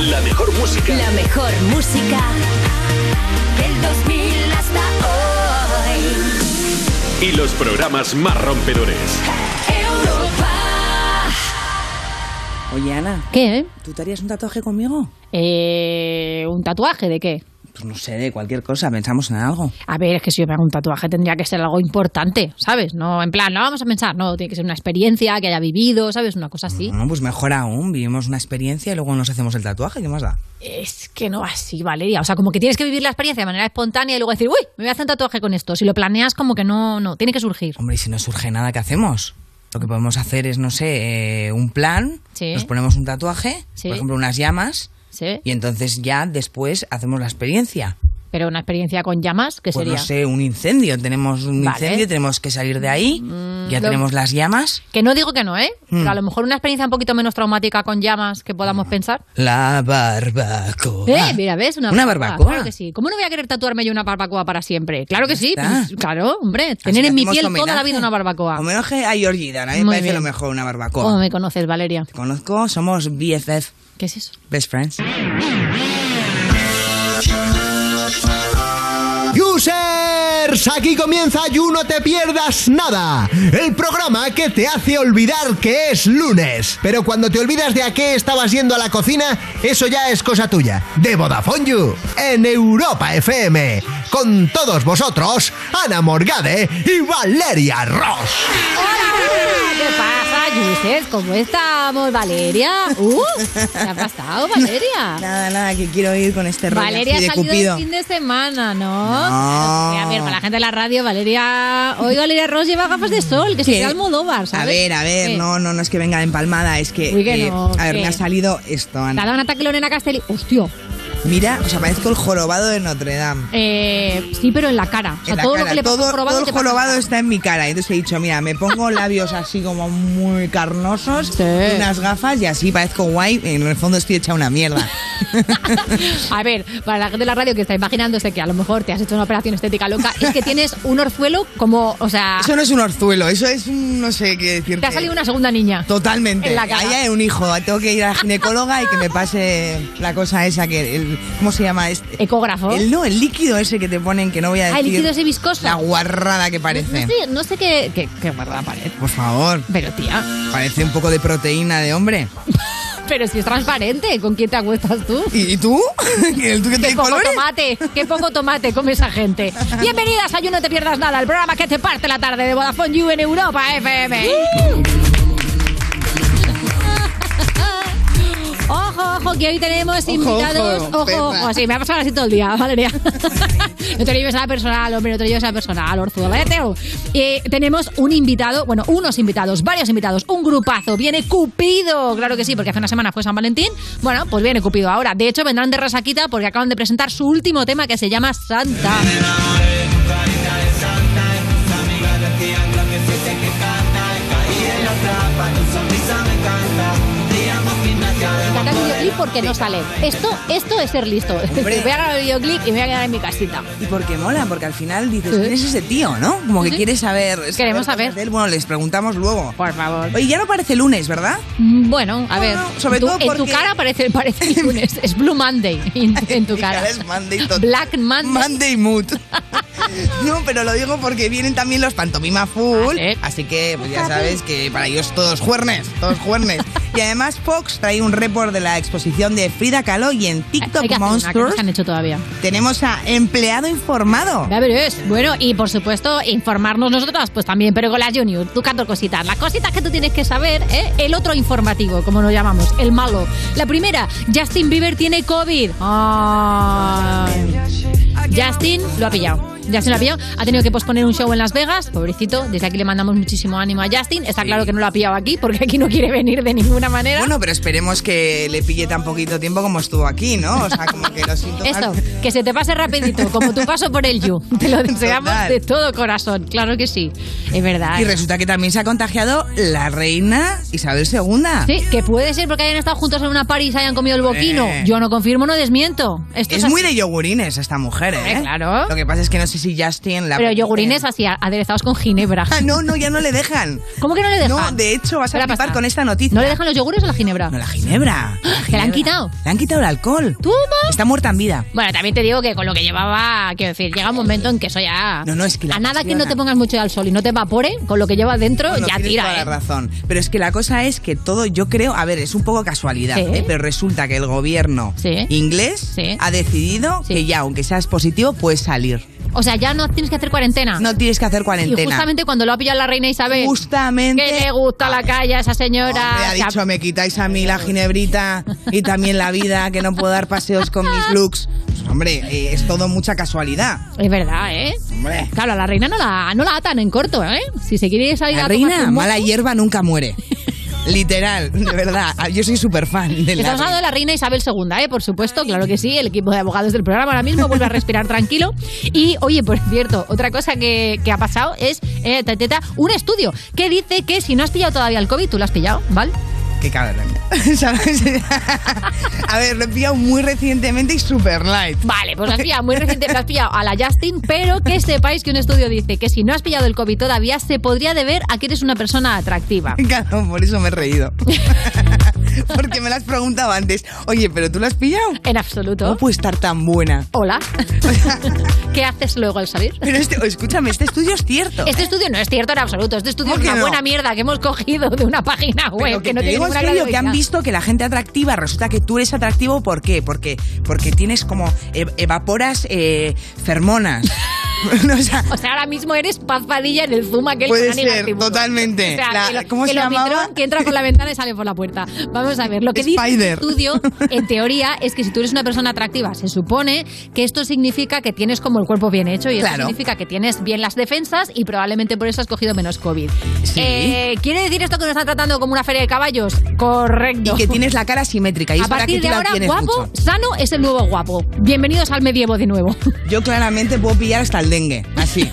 La mejor música. La mejor música del 2000 hasta hoy. Y los programas más rompedores. Europa. Oye, Ana. ¿Qué? ¿Tú te harías un tatuaje conmigo? Eh, ¿Un tatuaje de qué? Pues no sé, de cualquier cosa, pensamos en algo. A ver, es que si yo me hago un tatuaje tendría que ser algo importante, ¿sabes? No, en plan, no vamos a pensar, no, tiene que ser una experiencia que haya vivido, ¿sabes? Una cosa así. No, pues mejor aún, vivimos una experiencia y luego nos hacemos el tatuaje, ¿qué más da? Es que no así, Valeria. O sea, como que tienes que vivir la experiencia de manera espontánea y luego decir, uy, me voy a hacer un tatuaje con esto. Si lo planeas, como que no, no, tiene que surgir. Hombre, y si no surge nada, ¿qué hacemos? Lo que podemos hacer es, no sé, eh, un plan, sí. nos ponemos un tatuaje, sí. por ejemplo, unas llamas. Sí. Y entonces ya después hacemos la experiencia. Pero una experiencia con llamas, ¿qué pues sería? No sé, un incendio. Tenemos un vale. incendio, tenemos que salir de ahí. Mm, ya lo... tenemos Hmm. las llamas. Que no digo que no, ¿eh? Mm. Pero a lo mejor una experiencia un poquito menos traumática con llamas que podamos Hmm. mm. pensar. La barbacoa. Eh, mira, ¿ves? Una, ¿Una barbacoa? barbacoa. Claro que sí. ¿Cómo no voy a querer tatuarme yo una barbacoa para siempre? Claro que sí. Pues, claro, hombre. Tener en mi piel homenaje. toda la vida una barbacoa. Homenaje a Georgie Dan. A mí me parece bien. lo mejor una barbacoa. ¿Cómo Oh, me conoces, Valeria? Te conozco, somos BFF. ¿Qué es eso? Best Friends. Users, aquí comienza You No Te Pierdas Nada, el programa que te hace olvidar que es lunes. Pero cuando te olvidas de a qué estabas yendo a la cocina, eso ya es cosa tuya. De Vodafone You, en Europa FM. Con todos vosotros, Ana Morgade y Valeria Ross. ¡Hola! ¿Qué pasa, Yusers? ¿Cómo estamos, Valeria? Uh, ¿Qué ha pasado, Valeria? Nada, nada, que quiero ir con este rollo Valeria así de ha salido cupido. el fin de semana, ¿no? no. Mira, mira, para la gente de la radio, Valeria... Hoy Valeria Ross lleva gafas de sol, que se si Almodóvar, ¿sabes? Eh, A ver, a ver, ¿Qué? no, no, no es que venga de empalmada, es que... Uy, que eh, no, a ver, ¿qué? me ha salido esto, Ana. Te ha dado un ataque Lorena Castelli. ¡Hostia! Mira, o sea, parezco el jorobado de Notre Dame. Eh, sí, pero en la cara. O sea, todo cara. lo que le pasa todo, al jorobado, todo el te pasa jorobado en la cara. está en mi cara. Entonces he dicho, mira, me pongo labios así como muy carnosos, Sí. y unas gafas y así parezco guay. En el fondo estoy hecha una mierda. A ver, para la gente de la radio que está imaginándose que a lo mejor te has hecho una operación estética loca, es que tienes un orzuelo como, o sea, eso no es un orzuelo, eso es un, no sé qué decirte. Ah. te ha salido una segunda niña. Totalmente. en la cara. Ahí hay un hijo. Tengo que ir a la ginecóloga y que me pase la cosa esa que el, ¿cómo se llama este? Ecógrafo. El, no, el líquido ese que te ponen que no voy a decir. Ah, el líquido ese viscoso. La guarrada que parece. No sé, no sé qué, qué, qué guarda pared. Por favor. Pero tía, Parece un poco de proteína de hombre. pero si es transparente, ¿con quién te acuestas tú? ¿Y, y tú? ¿El tú que Qué te poco colores? tomate, qué poco tomate come esa gente. Bienvenidas a You No Te Pierdas Nada, el programa que te parte la tarde de Vodafone You en Europa FM. Uh. Ojo, ojo, que hoy tenemos invitados. ojo, Ojo, ojo, Pepa. Sí, me va a pasar así todo el día, Valeria. no te lo lleves a la personal, hombre, no te lo lleves a la personal, Orzudo, ¿vale, Teo? Eh, tenemos un invitado, bueno, unos invitados, varios invitados, un grupazo. Viene Cupido, claro que sí, porque hace una semana fue San Valentín. Bueno, pues viene Cupido ahora. De hecho, vendrán de Rasaquita porque acaban de presentar su último tema que se llama Santa. Sacar un videoclip porque no sale. Esto, esto es ser listo. Hombre. Voy a grabar el videoclip y me voy a quedar en mi casita. Y porque mola, porque al final dices, Sí. ¿quién es ese tío, no? Como que Sí. quieres saber. Queremos cosas saber. de él. Bueno, les preguntamos luego. Por favor. Oye, ya no parece lunes, ¿verdad? Mm, Bueno, a No, ver. no, sobre tú- todo En tu porque- cara parece, parece lunes. Es Blue Monday en, en tu Mi cara. es Monday total. Black Monday. Monday Mood. No, pero lo digo porque vienen también los Pantomima Full. Vale. Así que pues ya sabes que para ellos todos juernes, todos juernes. Y además Fox trae un report de la exposición de Frida Kahlo y en Hay que hacer TikTok una, que no Monsters se han hecho todavía. tenemos a Empleado Informado. Ya veréis. Bueno, y por supuesto, informarnos nosotras, pues también, pero con las Junior, tú canto cositas. Las cositas que tú tienes que saber, ¿eh? el otro informativo, como lo llamamos, el malo. La primera, Justin Bieber tiene COVID. Ay. Justin lo ha pillado. Justin lo ha pillado. Ha tenido que posponer un show en Las Vegas. Pobrecito, desde aquí le mandamos muchísimo ánimo a Justin. Está claro que no lo ha pillado aquí, porque aquí no quiere venir de ninguna manera. Bueno, pero esperemos que le pille tan poquito tiempo como estuvo aquí, ¿no? O sea, como que los síntomas... Eso, que se te pase rapidito, como tu paso por el You. Te lo deseamos Total. de todo corazón, claro que sí. Es verdad. Y resulta que también se ha contagiado la reina Isabel II. Sí, que puede ser porque hayan estado juntos en una party y se hayan comido el boquino. Eh. Yo no confirmo, no desmiento. Esto Es así. muy de yogurines esta mujer, ¿eh? Hombre, claro. Lo que pasa es que no sé Alexis y Justin. La Pero yogurines así, aderezados con ginebra. Ah, no, no, ya no le dejan. ¿Cómo que no le dejan? No, de hecho, vas a flipar con esta noticia. ¿No le dejan los yogures o la ginebra? No, la ginebra. la ginebra. ¿Que la han quitado? Le han quitado el alcohol. ¿Tú, ma? Está muerta en vida. Bueno, también te digo que con lo que llevaba, quiero decir, llega un momento en que eso ya... No, no, es que la A nada que no te pongas mucho al sol y no te evapore, con lo que llevas dentro, Bueno, ya tienes tira, toda ¿eh? la razón. Pero es que la cosa es que todo, yo creo, a ver, es un poco casualidad, Sí. ¿eh? pero resulta que el gobierno Sí. inglés Sí. ha decidido que ya, aunque seas positivo, puedes salir. O sea, ya no tienes que hacer cuarentena. No tienes que hacer cuarentena. Y justamente cuando lo ha pillado la reina Isabel... Justamente- Que le gusta la calle a esa señora. Hombre, ha que dicho, me quitáis a mí la ginebrita y también la vida, que no puedo dar paseos con mis looks. Pues, hombre, eh, es todo mucha casualidad. Es verdad, ¿eh? Hombre. Claro, a la reina no la, no la atan en corto, ¿eh? Si se quiere salir La a tomarse reina, un moco- mala hierba nunca muere. Literal, de verdad. Ah, Yo soy súper fan de la Estamos hablando de la reina Isabel II, ¿eh? por supuesto, claro que sí. El equipo de abogados del programa ahora mismo vuelve a respirar tranquilo. Y, oye, por cierto, otra cosa que, que ha pasado es eh, ta, ta, ta, un estudio que dice que si no has pillado todavía el COVID, tú lo has pillado, ¿vale? Qué cabrón. ¿Sabes? a ver, lo he pillado muy recientemente y super light. Vale, pues lo has pillado muy reciente, lo has pillado a la Justin, pero que sepáis que un estudio dice que si no has pillado el COVID todavía, se podría deber a que eres una persona atractiva. Claro, por eso me he reído. Porque me lo has preguntado antes. Oye, ¿pero tú lo has pillado? En absoluto. No puede estar tan buena. Hola. ¿Qué haces luego al salir? Pero este, escúchame, este estudio es cierto. Este estudio no es cierto en absoluto. Este estudio es ¿Por qué una no? buena mierda que hemos cogido de una página web Pero que, no te tiene digo en ninguna serio, que han credibilidad. visto que la gente atractiva resulta que tú eres atractivo, ¿por qué? Porque, porque tienes como ev- evaporas eh, fermonas. No, o sea, O sea, ahora mismo eres Paz Padilla en el Zoom aquel Puede con Ani ser, Garcibuso. totalmente. O sea, La- que lo- ¿cómo que se lo llamaba? mitrón que entra por la ventana y sale por la puerta. Vamos a ver, lo que dice el Spider. estudio, en teoría, es que si tú eres una persona atractiva, se supone que esto significa que tienes como el cuerpo bien hecho y eso Claro. significa que tienes bien las defensas y probablemente por eso has cogido menos COVID. Sí. Eh, ¿Quiere decir esto que nos están tratando como una feria de caballos? Correcto. y que tienes la cara simétrica. Y A es verdad partir de que tú la ahora, tienes guapo, mucho. sano es el nuevo guapo. Bienvenidos al medievo de nuevo. Yo claramente puedo pillar hasta el dengue, así.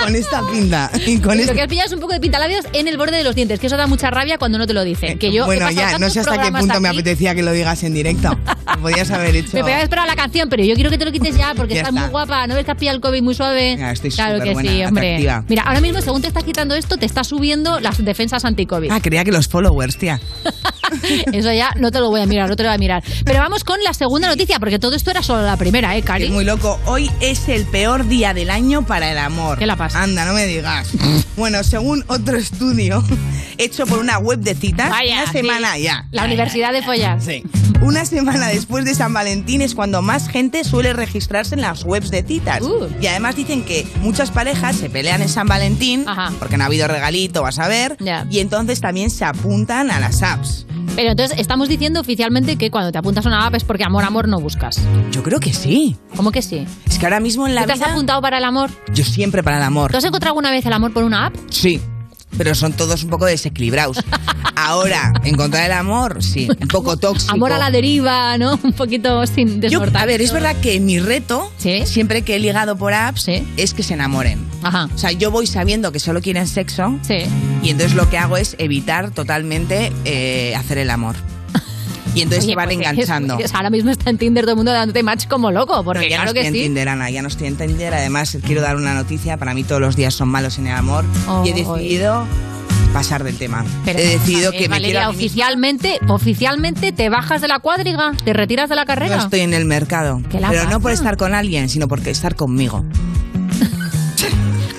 con esta pinta. Y con Y lo este- que has pillado es un poco de pintalabios en el borde de los dientes, que eso da mucha rabia cuando no te lo dicen. Que yo he Eh, bueno, pasado ya, no tantos sé hasta qué programas punto me aquí, apetecía que lo digas en directo. Lo podías haber hecho. Me pegaba a esperar la canción, pero yo quiero que te lo quites ya porque Ya estás está. muy guapa, no ves que has pillado el COVID muy suave. Ya, estoy claro que superbuena, sí, hombre. atractiva. Mira, ahora mismo, según te estás quitando esto, te está subiendo las defensas anti-COVID. Ah, creía que los followers, tía. Eso ya no te lo voy a mirar, no te lo voy a mirar. Pero vamos con la segunda noticia, porque todo esto era solo la primera, ¿eh, Que Cari? Es muy loco. Hoy es el peor día del año para el amor. ¿Qué la pasa? Anda, no me digas. bueno, según otro estudio hecho por una web de citas, Vaya, una sí. semana ya. La Universidad de Follar. Sí. Una semana después de San Valentín es cuando más gente suele registrarse en las webs de citas. Uh. Y además dicen que muchas parejas se pelean en San Valentín Ajá. porque no ha habido regalito, vas a ver. Ya. Y entonces también se apuntan a las apps. Pero entonces estamos diciendo oficialmente que cuando te apuntas a una app es porque amor, amor no buscas. Yo creo que sí. ¿Cómo que sí? Es que ahora mismo en la ¿Tú te has vida apuntado para el amor? yo siempre para el amor. ¿Tú has encontrado alguna vez el amor por una app? Sí. Pero son todos un poco desequilibrados. Ahora, encontrar el amor, sí, un poco tóxico. Amor a la deriva, ¿no? Un poquito sin Yo- desmortar. a ver, es verdad que mi reto, Sí. siempre que he ligado por apps, Sí. es que se enamoren. Ajá. O sea, yo voy sabiendo que solo quieren sexo Sí. y entonces lo que hago es evitar totalmente eh, hacer el amor. Y entonces Oye, se van pues eres- enganchando. eres- ahora mismo está en Tinder todo el mundo dándote match como loco, porque No, ya claro no estoy que en sí. Tinder, Ana, ya no estoy en Tinder. Además, quiero dar una noticia. Para mí todos los días son malos en el amor. Oh, y he decidido pasar del tema. Pero he vamos decidido a ver, que me Valeria, quiero... a mí misma. oficialmente, oficialmente te bajas de la cuadriga, te retiras de la carrera. No estoy en el mercado. ¿Qué Pero la pasa? no por estar con alguien, sino porque estar conmigo.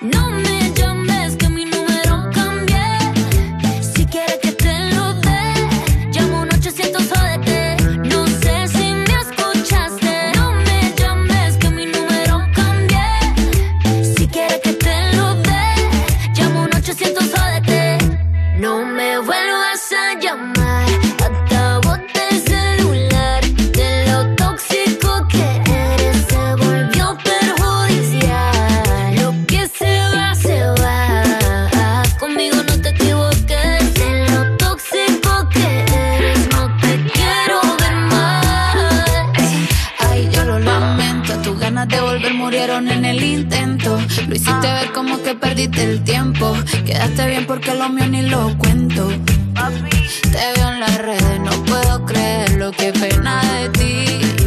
No me llames que mi número cambié. Si quieres que te lo dé, llamo un 800 ODT. No sé si me escuchaste. No me llames que mi número cambié. Si quieres que te lo dé, llamo un 800 ODT. No me vuelvas a llamar. Acabate el celular. De lo tóxico que eres se volvió perjudicial. Lo que se va, se va. Conmigo no te equivoques. De lo tóxico que eres no te quiero ver más. Ay, yo lo lamento. Tus ganas de volver murieron en el intento. Lo hiciste ver como que perdiste el tiempo. Quedaste bien porque lo mío ni lo cuento. Te veo en las redes, no puedo creer lo que pena de ti.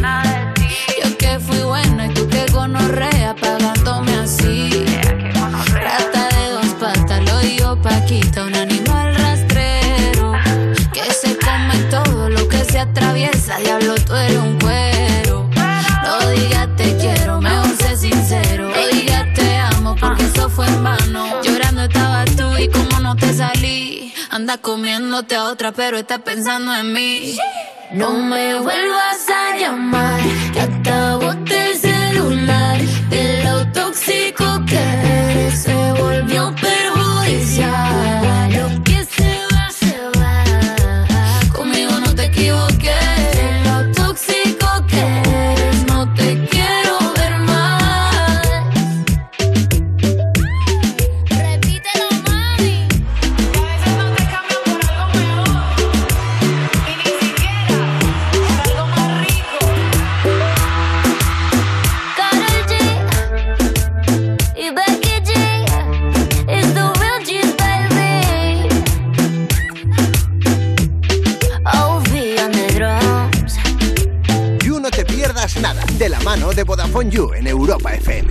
Yo que fui buena y tú que gonorrea pagándome así. Rata de dos patas, lo digo Paquita, un animal rastrero que se come todo lo que se atraviesa. Diablo, tú eres un cuero. No digas te quiero, mejor sé sincero. No digas te amo porque eso fue en vano. Llorando estabas tú y como no te salí. Anda comiéndote a otra, pero estás pensando en mí. No me vuelvas a llamar, que acabaste el celular. De lo tóxico que eres se volvió perjudicial. Lo que se va, se va. Conmigo no te equivoques. De lo tóxico que eres no te quiero ver más. Repítelo, mami. Karol G y Becky G is the real G's, baby. OV on the drums. You No Te Pierdas Nada, de la mano de Vodafone You en Europa FM.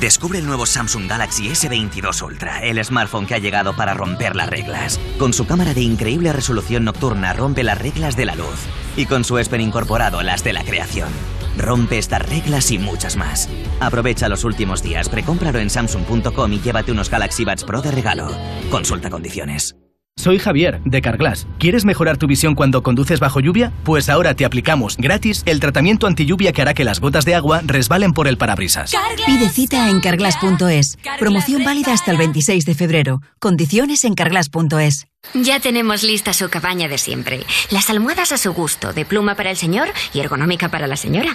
Descubre el nuevo Samsung Galaxy S22 Ultra, el smartphone que ha llegado para romper las reglas. Con su cámara de increíble resolución nocturna rompe las reglas de la luz y con su S Pen incorporado las de la creación. Rompe estas reglas y muchas más. Aprovecha los últimos días, precómpralo en samsung.com y llévate unos Galaxy Buds Pro de regalo. Consulta condiciones. Soy Javier, de Carglass. ¿Quieres mejorar tu visión cuando conduces bajo lluvia? Pues ahora te aplicamos gratis el tratamiento antilluvia que hará que las gotas de agua resbalen por el parabrisas. Pide cita en carglass.es. Promoción válida hasta el 26 de febrero. Condiciones en carglass.es. Ya tenemos lista su cabaña de siempre. Las almohadas a su gusto, de pluma para el señor y ergonómica para la señora.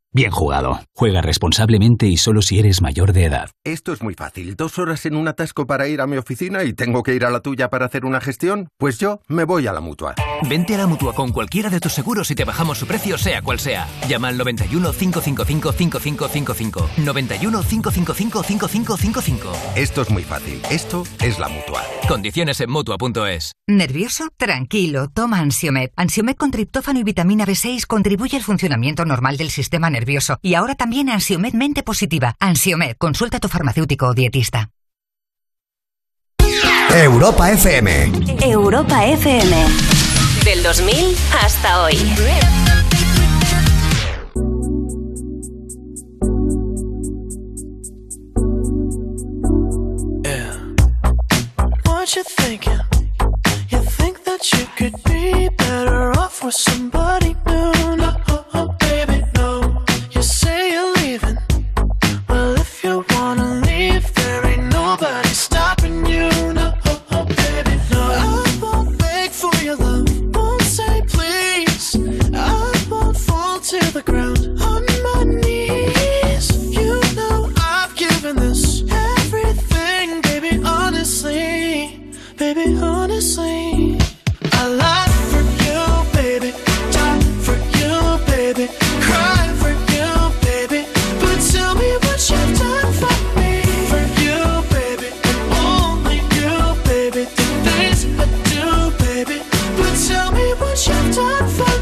bien jugado. Juega responsablemente y solo si eres mayor de edad. Esto es muy fácil. Dos horas en un atasco para ir a mi oficina y tengo que ir a la tuya para hacer una gestión. Pues yo me voy a la mutua. Vente a la mutua con cualquiera de tus seguros y te bajamos su precio, sea cual sea. Llama al 91 555 5555. 91 555 5555. Esto es muy fácil. Esto es la mutua. Condiciones en mutua.es. ¿Nervioso? Tranquilo, toma Ansiomed. Ansiomed con triptófano y vitamina B6 contribuye al funcionamiento normal del sistema nervioso. Y ahora también Ansiomed mente positiva. Ansiomed, consulta a tu farmacéutico o dietista. Europa FM. Eh, Europa FM. Del 2000 hasta hoy. What you thinking? You think that you could be better off with somebody new? No, baby, no. You say you're leaving. Well, if you wanna leave, there ain't nobody stopping you. No, baby, no. I won't beg for your love. Won't say please. baby, honestly. I lied for you, baby. Died for you, baby. Cried for you, baby. But tell me what you've done for me. For you, baby. And only you, baby. The things I do, baby. But tell me what you've done for me.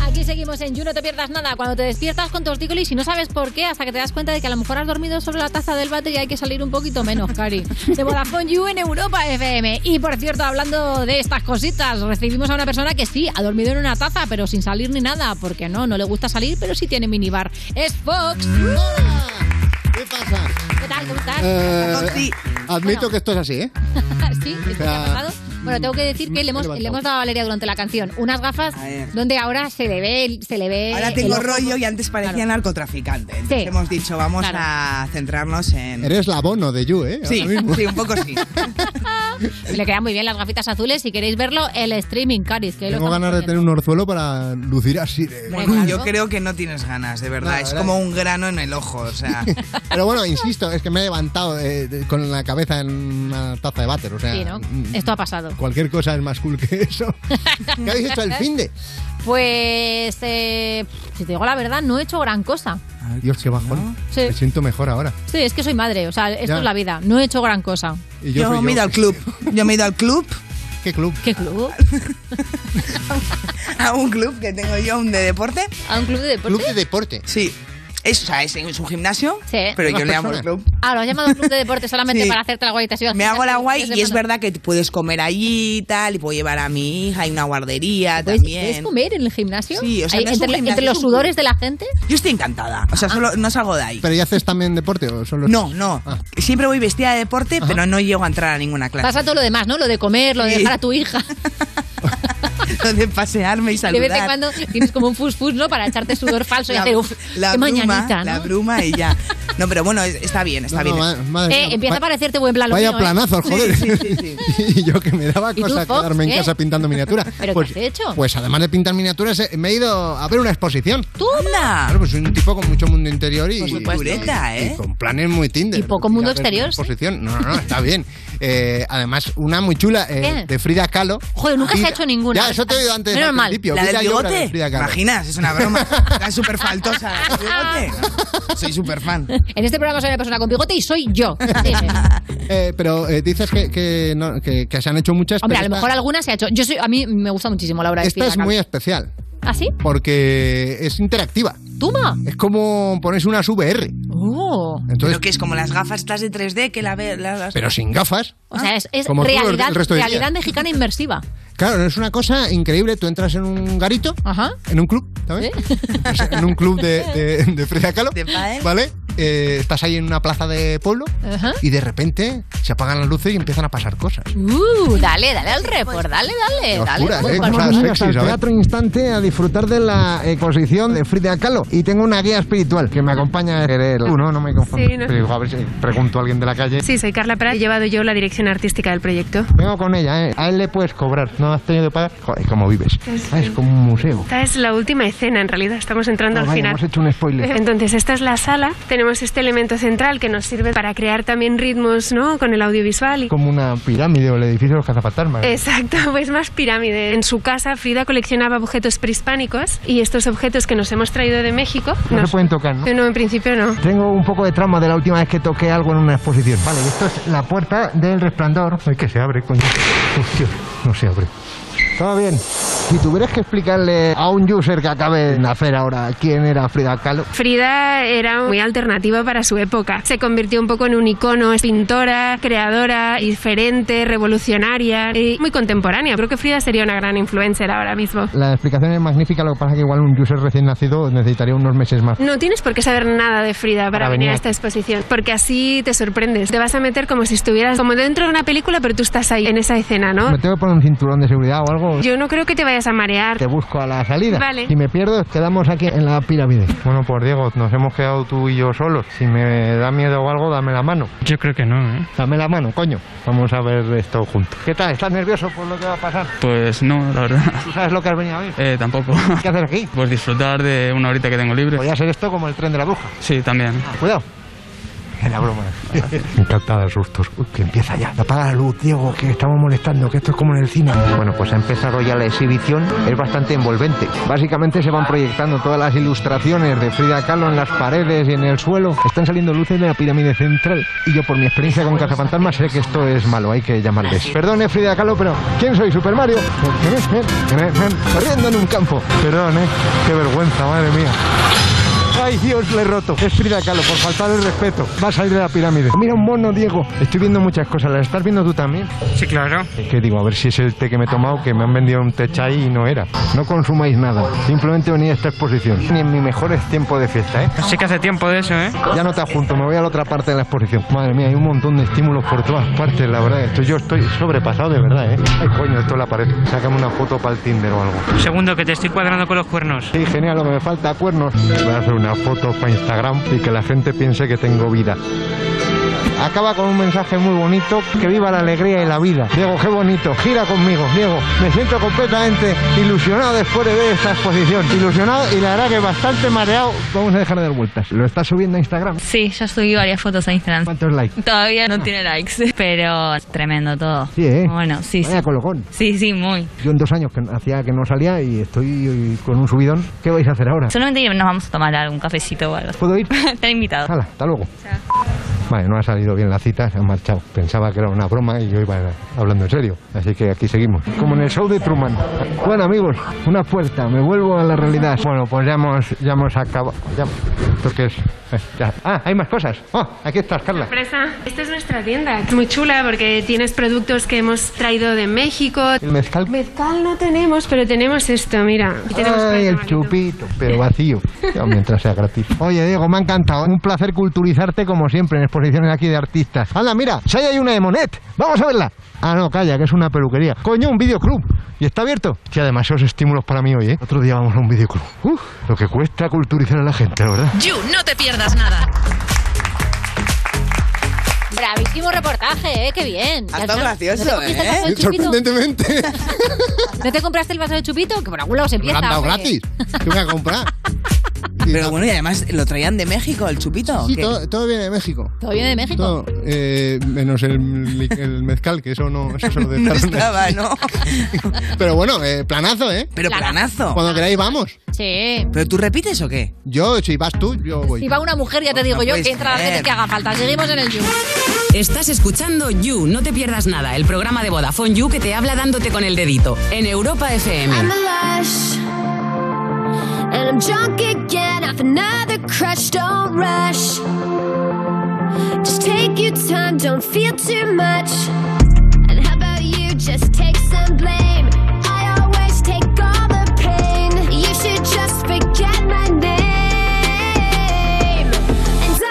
Aquí seguimos en You, no te pierdas nada. Cuando te despiertas con tortícolis y no sabes por qué, hasta que te das cuenta de que a lo mejor has dormido sobre la taza del bate y hay que salir un poquito menos, Cari. De Vodafone You en Europa FM. Y por cierto, hablando de estas cositas, recibimos a una persona que sí, ha dormido en una taza, pero sin salir ni nada, porque no, no le gusta salir, pero sí tiene minibar. Es Fox. Mm. ¿Qué pasa? ¿Qué tal? ¿Cómo estás? Eh, Sí. admito Bueno. que esto es así, ¿eh? sí, O esto que sea, ha pasado. Bueno, tengo que decir que le hemos, levantado. le hemos dado a Valeria durante la canción unas gafas donde ahora se le ve, el- se le ve. Ahora eh, el tengo ojo. rollo y antes parecía narcotraficante. Entonces hemos dicho, vamos a centrarnos en... Eres la bono de You, ¿eh? Sí, Ahora mismo. sí, un poco sí. Le quedan muy bien las gafitas azules. Si queréis verlo, el streaming, Caris. Que lo Tengo ganas de tener un orzuelo para lucir así. de- Bueno, yo creo que no tienes ganas, de verdad. No, la es verdad como un grano en el ojo, o sea... Pero bueno, insisto, es que me he levantado eh, de- con la cabeza en una taza de váter, o sea... Sí, ¿no? mm, Esto ha pasado. Cualquier cosa es más cool que eso. ¿Qué habéis hecho el finde? Pues, eh, si te digo la verdad, no he hecho gran cosa. Dios, qué bajón. Sí. Me siento mejor ahora. Sí, es que soy madre, o sea, esto Ya. es la vida. No he hecho gran cosa. Y yo Yo soy me he yo. ido al club. Yo me he ido al club. ¿Qué club? ¿Qué club? a un club que tengo yo, un de deporte. ¿A un club de deporte? ¿Club de deporte? Sí. Es, o sea, es, es un gimnasio, Sí. pero yo Más le llamo el personas. club. Ah, lo has llamado club de deporte solamente Sí. para hacerte la guay. Te has ido al Me hago la gimnasio guay tres y es semanas. verdad que puedes comer allí y tal, y puedo llevar a mi hija y una guardería ¿Puedes, puedes también. comer en el gimnasio? Sí, o sea, Ahí, no es un entre, gimnasio, entre es los un sudores de la gente. Yo estoy encantada, pues, o ah. sea, solo no salgo de ahí. ¿Pero y haces también deporte o solo...? Ah. No, no. Siempre voy vestida de deporte, pero no llego a entrar a ninguna clase. Vas a todo lo demás, ¿no? Lo de comer, lo de Sí. dejar a tu hija. Lo de pasearme y saludar. De vez en cuando tienes como un fus-fus, ¿no? Para echarte sudor falso y hacer uf, la qué bruma, mañanita, ¿no? La bruma y ya. No, pero bueno, es- está bien, está No, no, bien. ma- madre Eh, mía, empieza a va- parecerte buen plan. lo Vaya mío, ¿eh? planazo, joder. y yo que me daba ¿Y tú, cosa Fox, quedarme en qué? casa pintando miniaturas. ¿Pero pues, qué has hecho? Pues además de pintar miniaturas, eh, me he ido a ver una exposición. ¡Toma! Claro, pues soy un tipo con mucho mundo interior y, Por supuesto. Cultureta, y- y ¿eh? con planes muy Tinder. Y poco mundo exterior, sí. Exposición. No, no, no, está bien. Eh, además, una muy chula eh, ¿Qué? de Frida Kahlo. Joder, nunca se ha hecho ninguna. Ya, eso te he oído antes Menos al mal. principio. ¿La Vi del yo obra bigote? de Frida Kahlo. Imaginas, es una broma. Está ¿eh? súper faltosa. Soy súper fan. En este programa soy una persona con bigote y soy yo. Dime. Eh, pero eh, dices que, que no- que- que se han hecho muchas Hombre, a lo pero mejor esta- alguna se ha hecho. Yo soy, a mí me gusta muchísimo la obra de Esta Frida es muy Kahlo. especial. ¿Ah, sí? porque es interactiva. ¡Toma! Es como pones unas VR, ¡Oh! entonces, Pero que es como las gafas estas de 3D que la ve. la- las- pero sin gafas. O sea, es, es Como tú el- realidad, el resto de realidad días. mexicana inmersiva. Claro, es una cosa increíble. Tú entras en un garito, en un club, ¿Eh? ¿sabes? Entras En un club de, de, de Frida Kahlo, pádel. ¿vale? Eh, estás ahí en una plaza de pueblo Ajá. y de repente se apagan las luces y empiezan a pasar cosas. Uh, dale, dale al Pues, report, dale, dale, dale. pues, Oscuras, al ¿eh? report. Cosas sexys, al Teatro Instante a disfrutar de la exposición de Frida Kahlo. Y tengo una guía espiritual que me acompaña. Eres tú, ¿no? No me confundo. Sí, no sé. Digo, a ver si pregunto a alguien de la calle. Sí, soy Carla Prat. He llevado yo la dirección artística del proyecto. Vengo con ella, ¿eh? A él le puedes cobrar. No has tenido que pagar. Joder, cómo vives. Ah, es como un museo. Esta es la última escena, en realidad. Estamos entrando Ah, al vaya, final. hemos hecho un spoiler. Entonces, esta es la sala. Tenemos este elemento central que nos sirve para crear también ritmos, ¿no? Con el audiovisual. y- Como una pirámide o el edificio de los cazafantasmas. Exacto, pues más pirámide. En su casa, Frida coleccionaba objetos prehispánicos y estos objetos que nos hemos traído de México. No nos- se pueden tocar, ¿no? No, en principio no. Tengo un poco de trauma de la última vez que toqué algo en una exposición. Vale, y esto es la puerta del resplandor. Ay, que se abre, coño. Hostia, no se abre. Todo bien. Si tuvieras que explicarle a un user que acabe de nacer ahora quién era Frida Kahlo, Frida era muy alternativa para su época. Se convirtió un poco en un icono, es pintora, creadora, diferente, revolucionaria y muy contemporánea. Creo que Frida sería una gran influencer ahora mismo. la explicación es magnífica, lo que pasa es que igual un user recién nacido necesitaría unos meses más. No tienes por qué saber nada de Frida para, Para venir, venir a esta exposición, porque así te sorprendes. Te vas a meter como si estuvieras como dentro de una película, pero tú estás ahí en esa escena, ¿no? ¿Me tengo que poner un cinturón de seguridad o algo? Yo no creo que te vaya desamarear. Te busco a la salida. Vale. Si me pierdo, quedamos aquí en la pirámide. Bueno, por Diego, nos hemos quedado tú y yo solos. Si me da miedo o algo, dame la mano. Yo creo que no, ¿eh? Dame la mano, coño. Vamos a ver esto juntos. ¿Qué tal? ¿Estás nervioso por lo que va a pasar? Pues no, la verdad. ¿Tú sabes lo que has venido a ver? Eh, tampoco. ¿Qué haces aquí? Pues disfrutar de una horita que tengo libre. Podría ser esto como el tren de la bruja. Ah, Sí, también. Cuidado. Era broma. Me encanta dar sustos. Uy, que empieza ya. Apaga la luz, Diego, que estamos molestando, que esto es como en el cine. Bueno, pues ha empezado ya la exhibición. Es bastante envolvente. Básicamente se van proyectando todas las ilustraciones de Frida Kahlo en las paredes y en el suelo. Están saliendo luces de la pirámide central. Y yo, por mi experiencia con Cazafantasmas, sé que esto es malo, hay que llamarles. Perdone, Frida Kahlo, pero ¿quién soy? ¿Super Mario? Corriendo en un campo. Perdón, ¿eh? Qué vergüenza, madre mía. Ay, Dios, le he roto. Es Frida Kahlo, por faltar el respeto. Va a salir de la pirámide. Mira un mono, Diego. Estoy viendo muchas cosas. ¿Las estás viendo tú también? Sí, claro. Es que digo, a ver si es el té que me he tomado, que me han vendido un té chai y no era. No consumáis nada. Simplemente venid a esta exposición. Ni en mi mejor es tiempo de fiesta, ¿eh? Sí que hace tiempo de eso, ¿eh? Ya no te junto, me voy a la otra parte de la exposición. Madre mía, hay un montón de estímulos por todas partes, la verdad. Esto, yo estoy sobrepasado, de verdad, ¿eh? Ay, coño, esto es la pared. Sácame una foto para el Tinder o algo. Segundo, que te estoy cuadrando con los cuernos. Sí, genial, lo que me falta, cuernos. Voy a hacer una foto para Instagram y que la gente piense que tengo vida. Acaba con un mensaje muy bonito, que viva la alegría y la vida. Diego, qué bonito, gira conmigo, Diego. Me siento completamente ilusionado después de ver esta exposición. Ilusionado y la verdad que bastante mareado. Vamos a dejar de dar vueltas. ¿Lo estás subiendo a Instagram? Sí, yo subí varias fotos a Instagram. ¿Cuántos likes? Todavía no tiene likes, pero es tremendo todo. Sí, ¿eh? Bueno, sí, Vaya sí. colocón. Sí, sí, muy. Yo en dos años que hacía que no salía y estoy con un subidón. ¿Qué vais a hacer ahora? Solamente nos vamos a tomar algún cafecito o algo. ¿Puedo ir? Están invitados. Hala, hasta luego. Vale, no ha salido bien la cita, se ha marchado. Pensaba que era una broma y yo iba hablando en serio. Así que aquí seguimos. Como en el show de Truman. Bueno, amigos, una puerta, me vuelvo a la realidad. Bueno, pues ya hemos, ya hemos acabado. Ya, ¿Esto qué es? Eh, ya. Ah, hay más cosas. Oh, aquí estás, Carla. Sorpresa. Esta es nuestra tienda. Es muy chula porque tienes productos que hemos traído de México. ¿El mezcal? Mezcal no tenemos, pero tenemos esto, mira. Y tenemos Ay, el chupito, pero vacío. Ya, mientras sea gratis. Oye, Diego, me ha encantado. Un placer culturizarte como siempre en exposiciones aquí de artistas. Anda, mira, si ahí hay una de Monet. Vamos a verla. Ah, no, calla, que es una peluquería. Coño, un videoclub. ¿Y está abierto? Ya, demasiados estímulos para mí hoy, ¿eh? Otro día vamos a un videoclub. Uf, lo que cuesta culturizar a la gente, la verdad. You, no te pierdas nada. Bravísimo reportaje, ¿eh? Qué bien. Ya Ha estado no- gracioso, ¿no te comiste el vaso ¿eh? de chupito? Sorprendentemente. ¿No te compraste el vaso de chupito? Que por algún lado se Me lo empieza. han dado hombre. gratis. ¿Qué voy a comprar? Pero bueno, y además, ¿lo traían de México el chupito? Sí, todo, todo viene de México. ¿Todo viene de México? Todo, eh, menos el, el mezcal, que eso no, eso se lo No dejaron ahí. estaba, ¿no? Pero bueno, eh, planazo, ¿eh? Pero planazo. Cuando queráis, vamos. Sí. ¿Pero tú repites o qué? Yo, si vas tú, yo voy. Si va una mujer, ya te digo No yo, puedes que entra la creer. gente que haga falta. Seguimos en el You. Estás escuchando You, no te pierdas nada, el programa de Vodafone You que te habla dándote con el dedito en Europa FM. I'm a lush, and I'm drunk again off another crush. Don't rush, just take your time. Don't feel too much. And how about you just take some blame? I always take all the pain. You should just forget my name. And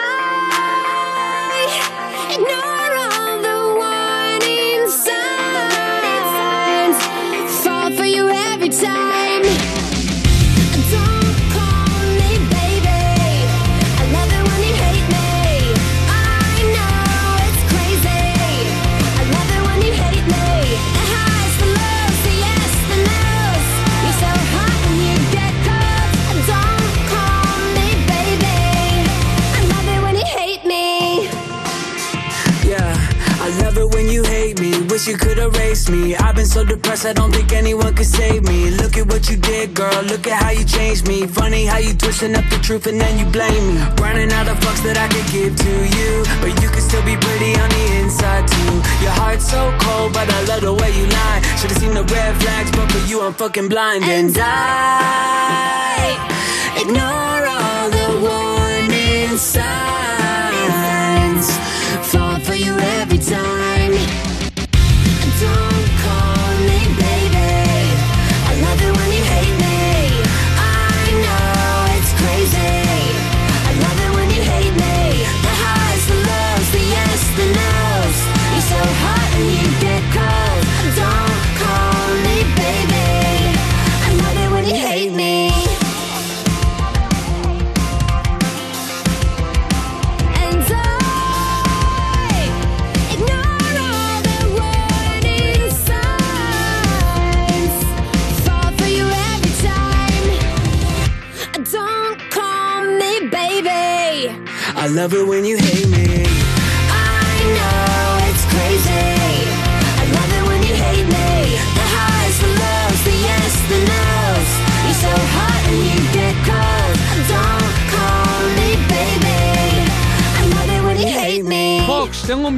I ignore all the warning signs. Fall for you every time. Don't call me baby. I love it when you hate me. I know it's crazy. I love it when you hate me. The highs, the lows, the yes, the no's. You're so hot when you get cold. Don't call me baby. I love it when you hate me. Yeah, I love it when you hate me. Wish you could erase me. I've been so depressed, I don't think anyone could save me. Look at what you did, girl. Look at how you changed me. Funny how you twisting up the truth and then you blame me. Running out of fucks that I could give to you, but you can still be pretty on the inside too. Your heart's so cold, but I love the way you lie. Should've seen the red flags, but for you I'm fucking blind. And I Ignore all the warning signs. Fall for you every time. Don't call me baby. I love it when you hate me. I know it's crazy. I love it when you hate me. The highs, the lows, the yes, the no's. You're so hot and you get cold. Don't call me baby. I Uh, love it when you hate me. I know it's crazy. I love it when you hate me. The highs, the lows, the yes, the no's. You're so hot and you get cold. Don't call me baby. I love it when you hate me. Fox, tengo un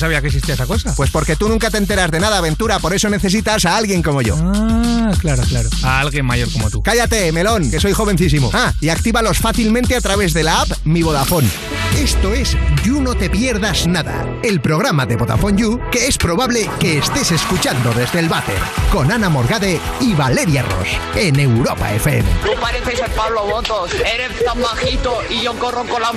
sabía que existía esa cosa? Pues porque tú nunca te enteras de nada, Aventura, por eso necesitas a alguien como yo. Ah, claro, claro. A alguien mayor como tú. Cállate, melón, que soy jovencísimo. Ah, y actívalos fácilmente a través de la app Mi Vodafone. Esto es You No Te Pierdas Nada, el programa de Vodafone You que es probable que estés escuchando desde el váter, con Ana Morgade y Valeria Ross, en Europa FM. Tú pareces el Pablo Botos, eres tan bajito y yo corro con las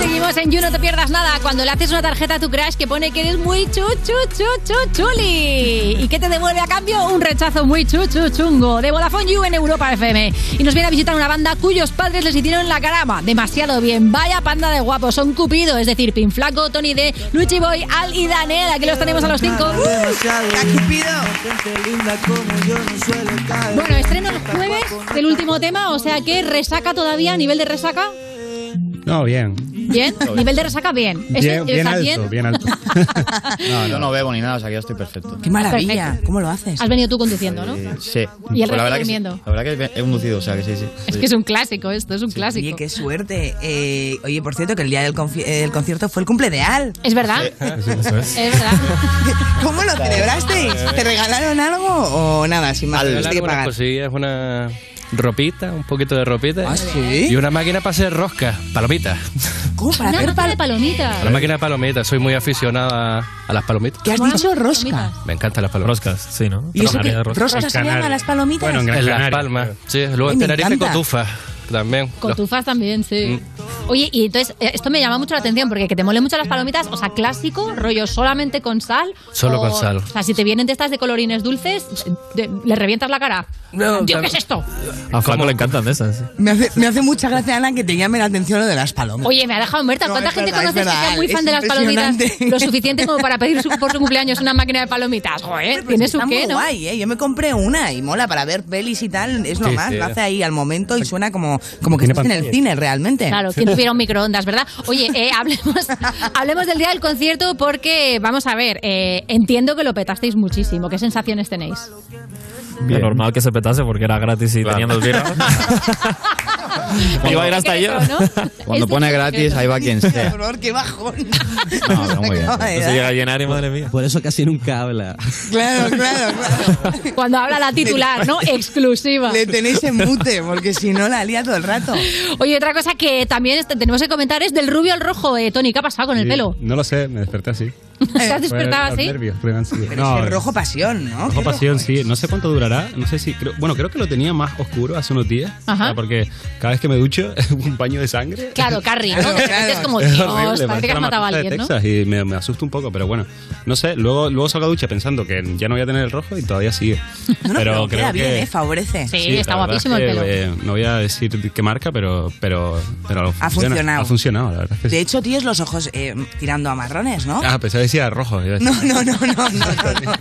Seguimos en You, no te pierdas nada. Cuando le haces una tarjeta a tu crush que pone que eres muy chu, chu, chu, chu, chuli. ¿Y qué te devuelve a cambio? Un rechazo muy chu, chu, chungo. De Vodafone You en Europa FM. Y nos viene a visitar una banda cuyos padres les hicieron la carama. Demasiado bien. Vaya panda de guapos. Son Cupido, es decir, Pinflaco, Tony D, Luchi Boy, Al y Daniel. Aquí los tenemos a los cinco. Bueno, estreno el jueves del último tema, o sea que resaca todavía, nivel de resaca. No, bien. Bien, nivel de resaca bien. ¿Eso Bien, bien está alto, bien? bien alto. no, yo no bebo ni nada, o sea que yo estoy perfecto. Qué maravilla, ¿cómo lo haces? Has venido tú conduciendo, ¿no? Sí. Y el Pues resto la verdad que sí, durmiendo. la verdad que he conducido, o sea que sí, sí. Es que es un clásico esto, es un clásico. Oye, qué suerte. Eh, oye, por cierto, que el día del confi- eh, del concierto fue el cumple de Al. Es verdad. eso es. verdad. ¿Cómo lo celebrasteis? ¿Te regalaron algo o nada? Sin más, tuviste que pagar. es una ropita, un poquito de ropita. ¿Ah, sí? Y una máquina para hacer rosca, palomitas. ¿Cómo? Para hacer pal palomitas. Una máquina de palomitas, soy muy aficionada a, a las palomitas. ¿Qué has dicho? Rosca. Me encantan las palomitas. Roscas, sí, ¿no? ¿Y eso qué? ¿Rosca se llama las palomitas? en, Las Palmas. Sí, luego Ay, en me Tenerife encanta. Cotufa también. Los- Cotufas también, sí. Oye, y entonces, eh, esto me llama mucho la atención porque que te mole mucho las palomitas, o sea, clásico, rollo solamente con sal. Solo o- con sal. O sea, si te vienen de estas de colorines dulces, de- le revientas la cara. Tío, No, claro. ¿qué es esto? A Flaco le encantan esas. Me hace, me hace mucha gracia, Ana, que te llame la atención lo de las palomas. Oye, me ha dejado muerta. No, ¿Cuánta es gente verdad, conoces es que verdad. sea muy fan Es de las palomitas? impresionante. Lo suficiente como para pedir su- por su cumpleaños una máquina de palomitas. Joder, tiene su Pues Está qué, muy ¿no? guay, ¿eh? Yo me compré una y mola para ver pelis y tal. Es lo Sí, más, sí. lo hace ahí al momento y suena como, como que Tiene estás en el pantalla. cine realmente. Claro, quien tuviera un microondas, ¿verdad? Oye, eh, hablemos, hablemos del día del concierto porque, vamos a ver, eh, entiendo que lo petasteis muchísimo. ¿Qué sensaciones tenéis? Lo normal que se petase porque era gratis y tenían dos birras. Iba a ir hasta yo. Cuando pone gratis, ahí va quien sea. horror, qué bajón. No, no, muy bien. Acaba de dar. a llenar y madre mía. Por eso casi nunca habla. Claro, claro, claro. Cuando habla la titular, ¿no? Exclusiva. Le tenéis en mute, porque si no la lía todo el rato. Oye, otra cosa que también est- tenemos que comentar es del rubio al rojo. Eh, Tony, ¿qué ha pasado con el pelo? No lo sé, me desperté así. Eh. ¿Te has despertado Los así? nervios, creo que han sido. Pero es el rojo pasión, ¿no? Rojo pasión, sí. No sé cuánto durará. No sé si. creo- bueno, creo que lo tenía más oscuro hace unos días. Ajá. O sea, porque cada vez que me ducho, un baño de sangre. Claro, Carrie, ¿no? De repente es como, Es Dios, horrible, parece parece que has la matado a matanza de alguien, ¿no? Texas y me, me asusta un poco, pero bueno. No sé, luego, luego salgo a ducha pensando que ya no voy a tener el rojo y todavía sigue. pero creo Queda que. bien, ¿eh? Favorece. Sí, Sí, la verdad es que, eh, no voy a decir qué marca, pero, pero, pero Ha funcionado. Ha funcionado, la verdad. es que sí. De hecho, tienes los ojos eh, tirando a marrones, ¿no? Ah, pensaba que decía rojo. iba a decir. No, no, no, no, no, no.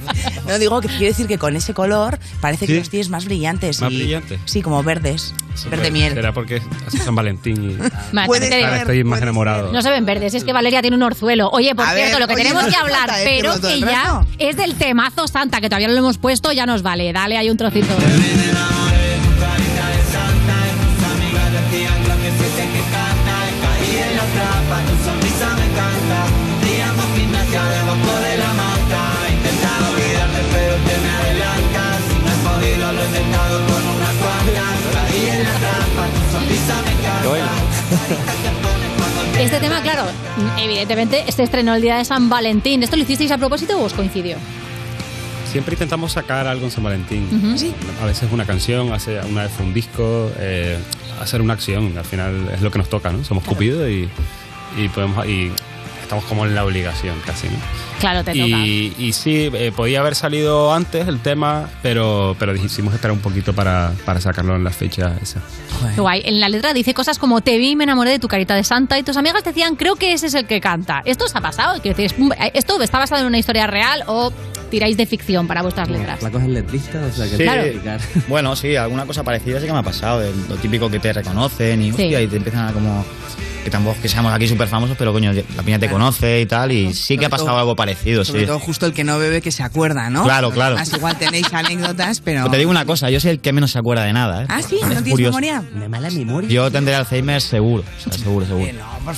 No digo que quiero decir que con ese color parece que Sí. los tienes más brillantes. Más y- brillantes. Sí, como verdes. Verde Pero miel. Será porque hace San Valentín y Ma, Puede ahora ser, estoy más enamorado. No se ven verdes, es que Valeria tiene un orzuelo. Oye, por A cierto, ver, lo que oye, tenemos no que hace hablar, falta pero decirlo todo que el ya es del temazo Santa, que todavía no lo hemos puesto, ya nos vale. Dale, hay un trocito. Este tema, claro, evidentemente, este estrenó el día de San Valentín. ¿Esto lo hicisteis a propósito o os coincidió? Siempre intentamos sacar algo en San Valentín. Ujú. Sí. A veces una canción, hace una vez fue un disco, eh, hacer una acción. Al final es lo que nos toca, ¿no? Somos Cupido y, y podemos y estamos como en la obligación casi, ¿no? Claro, te toca. Y, y sí, eh, podía haber salido antes el tema, pero, pero dijimos esperar un poquito para, para sacarlo en la fecha esa. Qué guay. En la letra dice cosas como te vi y me enamoré de tu carita de santa y tus amigas decían creo que ese es el que canta. ¿Esto os ha pasado? Quiero decir, es un- eh, ¿Esto está basado en una historia real o tiráis de ficción para vuestras letras? cosa es letrista, o sea que Claro. tiene que Bueno, sí, alguna cosa parecida sí que me ha pasado. el- Lo típico que te reconocen y, Sí. hostia, y te empiezan a como. Que tampoco es que seamos aquí súper famosos, pero coño, la piña te conoce y tal. Y sí que ha pasado todo- algo parecido, Sobre sí. todo justo el que no bebe que se acuerda, ¿no? Claro, claro. Más igual tenéis anécdotas, pero... Pero te digo una cosa, yo soy el que menos se acuerda de nada, ¿eh? Ah, sí, Es ¿no tienes curioso. memoria? Una mala memoria. Yo tendré Alzheimer seguro, o sea, seguro, seguro.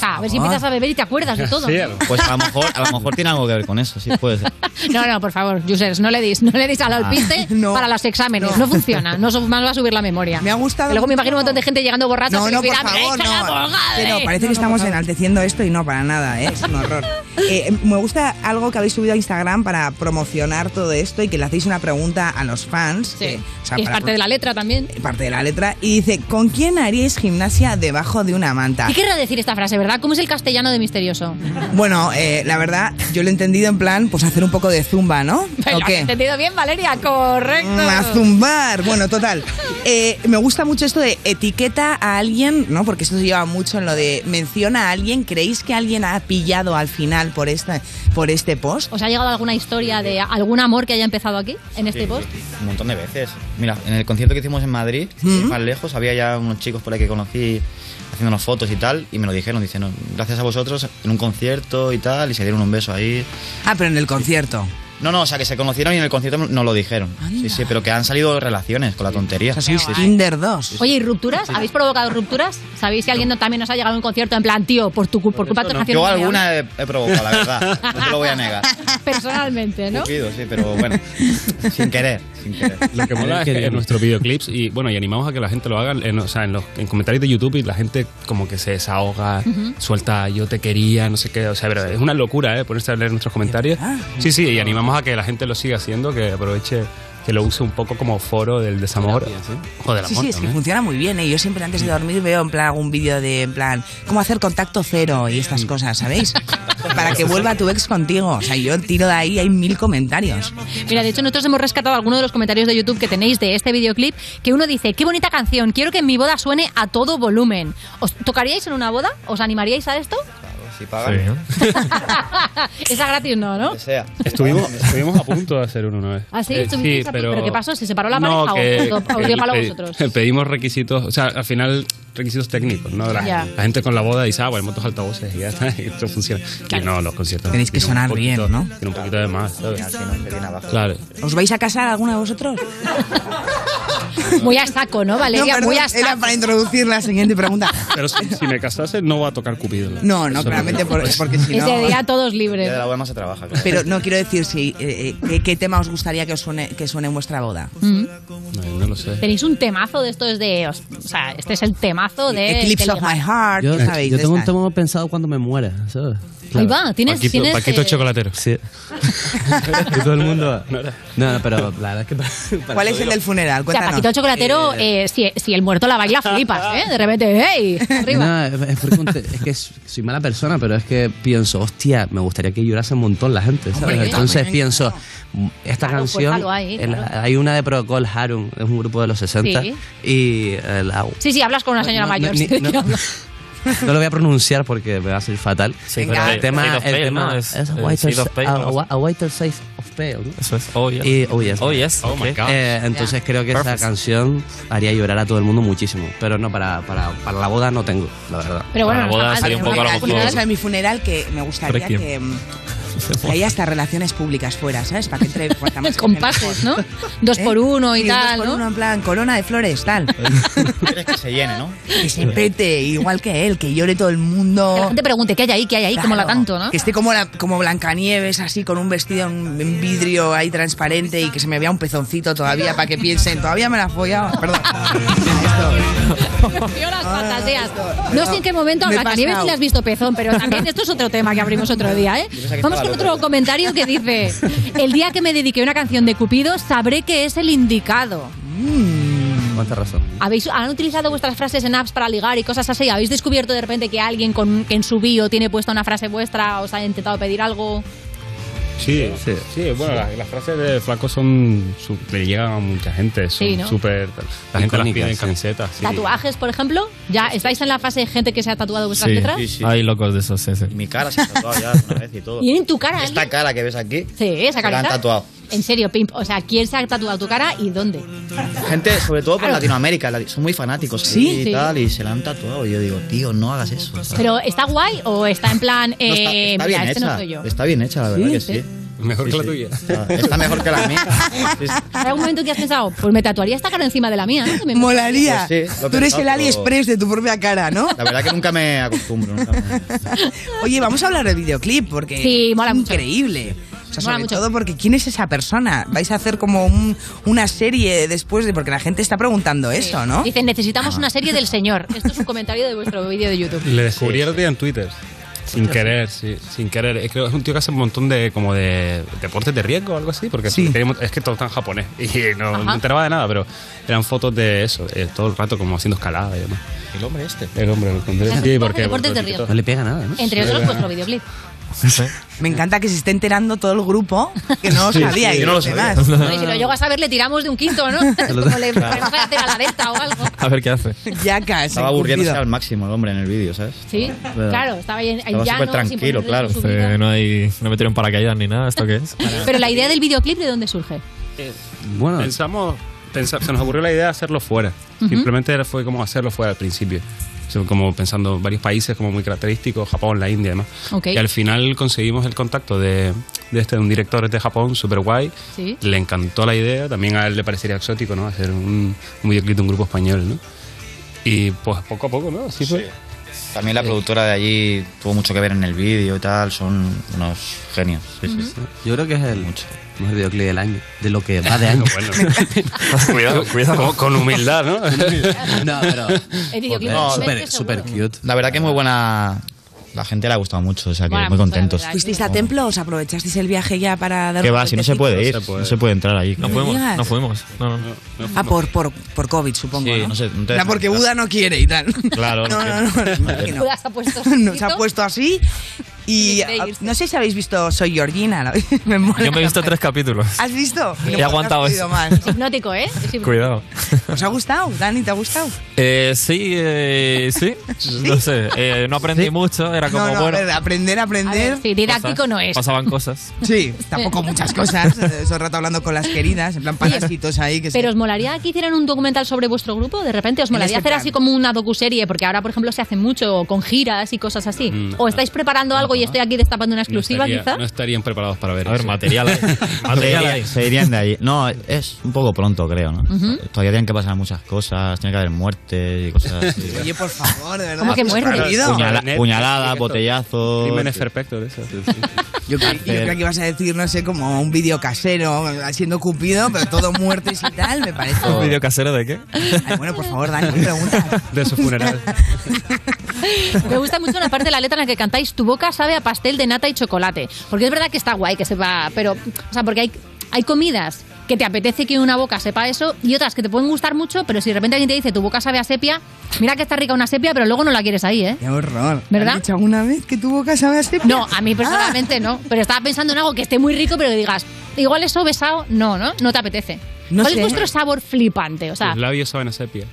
Ah, a ver si empiezas a beber y te acuerdas de todo. ¿no? Pues a lo mejor, a lo mejor tiene algo que ver con eso, sí puede ser. No, no, por favor, users, no le dis, no le dis Ah, al alpiste para los exámenes. No, funciona, no so- más va a subir la memoria. Me ha gustado. luego me imagino un montón de gente llegando borracha. No, y no, por dirá, "Me favor, echa la no. bogada". Pero parece No, que no, por estamos favor. enalteciendo esto y no, para nada, ¿eh? es un horror. Eh, me gusta algo que habéis subido a Instagram para promocionar todo esto y que le hacéis una pregunta a los fans. que, o sea, Y es para- parte de la letra también. parte de la letra. Y dice, ¿con quién haríais gimnasia debajo de una manta? ¿Qué querrá decir esta frase, verdad? ¿Cómo es el castellano de misterioso? Bueno, eh, la verdad, yo lo he entendido en plan, pues hacer un poco de zumba, ¿no? Lo ¿O has qué? entendido bien, Valeria? Correcto. Mm, A zumbar. Bueno, total. Eh, me gusta mucho esto de etiqueta a alguien, ¿no? Porque esto se lleva mucho en lo de menciona a alguien. ¿Creéis que alguien ha pillado al final por esta, por este post? ¿Os ha llegado alguna historia de algún amor que haya empezado aquí, en este Sí, post? Un montón de veces. Mira, en el concierto que hicimos en Madrid, ¿Mm? más lejos, había ya unos chicos por ahí que conocí haciéndonos fotos y tal, y me lo dijeron, dicen, "No, gracias a vosotros en un concierto y tal, y se dieron un beso ahí. Ah, pero en el concierto. No, no, o sea, que se conocieron y en el concierto nos lo dijeron. Sí, sí, pero que han salido relaciones con la tontería. Sí, sí, sí. Tinder 2. Oye, ¿y rupturas? ¿Habéis provocado rupturas? ¿Sabéis si alguien no- también nos ha llegado a un concierto en plan, tío, por, tu, cul- por culpa de tus canciones? no Yo me alguna he, he provocado, la verdad. No te lo voy a negar. hablan? Personalmente, ¿no? Cupido, sí, pero bueno. Sin querer, sin querer. Lo que mola es que en nuestros videoclips y bueno, y animamos a que la gente lo haga en, o sea, en los en comentarios de YouTube y la gente como que se desahoga, Ujú. suelta yo te quería, no sé qué, o sea, pero es una locura, eh, ponerse a leer nuestros comentarios. Sí, sí, y animamos a que la gente lo siga haciendo, que aproveche que lo use un poco como foro del desamor o del Sí, amor. sí, es que también. funciona muy bien. ¿eh? Yo siempre antes de dormir veo en plan algún vídeo de en plan cómo hacer contacto cero y Mm. estas cosas, ¿sabéis? Para que vuelva tu ex contigo. O sea, yo tiro de ahí, hay mil comentarios. Mira, de hecho nosotros hemos rescatado algunos de los comentarios de YouTube que tenéis de este videoclip, que uno dice, qué bonita canción, quiero que en mi boda suene a todo volumen. ¿Os tocaríais en una boda? ¿Os animaríais a esto? Si pagan, Esa gratis no, ¿no? que sea. Estuvimos, estuvimos a punto de hacer uno una vez. ¿Ah, sí? Eh, Estuvisteis a- pero ¿qué pasó? ¿Se separó la pareja o- o- o dio palo a pedi- vosotros? Pedimos requisitos, o sea, al final requisitos técnicos, ¿no? La, Ya. la gente con la boda dice, ah, bueno, motos altavoces y ya está, y esto funciona. Y no, los conciertos. Tenéis que tienen un sonar poquito- bien, ¿no? Tiene un poquito de más, ¿sabes? Claro. ¿Os vais a casar alguno de vosotros? Muy a saco, ¿no, Valeria? No, perdón, Muy a saco. era para introducir la siguiente pregunta. Pero si, si me casase, no va a tocar Cupido. No, no, claramente, por- Pues porque si no- Ese día todos libres. La boda más se trabaja, claro. Pero no quiero decir si eh, eh, ¿qué, qué tema os gustaría que os suene que suene en vuestra boda. Mm. No, no lo sé. Tenéis un temazo de estos de... os- O sea, este es el temazo de... Eclipse de of ligar. my heart, Yo, ya sabéis. yo de tengo un estas. tema pensado cuando me muera, ¿sabes? Ahí va, tienes- Paquito- tienes, Paquito eh, Chocolatero. Sí. y todo el mundo. No, no, pero la verdad es que. para- para ¿Cuál es todo el del funeral? O sea, Cuéntanos. Paquito el Chocolatero, eh, si, si el muerto la baila, flipas, ¿eh? De repente, ¡hey! Arriba. No, es- es, porque un te- es que soy mala persona, pero es que pienso, hostia, me gustaría que llorase un montón la gente, ¿sabes? Hombre, Entonces también, pienso, esta canción, fuérzalo ahí, el- claro. hay una de Procol Harum, es un grupo de los 60, Sí. y eh, la- Sí, sí, hablas con una señora no, mayor. ni- sí, no. que habla. no lo voy a pronunciar porque me va a ser fatal, pero pero State el tema, of el Pale, tema ¿no? es, Es, a eh, whiter, State of Pale, a- ¿no? a- a whiter size of pale, ¿no? Eso es. Oh, yes. Y- oh, yes. Oh, yes. Eh, okay. eh, entonces creo que esa Perfect. canción haría llorar a todo el mundo muchísimo. Pero no, para, para, para la boda no tengo, la verdad. Pero bueno, Para la boda Ah, de funeral, funeral, o sea, en mi funeral que me gustaría Requiem. que, mm, que haya hasta relaciones públicas fuera, ¿sabes? Para que entre cuanta más Con gente pases, ¿no? mejor. Dos ¿Eh? por uno y Sí, un tal, dos por ¿no? uno en plan corona de flores, tal. Quieres que se llene, ¿no? Que se pete, igual que él, que llore todo el mundo. Que la gente pregunte, ¿qué hay ahí? ¿Qué hay ahí? ¿Cómo la Claro, canto, no? Que esté como, la, como Blancanieves, así, con un vestido en en vidrio ahí transparente y que se me vea un pezoncito todavía para que piensen, todavía me la he follado. Perdón. rompió las fantasías. No sé en qué momento a Me he Blancanieves pasado. sí le has visto pezón, pero también esto es otro tema que abrimos otro día, ¿eh? Yo pensaba que Vamos con estaba otro loca. comentario que dice: El día que me dediqué a una canción de Cupido, sabré que es el indicado. ¿Cuánta razón? ¿Habéis, ¿Han utilizado vuestras frases en apps para ligar y cosas así? ¿Habéis descubierto de repente que alguien con, que en su bio tiene puesta una frase vuestra? ¿Os ha intentado pedir algo? Sí, sí, bueno, Sí. Las, las frases de flaco son. su- le llegan a mucha gente, Sí, son ¿no? súper. La gente las Icónicas, pide en sí. camisetas. sí. ¿Tatuajes, por ejemplo? ¿Ya estáis en la fase de gente que se ha tatuado vuestras letras? Hay locos de esos, sí, Mi cara se ha tatuado ya una vez y todo. ¿Y en tu cara? Esta cara que ves aquí, Sí, esa se la han carita. tatuado. En serio, Pimp. O sea, ¿quién se ha tatuado tu cara y dónde? Gente, sobre todo por Claro. Latinoamérica, la- son muy fanáticos Sí. y Sí. tal, y se la han tatuado. Y yo digo, tío, no hagas eso. ¿sabes? ¿Pero está guay o está en plan, eh, mira, está bien este hecha. no soy yo? Está bien hecha, la verdad Sí, que sí. sí. Mejor que la tuya. Está, está mejor que la mía. ¿Hay algún momento que has pensado, pues me tatuaría esta cara encima de la mía? ¿no? Me- Molaría. Pues sí, lo he Tú eres pensado, el pero- AliExpress de tu propia cara, ¿no? La verdad que nunca me acostumbro. nunca me- Oye, vamos a hablar del videoclip porque Sí, mola es mucho. increíble. O Mola sea, sobre mucho. todo porque ¿quién es esa persona? Vais a hacer como un- una serie después de porque la gente está preguntando eso, ¿no? Dicen, necesitamos una serie del señor. Esto es un comentario de vuestro vídeo de YouTube. Le descubrí el otro día en Twitter. Sin querer, sí, sin querer. Es que es un tío que hace un montón de como de deportes de riesgo o algo así, porque tenemos- es que todo está en japonés y no, Ajá. no enteraba de nada, pero eran fotos de eso, eh, todo el rato como haciendo escalada y demás. El hombre este. El hombre, el encontré. Hace Sí, deportes porque, de porque riesgo. todo- No le pega nada, ¿no? Entre Sí, otros, pues, ¿verdad? vuestro videoclip. Me encanta que se esté enterando todo el grupo que no lo Sí, sabía. sí, y yo no lo demás. sabía. Y si lo llego a saber, le tiramos de un quinto, ¿no? Como le ponemos a hacer a la venta o algo. A ver qué hace. Ya casi. Estaba aburriéndose al máximo el hombre en el vídeo, ¿sabes? Sí, Claro. claro, estaba ahí en, en Estaba llano, súper sin tranquilo, ponerle claro. su vida. no, hay, no metieron paracaídas ni nada, ¿esto qué es? Pero la idea del videoclip, ¿de dónde surge? Bueno. Pensamos, pensa- se nos ocurrió la idea de hacerlo fuera. Ujú. Simplemente era- fue como hacerlo fuera al principio. O sea, Como pensando varios países como muy característicos, Japón, la India y demás. Ok. Y al final conseguimos el contacto de, de este, de un director de Japón, super guay. Sí. Le encantó la idea, también a él le parecería exótico, ¿no? Hacer un, un videoclip de un grupo español, ¿no? Y pues poco a poco, ¿no? Así fue. También la productora de allí tuvo mucho que ver en el vídeo y tal, son unos genios. Sí, sí, sí. Yo creo que es el mejor videoclip del año, de lo que Eh, va de año. Bueno. Cuidado, cuidado, con- con humildad, ¿no? no, pero... El videoclip No, es súper- Súper cute. La verdad que muy buena. La gente le ha gustado mucho, o sea que Mola muy mucho, pues, la contentos. verdad. ¿Fuisteis a templo? ¿Os aprovechasteis el viaje ya para dar Que un va, si no se vueltecito? puede ir, no se puede entrar allí. No fuimos, digas. no fuimos. Ah, por, por, por COVID, supongo. Sí, ¿no? no sé, no Era te dejan porque entrar. Buda no quiere y tal. Claro, no, no, no. no, no, no. Pues ha puesto Nos ha puesto así. Y ah, no sé si habéis visto Soy Georgina. la- Ah, me mola. Yo me he visto tres capítulos. ¿Has visto? He No, no aguantado has podido eso. más. Es hipnótico, ¿eh? Es hipnótico. Cuidado. ¿Os ha gustado? Dani, ¿te ha gustado? Eh, sí, eh, sí, no sé, eh, no aprendí mucho, era como, no, no, a bueno, ver, aprender, aprender. Sí, didáctico cosas, no es. pasaban cosas. Sí, tampoco muchas cosas. Eso rato hablando con las queridas, en plan payasitos ahí. Que se- Pero os molaría que hicieran un documental sobre vuestro grupo, de repente os molaría ese hacer plan. así como una docuserie, porque ahora, por ejemplo, se hace mucho con giras y cosas así. Mm, O estáis ah, preparando algo y estoy aquí destapando una exclusiva, estaría- quizá. no estarían preparados para ver. A ver, material. Se irían- se irían de allí. No, es un poco pronto, creo, ¿no? Ujú. Todavía tienen que pasar muchas cosas, tiene que haber muerte y cosas así. Oye, por favor, de verdad. ¿Cómo que muerde? Puñala- puñaladas, botellazos. Crímenes perfectos de eso. Yo, cre- yo creía que ibas a decir, no sé, como un vídeo casero, siendo cupido, pero todo muertes y tal, me parece. ¿Un video casero de qué? Ay, bueno, por favor, Dani, pregunta. De su funeral. Me gusta mucho una parte de la letra en la que cantáis Tu boca sabe a pastel de nata y chocolate. Porque es verdad que está guay que sepa, pero, o sea, porque hay, hay comidas que te apetece que una boca sepa eso y otras que te pueden gustar mucho, pero si de repente alguien te dice tu boca sabe a sepia, mira que está rica una sepia, pero luego no la quieres ahí, ¿eh? Qué horror. ¿Verdad? ¿Has dicho alguna vez que tu boca sabe a sepia? No, a mí personalmente no, pero estaba pensando en algo que esté muy rico, pero que digas, igual eso besado, no, ¿no? No te apetece. No ¿Cuál sé. es vuestro sabor flipante? O sea, Los labios saben a sepia.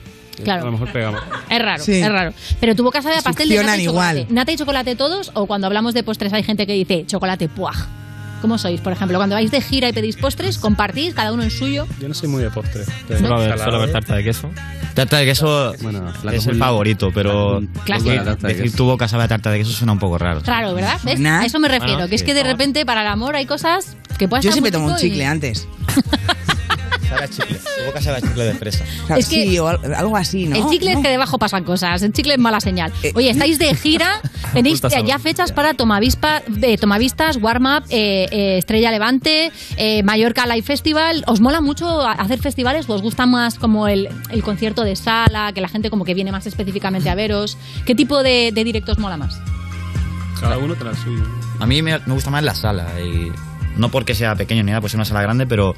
Claro. A lo mejor pegamos. Es raro, Sí. es raro. Pero tu boca sabe a pastel de nata y Succionan chocolate. igual. Nata y chocolate todos, o cuando hablamos de postres hay gente que dice chocolate puaj. ¿Cómo sois, por ejemplo? Cuando vais de gira y pedís postres, compartís cada uno el suyo. Yo no soy muy de postre. Suelo haber, suelo haber tarta de queso. Tarta de queso es el favorito, pero Clásico. decir- Tarta de decir queso. tu boca sabe a tarta de queso suena un poco raro. Raro, ¿verdad? ¿Ves? Nah. A eso me refiero, Bueno, que es sí. que de repente para el amor hay cosas que puedes Yo siempre tomo un chicle antes. antes. Sabe a chicle. Tu boca sabe a chicle de fresa. Es que- Sí, o algo así, El chicle es que debajo pasan cosas. El chicle es mala señal. Eh. Oye, estáis de gira. Tenéis Apunta, ya Salva. fechas para Tomavispa, eh, Tomavistas, Warm Up, eh, eh, Estrella Levante, eh, Mallorca Live Festival. ¿Os mola mucho a- hacer festivales? ¿O os gusta más como el, el concierto de sala, que la gente como que viene más específicamente a veros? ¿Qué tipo de, de directos mola más? Cada uno tras suyo. A mí me, me gusta más la sala. Y no porque sea pequeño ni nada, pues es una sala grande, pero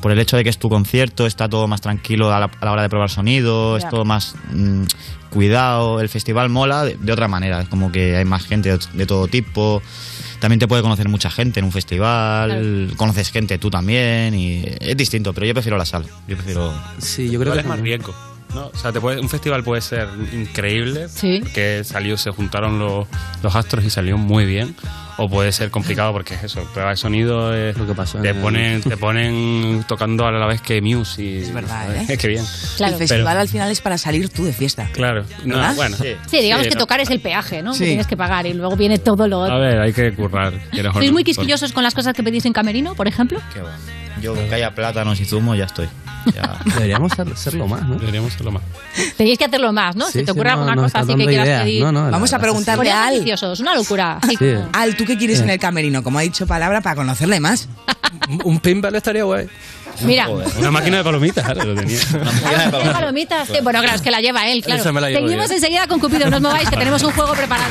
por el hecho de que es tu concierto, está todo más tranquilo a la, a la hora de probar sonido, Ya. es todo más mm, cuidado. El festival mola de, de otra manera, es como que hay más gente de, de todo tipo. También te puede conocer mucha gente en un festival, conoces gente tú también, y es distinto, pero yo prefiero la sala. Yo prefiero. Sí, yo creo Igual que- es más riesgo. ¿no? O sea, te puede- un festival puede ser increíble, Sí. porque salió, se juntaron los, los astros y salió muy bien. O puede ser complicado porque es eso, prueba de sonido, eh, te, en el- ponen, te ponen tocando a la vez que Muse y... Es verdad, Qué bien. El Pero- festival al final es para salir tú de fiesta. claro. No, ¿Verdad? bueno. Sí, digamos que no. tocar es el peaje, ¿no? Sí. Que tienes que pagar y luego viene todo lo A otro. ver, hay que currar. que mejor ¿Sois no. muy quisquillosos con las cosas que pedís en Camerino, por ejemplo? Yo con que haya plátanos y zumo ya estoy. Deberíamos ser- serlo más, ¿no? Deberíamos serlo más. Tenéis que hacerlo más, ¿no? Sí, Si te sí, ocurre no, alguna no, cosa está así que dando quieras ideas. pedir. No, no, la Vamos a verdad es que preguntarle Poneos a Al. ambiciosos, una locura. Así Sí. como- Al, ¿tú qué quieres Sí. en el camerino? Como ha dicho Palabra, para conocerle más. Un pinball estaría guay. Mira. Una máquina de palomitas, claro, lo tenía. Tiene palomitas. Sí, bueno, claro, es que la lleva él, claro. Esa me la llevo Seguimos yo. enseguida con Cupido, no os mováis, que tenemos un juego preparado.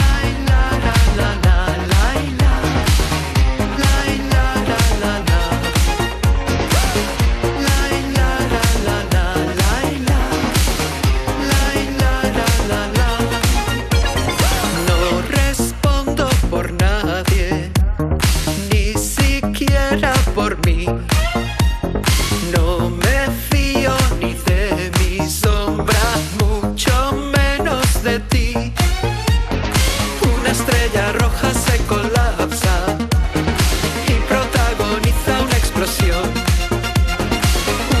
No respondo por nadie, ni siquiera por mí. No me fío ni de mi sombra, mucho menos de ti. Una estrella roja se colapsa y protagoniza una explosión.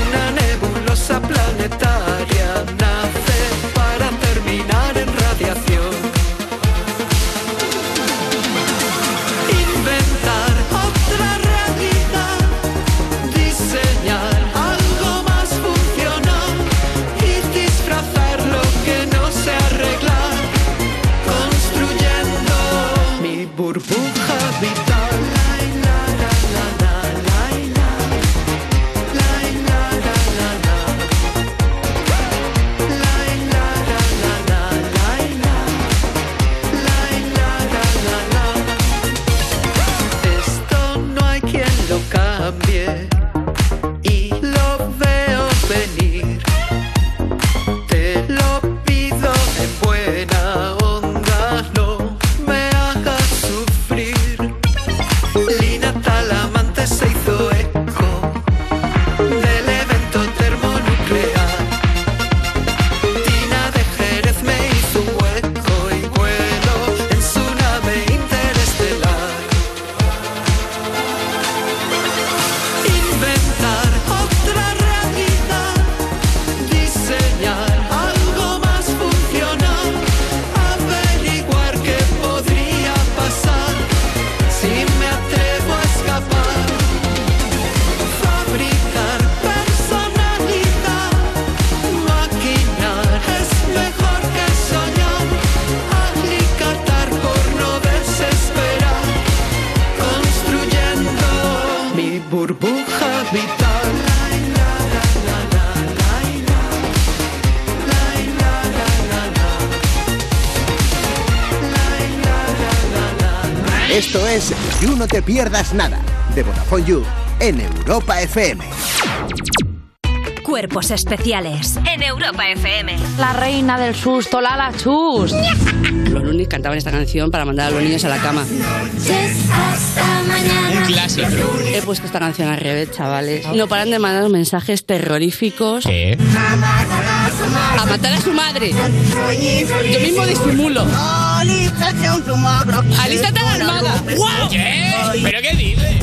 Una nebulosa planetaria nace para terminar en radiación. Inventar otra realidad, diseñar algo más funcional y disfrazar lo que no se arregla, construyendo mi burbuja vital. Esto no hay quien lo cambie y lo veo venir. Te lo pido en buena onda, no me hagas sufrir. Lina Talamante se hizo eco del evento termonuclear. Tina de Jerez me hizo un hueco y vuelo en su nave interestelar. Inventar otra realidad, diseñar algo más funcional, averiguar qué podría pasar si me atrevo a escapar. Fabricar personalidad, maquinar es mejor que soñar, alicatar por no desesperar, construyendo. Mi burbuja vital. Esto es You No Te Pierdas Nada, de Vodafone You, en Europa FM. Cuerpos especiales en Europa FM. La reina del susto, Lala Chus. Los lunes cantaban esta canción para mandar a los niños a la cama. Hasta mañana. He puesto esta canción al revés, chavales. No paran de mandar mensajes terroríficos. ¿Qué? A matar a su madre. Yo mismo disimulo. Alístate a la armada. ¡Wow! ¿Pero qué dices?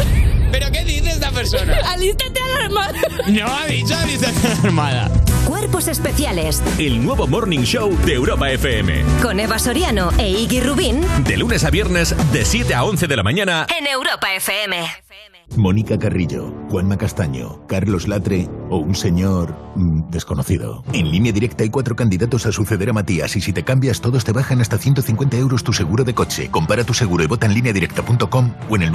¿Pero qué dices, la persona. Alístate a la armada. No ha dicho alístate a la armada. Cuerpos especiales El nuevo Morning Show de Europa FM. con Eva Soriano e Iggy Rubín De lunes a viernes, de 7 a 11 de la mañana. en Europa FM. Mónica Carrillo, Juanma Castaño, Carlos Latre o un señor mm, desconocido. En línea directa hay cuatro candidatos a suceder a Matías y si te cambias todos te bajan hasta 150 euros tu seguro de coche. Compara tu seguro y vota en línea directa.com o en el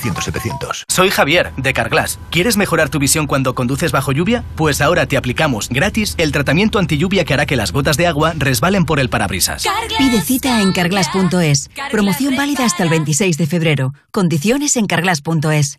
917-700-700. Soy Javier, de Carglass. ¿Quieres mejorar tu visión cuando conduces bajo lluvia? Pues ahora te aplicamos gratis el tratamiento antilluvia que hará que las gotas de agua resbalen por el parabrisas. Pide cita en carglass.es. Promoción válida hasta el 26 de febrero. Condiciones en carglass.es.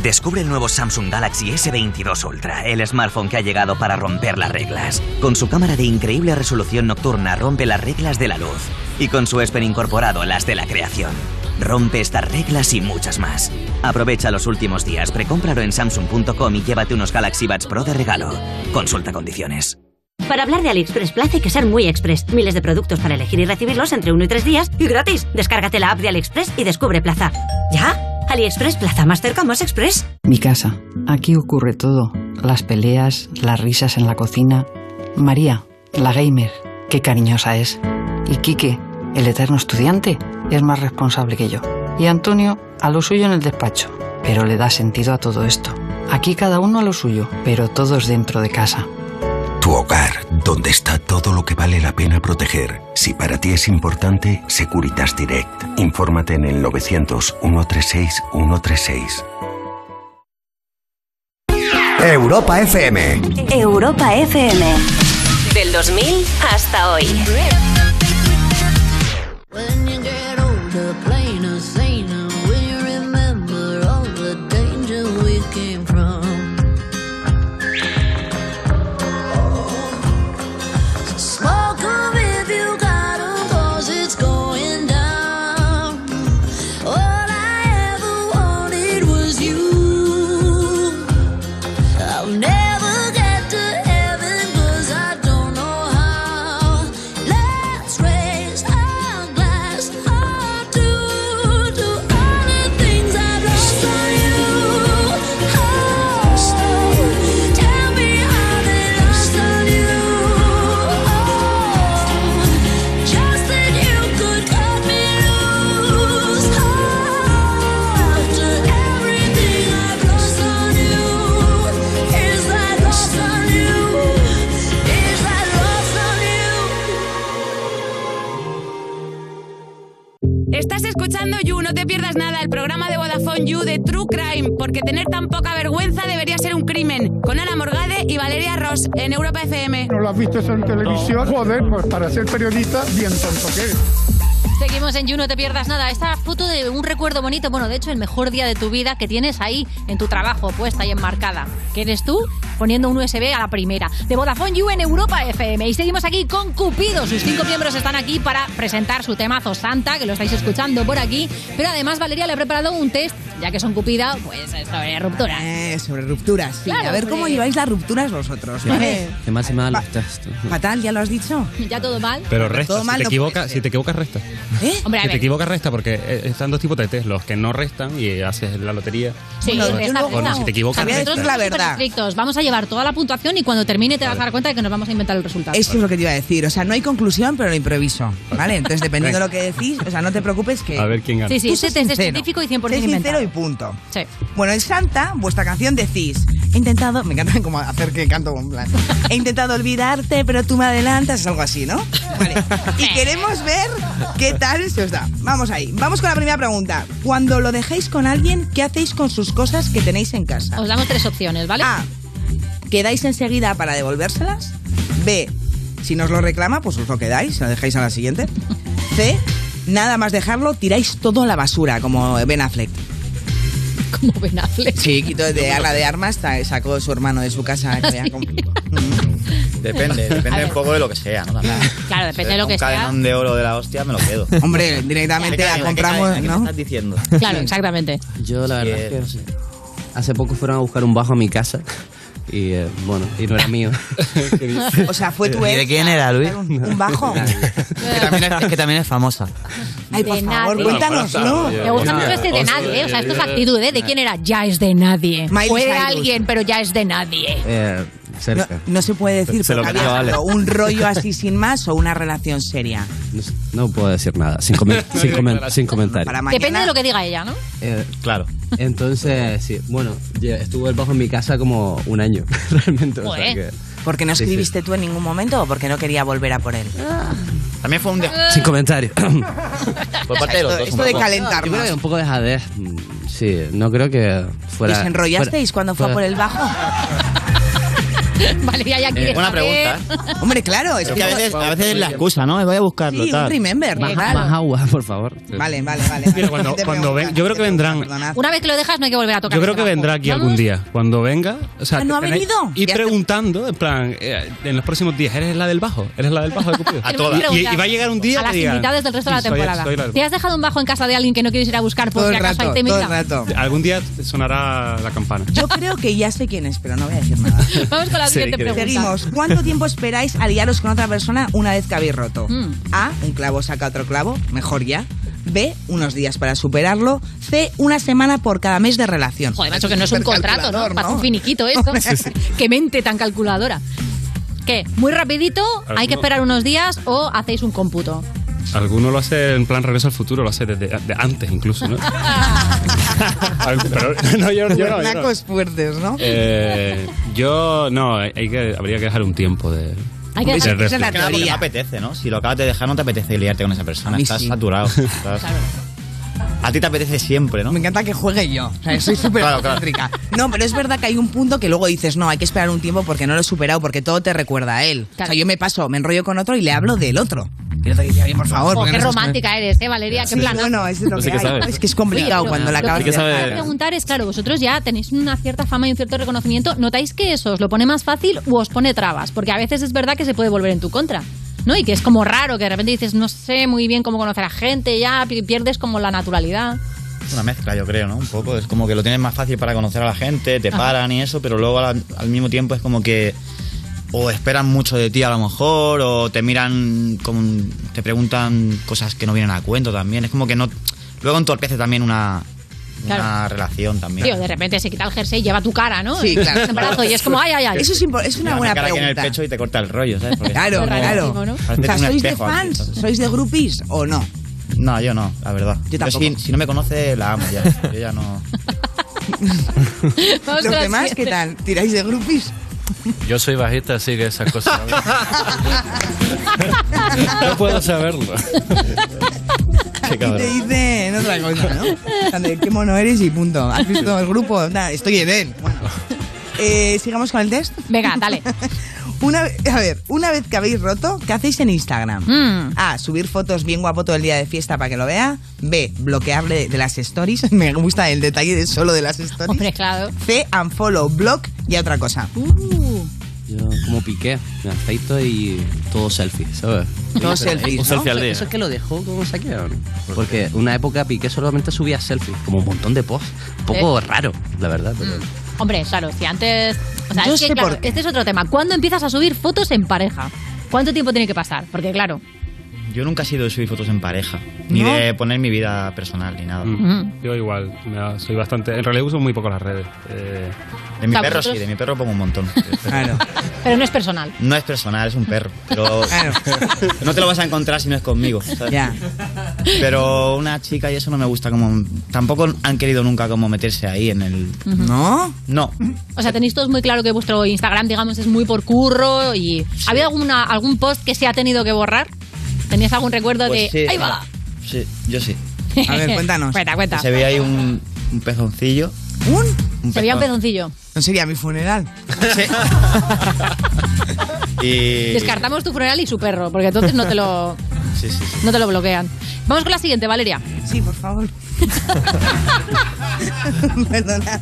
Descubre el nuevo Samsung Galaxy S22 Ultra, el smartphone que ha llegado para romper las reglas. Con su cámara de increíble resolución nocturna rompe las reglas de la luz y con su esper incorporado las de la creación. Rompe estas reglas y muchas más. Aprovecha los últimos días, precómpralo en samsung.com y llévate unos Galaxy Buds Pro de regalo. Consulta condiciones. Para hablar de AliExpress Plus hay que ser muy express. Miles de productos para elegir y recibirlos entre uno y tres días y gratis. Descárgate la app de AliExpress y descubre Plaza. ¿Ya? AliExpress Plaza, más cerca, más express. Mi casa. Aquí ocurre todo. Las peleas, las risas en la cocina. María, la gamer, qué cariñosa es. Y Quique, el eterno estudiante, es más responsable que yo. Y Antonio, a lo suyo en el despacho. Pero le da sentido a todo esto. Aquí cada uno a lo suyo, pero todos dentro de casa. Tu hogar, donde está todo lo que vale la pena proteger. Si para ti es importante, Securitas Direct. Infórmate en el 900 136 136. Europa FM. Europa FM. Del 2000 hasta hoy. older, plainer, saner. Will you remember all the danger we came from? Smoke 'em if you got 'em, 'cause it's going down. All I ever wanted was you. I'll never get to heaven 'cause I don't know how. Let's raise our glass up to to all the things I've lost on you. Oh, tell me how they lost on you. Oh, just that you could cut me loose. Oh, after everything I've lost on you, is that lost on you? Is that lost on you? Estás escuchando You, no te pierdas nada, el programa de Vodafone You de True Crime, porque tener tan poca vergüenza debería ser un crimen, con Ana Morgade y Valeria Ross en Europa FM. ¿No lo has visto eso en televisión? Joder, pues para ser periodista, bien tonto que eres. Seguimos en You, no te pierdas nada. Esta foto de un recuerdo bonito, bueno, de hecho, el mejor día de tu vida que tienes ahí en tu trabajo, puesta y enmarcada. Que eres tú? Poniendo un USB a la primera. De Vodafone You en Europa FM. Y seguimos aquí con Cupido. Sus cinco miembros están aquí para presentar su temazo Santa, que lo estáis escuchando por aquí. Pero además, Valeria le ha preparado un test, ya que son Cupida, pues sobre rupturas. Eh, sobre rupturas, sí. Claro, a ver cómo sobre- lleváis las rupturas vosotros, ¿vale? Qué mal se me dan los textos. Fatal, ¿ya lo has dicho? Ya todo mal. Pero resta, todo si mal ¿Eh? te, no equivocas, si te equivocas, resta. Hombre, a Si te ver. equivocas, resta, porque eh, están dos tipos de test, los que no restan y haces la lotería. Sí, o, de esta o no, forma. si te equivocas, Javier, resta. nosotros somos superestrictos. Vamos a llevar toda la puntuación y cuando termine te vas a dar cuenta de que nos vamos a inventar el resultado. Eso es lo que te iba a decir. O sea, no hay conclusión, pero lo improviso. ¿Vale? Entonces, dependiendo de lo que decís, o sea, no te preocupes que. A ver quién gana. Sí, sí, Tú este sé test es sincero. científico y 100% Sé sincero inventado. y punto. Sí. Bueno, en Santa, vuestra canción decís. He intentado. Me encanta como hacer que canto un plan. He intentado olvidarte, pero tú me adelantas. Es algo así, ¿no? Vale. Y queremos ver qué tal se os da. Vamos ahí. Vamos con la primera pregunta. Cuando lo dejéis con alguien, ¿qué hacéis con sus cosas que tenéis en casa? Os damos tres opciones, ¿vale? A. ¿Quedáis enseguida para devolvérselas? B. Si nos lo reclama, pues os lo quedáis, lo dejáis a la siguiente. C. Nada más dejarlo, tiráis todo a la basura, como Ben Affleck. Como Ben Affleck. Sí, quitó de ala de armas, ta- sacó su hermano de su casa. que había comp- Mm. Depende, depende un poco de lo que sea, ¿no? También. Claro, depende de lo que un sea. cadenón de oro de la hostia me lo quedo. Hombre, directamente ¿Qué a cadena? ¿Qué compramos, cadena? ¿Qué ¿no? me estás diciendo? Claro, exactamente. Yo la verdad es que no sé. Hace poco fueron a buscar un bajo a mi casa y eh, bueno, y no era mío. O sea, fue tu ¿Y ex. de quién era, Luis? Un bajo. Que también es, es que también es famosa. Ay, por favor, cuéntanoslo. Me gusta mucho este de nadie, ¿eh? O sea, esto es actitud, ¿eh? ¿De quién era? Ya es de nadie. Miley Fue de Cyrus. alguien, pero ya es de nadie. Eh, No, no se puede decir, Se lo porque creo, había vale. un rollo así sin más o una relación seria. No, sé, no puedo decir nada, sin, comen- sin, comen- sin comentario. Depende de lo que diga ella, ¿no? claro. Eh, Entonces, sí, bueno, ya estuvo el bajo en mi casa como un año, realmente. o sea Joder. que- ¿Porque no Sí, sí. escribiste tú en ningún momento o porque no quería volver a por él? También fue un día. Sin comentario. Por parte de los dos. Esto de calentar Yo creo más. que un poco de jadez. mm, Sí, no creo que ¿Y fuera. os enrollasteis fuera- cuando fue a fuera- por el bajo? vale, ya, Eh, ya quieres buena saber. Hombre, claro, es Es que a veces, a veces es la excusa, ¿no? Voy a buscarlo. Sí, un tal. remember, claro. agua, por favor. Vale, vale, vale. Cuando, cuando ven- yo creo que vendrán. Una vez que lo dejas, no hay que volver a tocar. Yo creo ese que bajo. vendrá aquí Vamos. algún día. Cuando venga. O sea, Ah, ¿no te ha tenéis- venido? Y preguntando, en plan, eh, en los próximos días, ¿eres la del bajo? ¿Eres la del bajo de Cupido? A Tenemos todas. que Y, preguntar. y va a llegar un día a que las digan, invitadas del resto de la "Sí, soy- temporada. soy la del ¿Te has dejado un bajo en casa de alguien que no quieres ir a buscar por si acaso hay temita? Algún día sonará la campana. Yo creo que ya sé quién es, pero no voy a decir nada. Vamos con la Sí, siguiente que- pregunta. Seguimos. ¿Cuánto tiempo esperáis a liaros con otra persona una vez que habéis roto? Mm. A. Un clavo saca otro clavo, mejor ya. B. Unos días para superarlo. C. Una semana por cada mes de relación. Joder, macho, que no es un contrato, ¿no? Para un finiquito esto. Qué mente tan calculadora. ¿Qué? ¿Muy rapidito? Alguno- ¿Hay que esperar unos días o hacéis un cómputo? Alguno lo hace en plan regreso al futuro, lo hace desde de antes incluso, ¿no? Algu- Pero, no, yo, yo no, yo no. Nacos fuertes, ¿no? Eh, yo no, hay que, habría que dejar un tiempo de. Hay que de dejar- reflexión. Claro, porque No apetece, ¿no? Si lo acabas de dejar, no te apetece liarte con esa persona. Estás saturado. estás- A ti te apetece siempre, ¿no? Me encanta que juegue yo. O sea, soy súper Claro, claro. egocéntrica. No, pero es verdad que hay un punto que luego dices, no, hay que esperar un tiempo porque no lo he superado, porque todo te recuerda a él. O sea, yo me paso, me enrollo con otro y le hablo del otro. Y el otro dice, "Oye, por favor. Oh, porque qué no sabes con él". romántica eres, ¿eh, Valeria? Sí, qué plana. bueno, eso es lo Así que que hay. sabes. Es que es complicado pero cuando la lo acabas que de quería dejar. preguntar es, claro, vosotros ya tenéis una cierta fama y un cierto reconocimiento. ¿Notáis que eso os lo pone más fácil o os pone trabas? Porque a veces es verdad que se puede volver en tu contra. ¿No? Y que es como raro, que de repente dices, no sé muy bien cómo conocer a gente, ya pi- pierdes como la naturalidad. Es una mezcla, yo creo, ¿no? Un poco. Es como que lo tienes más fácil para conocer a la gente, te Ajá. paran y eso, pero luego al, al mismo tiempo es como que. O esperan mucho de ti a lo mejor, o te miran, con, te preguntan cosas que no vienen a cuento también. Es como que no. Luego entorpece también una, una Claro. relación también. Tío, de repente se quita el jersey y lleva tu cara, ¿no? Sí, En claro. el brazo y es como, ay, ay, ay. Eso es impo- es Te da cara aquí en el pecho y te corta el rollo, ¿sabes? Porque Claro, es como- claro. parece O sea, un ¿sois de espejo aquí, fans? entonces. ¿Sois de groupies o no? No, yo no, la verdad. Yo tampoco. si, si no me conoce, la amo ya. Yo ya no. Vamos ¿Los con la demás qué siguiente. tal? ¿Tiráis de groupies? Yo soy bajista, así que esas cosas. No puedo saberlo. Qué Y te dicen otra cosa, ¿no? Cuando, Qué mono eres y punto. ¿Has visto el grupo? Nah, estoy en él. Bueno. Eh, Sigamos con el test. Venga, dale. Una, ve- a ver, una vez que habéis roto, ¿qué hacéis en Instagram? Mm. A. Subir fotos bien guapo todo el día de fiesta para que lo vea. B. Bloquearle de las stories. Me gusta el detalle de solo de las stories. C. Unfollow, block y otra cosa. Yo como piqué, me afeito y todo selfie, ¿sabes? Todo Eso- selfies, eso- ¿no? eso- Selfie al Eso día. es que lo dejó como saquearon. Porque una época piqué solamente subía selfies, como un montón de posts. Un poco Eh. raro, la verdad. Pero... Hombre, claro, si antes. O sea, Yo es que, sé claro, por qué. este es otro tema. ¿Cuándo empiezas a subir fotos en pareja? ¿Cuánto tiempo tiene que pasar? Porque, claro. Yo nunca he sido de subir fotos en pareja, ni ¿No? de poner mi vida personal, ni nada. Mm. Yo igual, me da- soy bastante. En realidad uso muy poco las redes. Eh, De mi Claro, perro vosotros- sí, de mi perro pongo un montón. Claro. Pero Ah, no es personal. No es personal, es un perro. Pero Ah, no te lo vas a encontrar si no es conmigo. ¿sabes? Ya. Pero una chica y eso no me gusta como... Tampoco han querido nunca como meterse ahí en el... Ujú. ¿No? No. O sea, tenéis todos muy claro que vuestro Instagram, digamos, es muy por curro y. ¿Ha habido alguna, algún post que se ha tenido que borrar? ¿Tenías algún recuerdo Pues de. sí, ¡Ahí va! Sí, yo sí. A ver, cuéntanos. Cuenta, cuenta. Se veía ahí un, un pezoncillo. ¿Un? Se veía un pezoncillo. No sería mi funeral. Y... Descartamos tu funeral y su perro, porque entonces no te lo. Eh, Sí, sí, sí. No te lo bloquean. Vamos con la siguiente, Valeria. Sí, por favor. Perdona.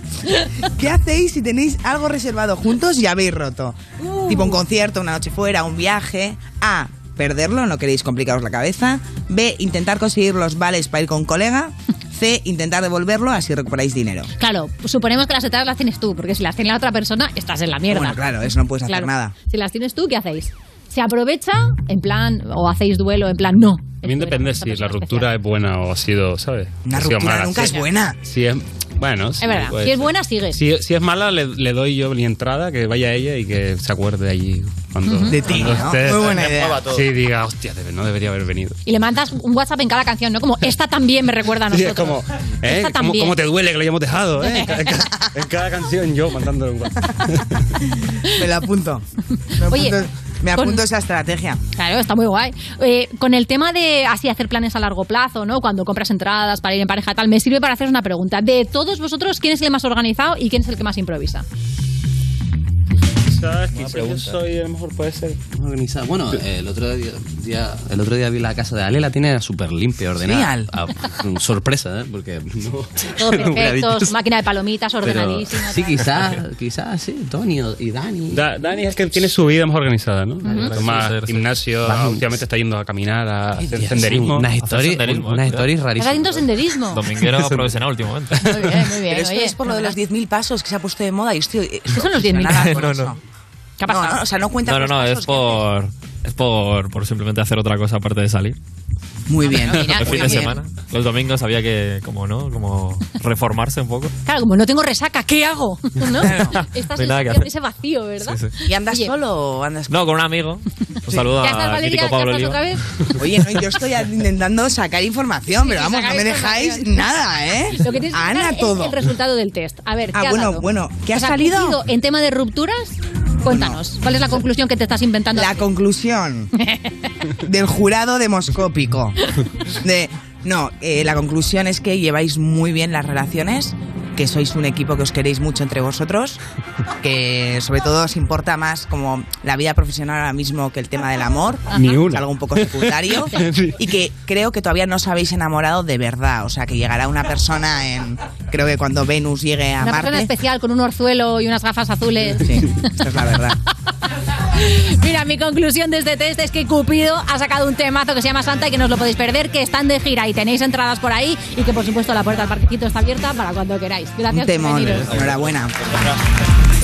¿Qué hacéis si tenéis algo reservado juntos y habéis roto? Uh. Tipo un concierto, una noche fuera, un viaje. A. Perderlo, no queréis complicaros la cabeza. B. Intentar conseguir los vales para ir con un colega. C. Intentar devolverlo, así recuperáis dinero. Claro, suponemos que las etapas las tienes tú, porque si las tiene la otra persona, estás en la mierda. Bueno, claro, eso no puedes hacer Claro. nada. Si las tienes tú, ¿qué hacéis? ¿Se aprovecha en plan, o hacéis duelo en plan, no? También depende si la ruptura es buena o ha sido, ¿sabes? Una ruptura nunca es buena. Si es, bueno, Es verdad, si es buena, sigues. Si, si es mala, le, le doy yo mi entrada, que vaya ella y que se acuerde allí cuando. Ujú. De ti, cuando ¿no? esté- Muy buena idea. Sí, diga, hostia, debe- no debería haber venido. Y le mandas un WhatsApp en cada canción, ¿no? Como, esta también me recuerda a Sí, nosotros. es como, ¿eh? Esta ¿Cómo, también. cómo te duele que lo hayamos dejado? ¿eh? En, ca- en ca- en cada, canción yo mandándole un WhatsApp. Me la apunto. Me apunto, Oye, me con- apunto esa estrategia. Claro, está muy guay. Eh, con el tema de así hacer planes a largo plazo, ¿no? Cuando compras entradas para ir en pareja tal, me sirve para hacer una pregunta. De todos vosotros, ¿quién es el más organizado y quién es el que más improvisa? ¿Sabes? Quizás yo soy, a lo mejor puede ser. Organizada. Bueno, eh, el otro día, día- el otro día vi la casa de Ale, la tiene súper limpia, ordenada. Al. Ah, sorpresa, ¿eh? Porque no, Todo no hubiera dicho perfecto, eso. máquina de palomitas, Pero ordenadísima. sí, quizás, quizás, sí, Tony y Dani. Da- Dani es el que tiene su vida más organizada, ¿no? Ujú. Toma gimnasio, Vamos. últimamente está yendo a caminar, a hacer Dios, senderismo. unas stories- unas stories Estás haciendo senderismo. Dominguero profesional últimamente. Muy bien, Pero esto oye, es por lo de los 10.000 pasos que se ha puesto de moda. Y estoy, ¿Qué son los 10.000 obsesionada con No, eso. no. ¿Qué ha pasado? No, no, o sea, no cuentan No, no, los no, pasos. es por. Es por, por simplemente hacer otra cosa aparte de salir. Muy bien. Mira, El muy fin de bien. semana. Los domingos había que, como no, como reformarse un poco. Claro, como no tengo resaca, ¿qué hago? ¿No? Esta No hay nada que sensación hacer. de ese vacío, ¿verdad? Sí, ¿Y andas solo o andas No, con un amigo. Un saludo ¿Ya estás, a Valeria? crítico ¿Ya estás Pablo Oliva. otra vez? Oye, no, yo estoy intentando sacar información, pero vamos, no sacar me dejáis información. nada, ¿eh? Lo que tienes que Ana, sacar es todo. el resultado del test. A ver, ¿qué Ah, ha bueno, dado? bueno, ¿qué ha O sea, salido? ha sido en tema de rupturas? Cuéntanos, ¿cuál es la conclusión que te estás inventando? La conclusión del jurado demoscópico. De, no, eh, la conclusión es que lleváis muy bien las relaciones, que sois un equipo que os queréis mucho entre vosotros, que sobre todo os importa más como la vida profesional ahora mismo que el tema del amor. Ni una. Es algo un poco secundario. Sí. Y que creo que todavía no os habéis enamorado de verdad. O sea, que llegará una persona en. Creo que cuando Venus llegue a Una persona Marte. especial con un orzuelo y unas gafas azules. Esta es la verdad. Mira, mi conclusión de este test es que Cupido ha sacado un temazo que se llama Santa y que no os lo podéis perder, que están de gira y tenéis entradas por ahí y que por supuesto la puerta al parquecito está abierta para cuando queráis. Gracias. Un por temón. veniros. Enhorabuena.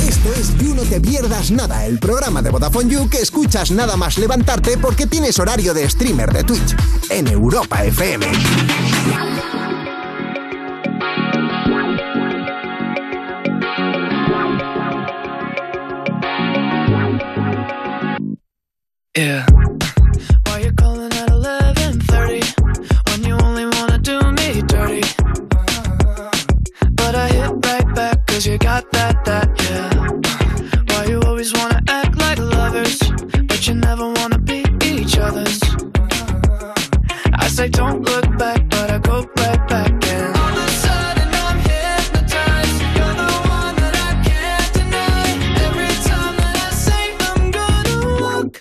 Esto es You No Te Pierdas Nada, el programa de Vodafone You que escuchas nada más levantarte porque tienes horario de streamer de Twitch en Europa FM. Yeah. Why you calling at 11:30 when you only wanna do me dirty? But I hit right back 'cause you got that that yeah. Why you always wanna act like lovers but you never wanna be each other's? I say don't look back, but I go right back and all of a sudden I'm hypnotized. You're the one that I can't deny. Every time that I say I'm gonna walk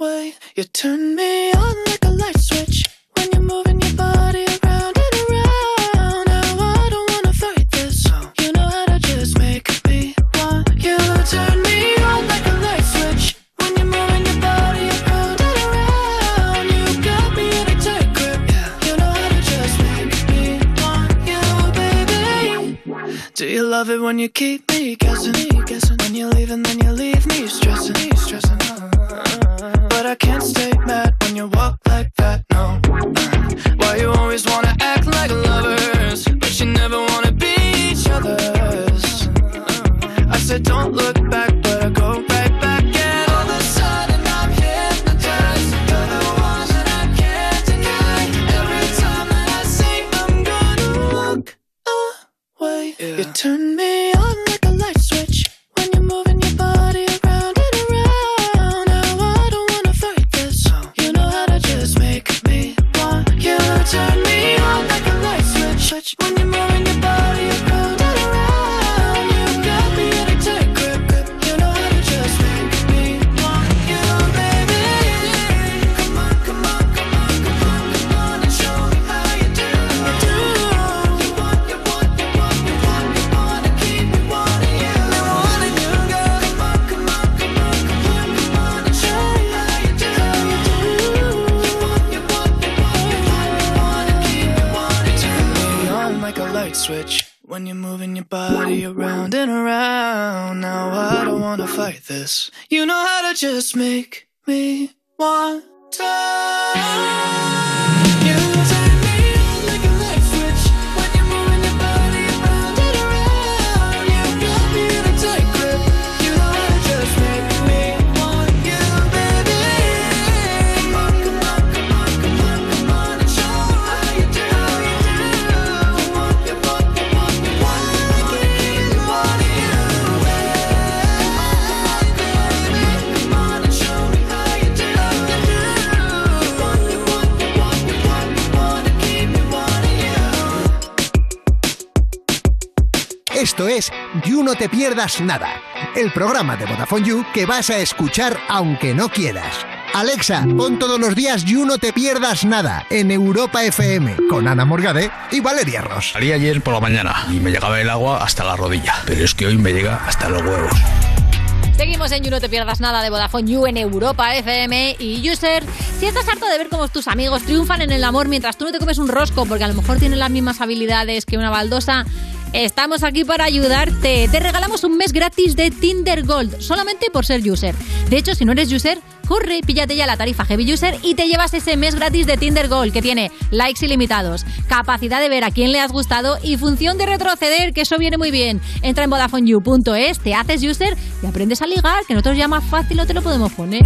way. You turn me on like a light switch when you're moving your body around and around. Now I don't wanna fight this. You know how to just make me want you. Turn me on like a light switch when you're moving your body around and around. You got me in a tight grip. You know how to just make me want you, baby. Do you love it when you keep me guessing? When you leave and then you leave me stressing. But I can't stay mad when you walk like that, no. Why you always wanna act like lovers, but you never wanna be each other's? I said, don't look back, but I go right back. And all of a sudden, I'm hypnotized. You're the one that I can't deny. Every time that I say I'm gonna walk away, you turn me on like a light switch when you're moving your body around and around. Now I don't wanna fight this. You know how to just make me want you. Turn me on like a light switch when you're moving your body around and around. You got me in a tight grip, grip. You know how to just make me want you, baby. Come on, come on, come light switch when you're moving your body around and around. Now I don't wanna fight this. You know how to just make me want to. You turn me on like a light switch when you're moving your body around and around. You got me in a tight grip. You know how to just make me want you, baby. Come on, come on, come on, come on, come on and show how you do. How you do. Want you, want you, want you, want you, want you, want you, baby. Come on and show me how you do. How you do. Want you, want you, want you, want you, wanna keep me wanting you. Esto es You No Te Pierdas Nada, el programa de Vodafone You que vas a escuchar aunque no quieras. Alexa, pon todos los días You No Te Pierdas Nada en Europa FM con Ana Morgade y Valeria Ross. Salí ayer por la mañana y me llegaba el agua hasta la rodilla, pero es que hoy me llega hasta los huevos. Seguimos en You, no te pierdas nada de Vodafone You en Europa FM y User. Si estás harto de ver cómo tus amigos triunfan en el amor mientras tú no te comes un rosco porque a lo mejor tienen las mismas habilidades que una baldosa, estamos aquí para ayudarte. Te regalamos un mes gratis de Tinder Gold solamente por ser User. De hecho, si no eres User, corre, píllate ya la tarifa Heavy User y te llevas ese mes gratis de Tinder Gold que tiene likes ilimitados, capacidad de ver a quién le has gustado y función de retroceder, que eso viene muy bien. Entra en VodafoneYou.es, te haces User y aprendes a ligar, que nosotros ya más fácil no te lo podemos poner.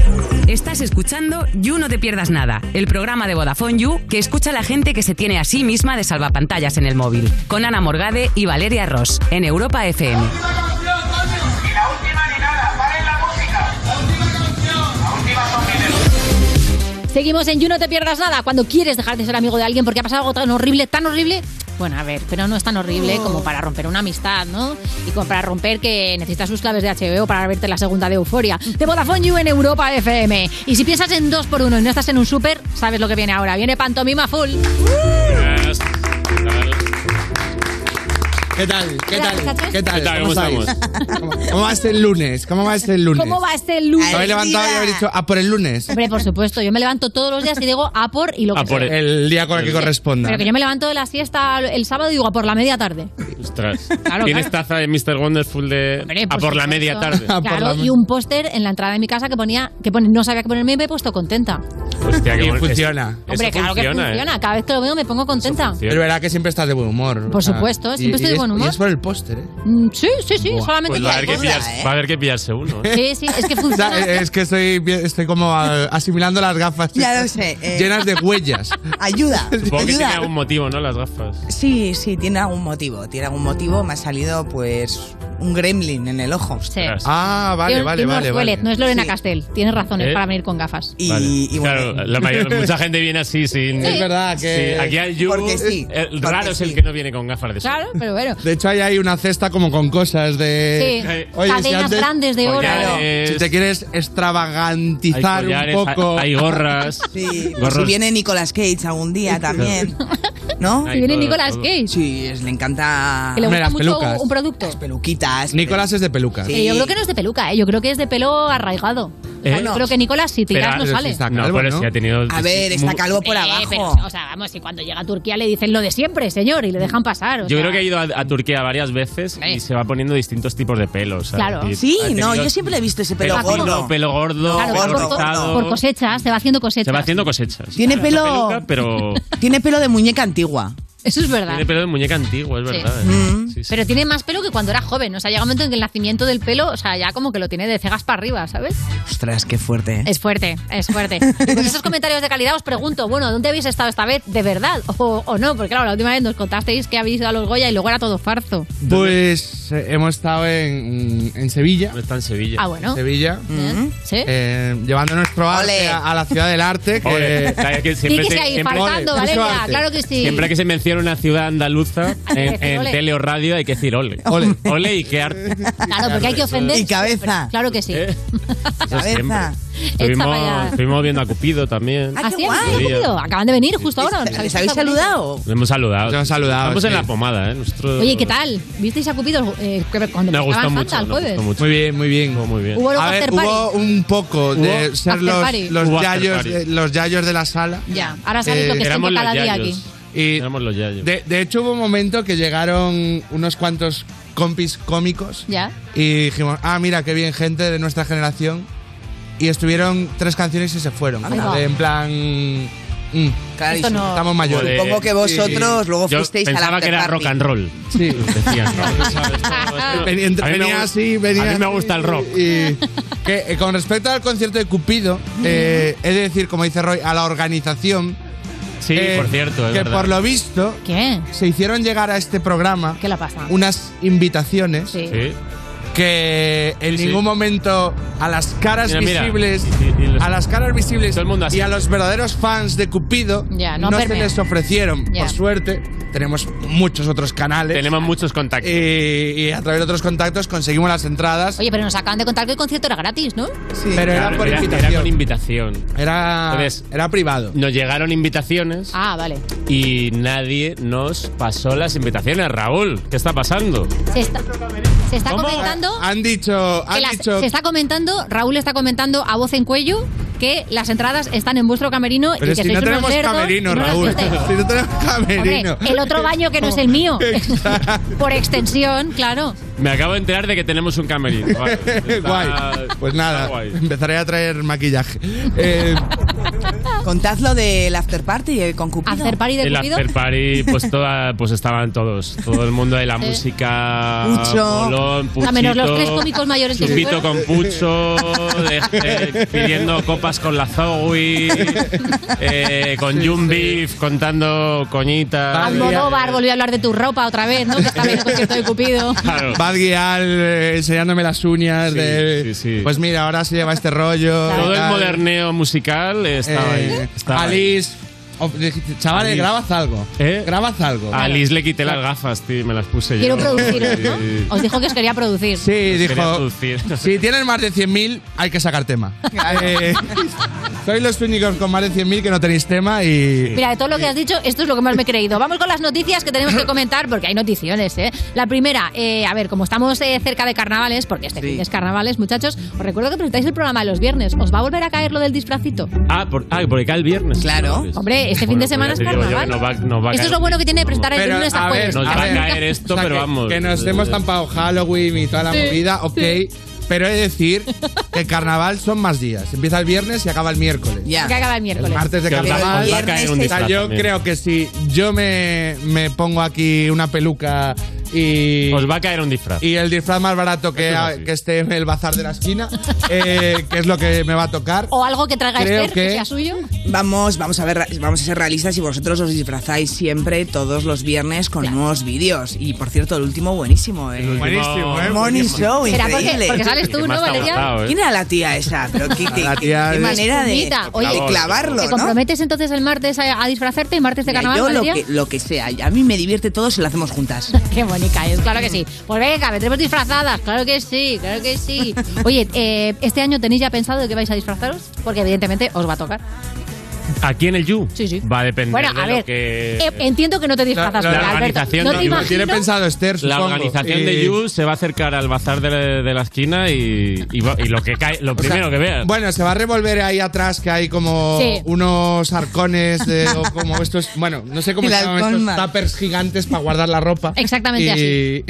Estás escuchando You No Te Pierdas Nada, el programa de Vodafone You que escucha a la gente que se tiene a sí misma de salvapantallas en el móvil, con Ana Morgade y Valeria Ross, en Europa FM. Seguimos en You No Te Pierdas Nada. Cuando quieres dejar de ser amigo de alguien porque ha pasado algo tan horrible, tan horrible. Bueno, a ver, pero no es tan horrible Oh. como para romper una amistad, ¿no? Y como para romper que necesitas sus claves de HBO para verte la segunda de Euforia. De Vodafone You en Europa FM. Y si piensas en dos por uno y no estás en un súper, sabes lo que viene ahora. Viene Pantomima Full. ¿Qué tal? ¿Qué tal? Hola, muchachos. ¿Qué tal? ¿Qué tal? ¿Cómo, ¿Cómo estáis? ¿Cómo va este lunes? ¿Cómo va este lunes? ¿Cómo va este lunes? Me habéis levantado y habéis dicho, ah, por el lunes. Hombre, por supuesto, yo me levanto todos los días y digo a por y lo que Ah, por sea. el día con el que corresponda. Pero que yo me levanto de la siesta el sábado y digo a por la media tarde. Ostras. Ah, eh, Claro, Tienes taza de Mr. Wonderful de. Hombre, a por la supuesto. media tarde. Claro, y un póster en la entrada de mi casa que ponía que pone, no sabía qué ponerme y me he puesto contenta. y funciona. Hombre, claro que funciona. ¿eh? Cada vez que lo veo me pongo contenta. Pero verdad que siempre estás de buen humor. Por supuesto, y- siempre estoy de y es- buen humor. Y es por el póster, ¿eh? Mm, Sí, sí, sí, solamente Pues va a que- haber que pillarse- ¿eh? va A ver qué pillarse uno. ¿eh? Sí, sí, es que O sea, funciona. eh, es que estoy, bien- estoy como ah, asimilando las gafas. Ya lo sé, eh. Llenas de huellas. Ayuda, Supongo que ayuda. tiene algún motivo, ¿no? Las gafas. Sí, sí, tiene algún motivo. Tiene algún motivo. Me ha salido, pues, un gremlin en el ojo. Ah, Tiene un- tiene un Orzuelet, No es Lorena Castell. Tienes razones ¿Eh? para venir con gafas. Vale. claro, la mayor- mucha gente viene así sin. Es verdad que- Sí, aquí al Yu. Porque sí, el raro es el que no viene con gafas de sol. Claro, pero bueno. De hecho, ahí hay una cesta como con cosas Sí, de. cadenas grandes de oro. Collares. Si te quieres extravagantizar Hay collares, un poco. hay- hay gorras. Sí, Pues Gorros. si viene Nicolas Cage algún día también. ¿No? Si viene Ay, todo, Nicolas todo. Cage. Sí, es- le encanta. Que le Hombre, gusta las mucho pelucas. un producto. Las peluquitas. Nicolás es de pelucas. Eh, yo creo que no es de peluca, ¿eh? yo creo que es de pelo arraigado. Eh, O sea, yo creo que Nicolás, si tiras, no sale. no, pero si ha tenido. mu- Eh, pero, o sea, vamos, y cuando llega a Turquía le dicen lo de siempre, señor, y le dejan pasar. o Yo sea. creo que ha ido a, a Turquía varias veces y se va poniendo distintos tipos de pelos. ¿sabes? Claro. Y Sí, ha no, tenido yo siempre le he visto ese pelo Pelo gordo, gordo. pelo gordo, Claro, pelo por, co- rizado. por cosechas, se va haciendo cosechas. Se va haciendo cosechas. Tiene Claro, pelo- una peluca, pero Tiene pelo de muñeca antigua. Eso es verdad. Mm. tiene pelo de muñeca antigua, es Sí. verdad. ¿eh? Sí, sí. Pero tiene más pelo que cuando era joven. O sea, llega un momento en que el nacimiento del pelo, o sea, ya como que lo tiene de cegas para arriba, ¿sabes? Ostras, qué fuerte. ¿eh? Es fuerte, es fuerte. Y con esos comentarios de calidad os pregunto, bueno, ¿dónde habéis estado esta vez de verdad o, o no? Porque claro, la última vez nos contasteis que habéis ido a los Goya y luego era todo farzo. Pues eh, hemos estado en, en Sevilla. Está en Sevilla. Ah, bueno. En Sevilla. ¿Sí? Eh, llevando nuestro arte Ole. a, a la ciudad del arte. Que, Ole. O sea, que siempre Di que se- sí, ahí, siempre- faltando, Ole, mucho Valeria, arte. claro que sí. Siempre que se menciona una ciudad andaluza que en, decir en ole. tele o radio hay que decir ole. Ole, y qué arte. Claro, porque hay que ofender. Y cabeza. Claro que sí. ¿Eh? Eso siempre. Estaba ya- Estuvimos, estuvimos viendo a Cupido también. Ah, qué En guay, Sevilla. Cupido. Acaban de venir justo ahora. ¿Os ¿Les habéis visto por saludado? Lo hemos saludado. Lo hemos saludado. Estamos en la pomada, ¿eh? Nosotros- ahí? Oye, ¿qué tal? ¿Visteis a Cupido eh, que- cuando Me gustó estaban mucho, Fanta el me jueves? Muy bien, muy bien. Muy bien. Hubo luego a ver, after party. hubo un poco de Hubo ser after los, party. los Hubo after yayos, party. eh, los yayos de la sala. Ya, ahora sabéis Eh, lo que siento éramos los cada día yayos. aquí. Y ya, yo. de, de hecho hubo un momento que llegaron unos cuantos compis cómicos ¿Ya? y dijimos, ah, mira, qué bien gente de nuestra generación. Y estuvieron tres canciones y se fueron. Anda. como de en plan... mm, Esto no- Estamos mayores. Supongo que vosotros luego Yo fuisteis a la pensaba que era rock and roll. Sí. Decían, ¿no? Pues Venía, entre- Ah. A mí me venía gu- así, venía. a mí me gusta el rock. Y- que, eh, con respecto al concierto de Cupido, eh, he de decir, como dice Roy, a la organización. eh, Sí, por cierto, es Que verdad. por lo visto. Se hicieron llegar a este programa. ¿Qué la pasa? Unas invitaciones. Sí. Que en Sí, sí. ningún momento a las caras Mira, mira. visibles. Y- y los- a las caras visibles. así. Y a los verdaderos fans de Cupido. Ya, no se permean. les ofrecieron. Ya. Por suerte, tenemos muchos otros canales. Tenemos muchos contactos. Y, y a través de otros contactos conseguimos las entradas. Oye, pero nos acaban de contar que el concierto era gratis, ¿no? Sí. pero Claro, era por era- era invitación. con invitación. Era, Ah, era privado. Nos llegaron invitaciones Ah, vale. y nadie nos pasó las invitaciones. Raúl, ¿qué está pasando? Se está, se está comentando. Han dicho. que Han las- Ah, dicho se está comentando, Raúl está comentando a voz en cuello que las entradas están en vuestro camerino pero y que si sois no unos tenemos cerdos camerino, y no las Raúl. visteis. Si no tenemos Hombre, camerino. el otro baño que no es el mío. Por extensión, claro. Me acabo de enterar de que tenemos un camerino. Vale, pues está- Guay. Pues nada, empezaré a traer maquillaje. Eh, Contad lo del after party eh, con Cupido. After party El after party, pues, toda, pues estaban todos. Todo el mundo de la Sí. música. Pucho. Polón, A menos los Puchito, tres cómicos mayores que se Chupito con fueron. Pucho, de- eh, pidiendo copas con la Zoe, eh, con Jun Beef, contando coñitas. Ah, Almodóvar volvió a hablar de tu ropa otra vez, ¿no? Que estaba en el concierto de Cupido. Bad Gyal, eh, enseñándome las uñas. de, Pues mira, ahora se lleva este rollo. Todo el tal. moderneo musical estaba Eh, ahí. estaba ahí. Alice. of- le dijiste, Chavales, Alice. ¿Eh? grabas algo. Grabas algo. A Liz le quité las gafas, tío, me las puse Quiero yo. producir, Sí. ¿no? Os dijo que os quería producir. Sí, Quería dijo, producir. si tienes más de 100.000, hay que sacar tema. Eh, sois los únicos con más de 100.000 que no tenéis tema y... Mira, de todo lo que has dicho, esto es lo que más me he creído. Vamos con las noticias que tenemos que comentar, porque hay noticiones, ¿eh? La primera, eh, a ver, como estamos eh, cerca de carnavales, porque este fin de es carnavales, muchachos, os recuerdo que presentáis el programa de los viernes. ¿Os va a volver a caer lo del disfrazito? Ah, por- ah, porque cae el viernes. Claro. Hombre, este fin de semana pues, es carnaval. Nos va, nos va a Esto es caer. lo bueno que tiene presentar el Pero, lunes a a ver, jueves. Pues, Nos A va a ver. caer esto, O sea, pero que- vamos. Que nos hemos tampado Halloween y toda la Sí, movida, ok. Pero he de decir que el carnaval son más días. Empieza el viernes y acaba el miércoles. Ya. Que acaba el miércoles. El martes de Que os va- carnaval. os va a caer un O sea, disfraz yo también. creo que si yo me, me pongo aquí una peluca y. Os va a caer un disfraz. Y el disfraz más barato que, Eso es así. que esté en el bazar de la esquina, eh, que es lo que me va a tocar. O algo que traiga Creo Esther, que que- sea suyo. Vamos, vamos a ver, vamos a ser realistas y vosotros os disfrazáis siempre todos los viernes con nuevos vídeos. Y por cierto, el último buenísimo, eh. último, Buenísimo, eh, Morning buenísimo. show, Será porque- increíble. porque sales tú, ¿no, Más te ha Valeria? gustado, eh. ¿Quién era la tía esa? Pero qué, qué- La qué- tía qué de- manera de, Mita, oye, de clavarlo, ¿Te ¿no? comprometes entonces el martes a, a disfrazarte y martes de Mira, carnaval? yo lo Valeria? que, lo que sea, a mí me divierte todo si lo hacemos juntas. Qué bonita es, claro que sí. Pues venga, vendremos disfrazadas, claro que sí, claro que sí. Oye, eh, ¿este año tenéis ya pensado de qué vais a disfrazaros? Porque evidentemente os va a tocar. Aquí en el You. Va a depender Bueno, a de ver, lo que. eh, entiendo que no te disfrazas, la porque, Alberto, organización no de te You. imagino- Tiene pensado Esther, La supongo. organización de Y- You se va a acercar al bazar de, de la esquina y, y va- y lo que cae, lo O sea, primero que veas. Bueno, se va a revolver ahí atrás que hay como Sí. unos arcones de- o como estos, bueno, no sé cómo El se llaman halcón estos mar. tuppers gigantes para guardar la ropa. Exactamente y,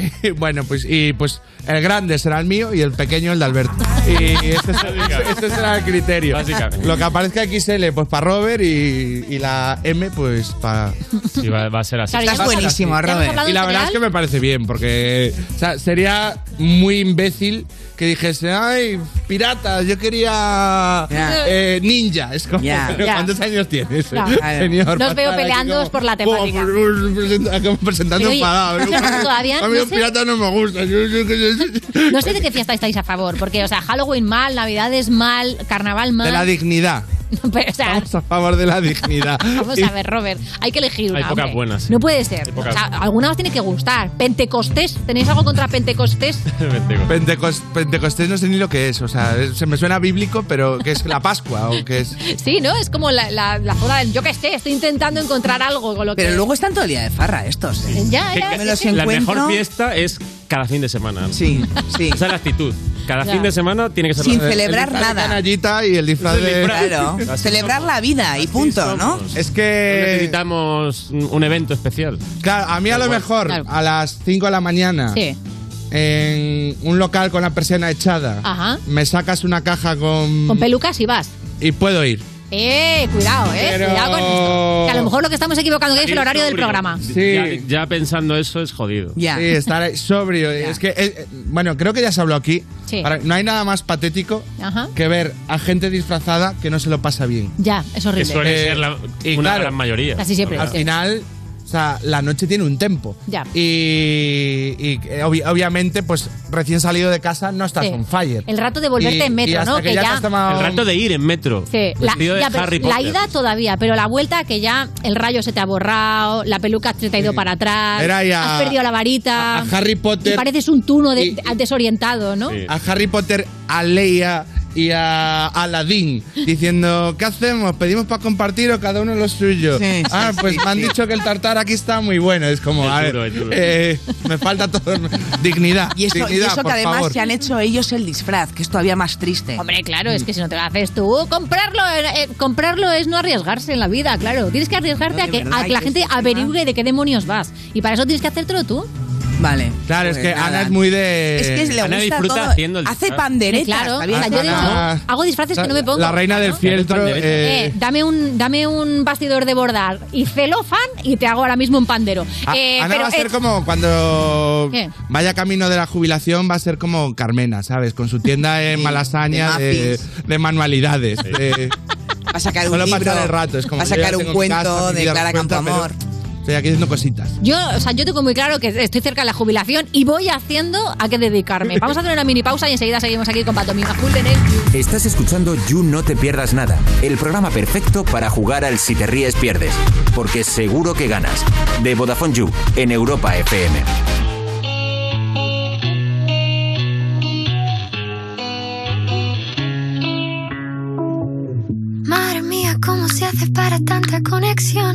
así. y bueno, pues y pues el grande será el mío y el pequeño el de Alberto. Y este, es- este será el criterio. Básicamente. Lo que aparezca XL pues para Robert y, y la M pues para Sí, va, va a ser así. Claro, ya Estás hemos- buenísimo, ya hemos Robert. hablado Y en la verdad general. es que me parece bien, porque o sea, sería muy imbécil que dijese, ay, piratas, yo quería Ya. eh, ninja. Es como, Ya. pero Ya. ¿cuántos años tienes, eh, Ya. Nos señor? veo Pasar aquí peleándoos como- por la como temática. pr- presenta- Como presentando Pero oye, enfadado. yo todavía A mí no los sé. piratas no me gustan. Yo, yo- yo- No sé de qué fiesta estáis a favor, porque, o sea, Halloween mal, Navidades mal, Carnaval mal. De la dignidad. Pero, o sea, A favor de la dignidad. Vamos a ver, Robert, hay que elegir una. Hay pocas hombre. buenas. No puede ser. pocas. O sea, alguna os tiene que gustar. Pentecostés, ¿tenéis algo contra Pentecostés? Pentecos- Pentecostés no sé ni lo que es, o sea, es- se me suena bíblico, pero que es la Pascua o que es... Sí, ¿no? Es como la, la, la joda del yo que sé, estoy intentando encontrar algo con lo Pero que. luego están todo el día de farra estos. eh. Ah, Ya, que ya, ca- sí, sí. la mejor fiesta es cada fin de semana. Sí, sí. Esa es la actitud. Cada Ya. fin de semana tiene que ser Sin la- celebrar el- el- nada. Canallita y el disfraz de. Claro, celebrar la vida y punto, ¿no? Es que. No necesitamos un un evento especial. Claro, a mí a lo mejor, a las 5 de la mañana, Sí. en un local con la persiana echada, Ajá. me sacas una caja con. Ah. Con pelucas y vas. y puedo ir. Eh, cuidado, eh. Pero- Cuidado con esto. Que a lo mejor lo que estamos equivocando es el horario del programa. Ya, ya pensando eso es jodido. Sí, estar ahí sobrio. Es que, eh, eh, bueno, creo que ya se habló aquí. Sí. Ahora, no hay nada más patético Ajá. que ver a gente disfrazada que no se lo pasa bien. Eh, Ya, es horrible. Que suele ser la- una gran mayoría. Casi siempre, Al sí. final, o sea, la noche tiene un tempo. Ya. Y, y, eh, obvi- obviamente, pues recién salido de casa no estás Sí. on fire. El rato de volverte Y- en metro, y hasta ¿no? Que ya te has tomado El un- rato de ir en metro. Sí, la, Vestido de ya, pero Harry la Potter. ida todavía, pero la vuelta que ya el rayo se te ha borrado, la peluca se te ha ido para atrás, Era ahí a- has perdido la varita, a Harry Potter. y pareces un tuno de- desorientado, ¿no? a Harry Potter, a Leia y a Aladdin diciendo ¿qué hacemos? ¿Pedimos para compartir o cada uno lo suyo? Sí, sí, ah, sí, pues me han sí. dicho que el tartar aquí está muy bueno. Es como, a ver, duro, es duro. eh, me falta todo. dignidad, Y eso, y dignidad, eso que por además favor. se han hecho ellos el disfraz, que es todavía más triste. Hombre, claro, es que si no te lo haces tú, comprarlo, eh, eh, comprarlo es no arriesgarse en la vida, claro. Tienes que arriesgarte a, que, verdad, a que la que gente averigüe de qué demonios vas. Y para eso tienes que hacértelo tú. Vale. Claro, es Pues que nada. Ana es muy de... Es que le Eh, Ana gusta disfruta todo. haciendo el Hace disfraz. panderetas Eh, Claro, también. o sea, yo de hecho Ana- hago disfraces que no me pongo. La reina del fieltro... Eh, eh, dame, un, dame un bastidor de bordar y celofán y te hago ahora mismo un pandero. a- Eh, Ah, Ana pero, va a ser eh, como cuando ¿Qué? vaya camino de la jubilación, va a ser como Carmena, ¿sabes? Con su tienda en Malasaña de de, de manualidades. de- Va a sacar un Solo libro, pasar el rato. Es como, va a yo ya sacar un tengo mi cuento casa, mi de vida, Clara mi cuenta, Campoamor. pero Estoy aquí haciendo cositas. Yo, o sea, yo tengo muy claro que estoy cerca de la jubilación y voy haciendo a qué dedicarme. Vamos a hacer una mini pausa y enseguida seguimos aquí con Patomima Full de Netflix. Estás escuchando You No Te Pierdas Nada, el programa perfecto para jugar al Si Te Ríes Pierdes, porque seguro que ganas. De Vodafone You, en Europa FM. Madre mía, ¿cómo se hace para tanta conexión?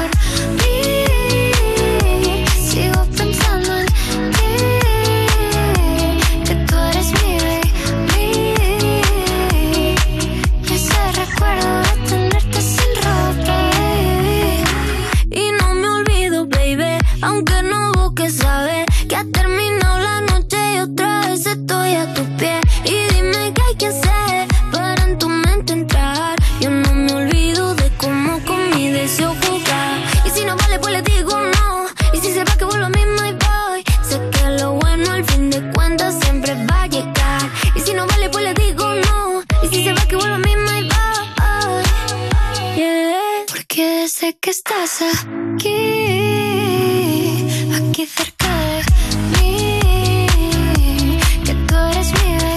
dormir. Sigo pensando en ti, que tú eres mi baby. Y ese recuerdo de tenerte sin ropa, baby. Y no me olvido, baby, aunque no busques saber que ha terminado la noche y otra vez estoy a tus pies. Y dime qué hay que hacer para en tu mente entrar. Yo no me olvido de cómo con mi deseo jugar. Y si no vale, pues le digo no. Y si se va que vuelvo a mí, my boy. Sé que lo bueno al fin de cuentas siempre va a llegar. Y si no vale, pues le digo no. Y si se va que vuelvo a mí, my boy. Yeah. Porque sé que estás aquí, aquí cerca de mí, que tú eres mi baby.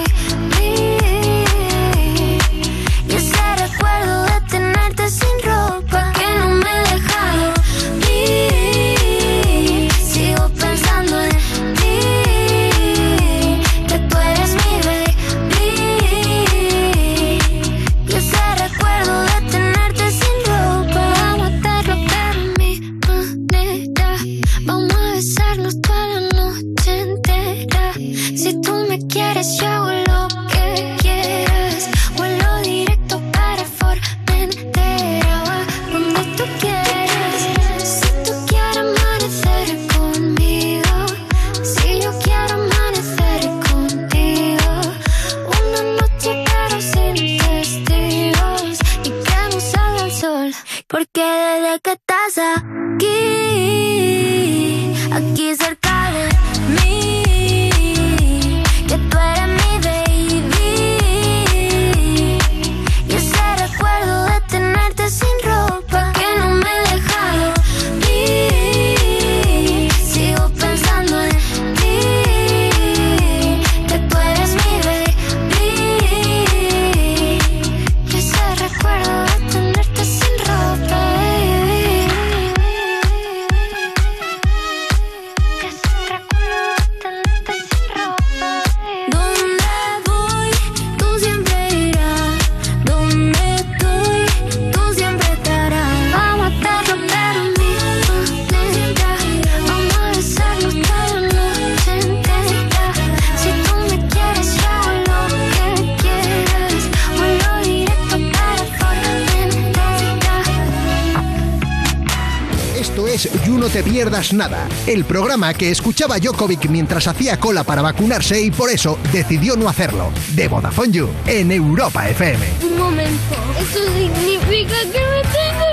Y ese recuerdo de tenerte sin ropa que no me dejaron mí. Sigo pensando en ti, que tú eres mi baby. Y ese recuerdo de tenerte sin ropa Vamos a darlo de mi manera. Vamos a besarnos toda la noche entera. Si tú me quieres, yo hago lo que quieras. Vuelo directo para Formentera o a donde tú quieras. Si tú quieres amanecer conmigo, si yo quiero amanecer contigo. Una noche pero sin testigos y que no salga el sol. Porque desde que estás aquí Aquí cerca de mí Que tú eres mi baby Y ese recuerdo de tenerte sin ropa Que no me dejaron ir Sigo pensando en ti Que tú eres mi baby. Y ese recuerdo es You No Te Pierdas Nada, el programa que escuchaba Jokovic mientras hacía cola para vacunarse y por eso decidió no hacerlo. De Vodafone You, en Europa FM. Un momento. Eso significa que me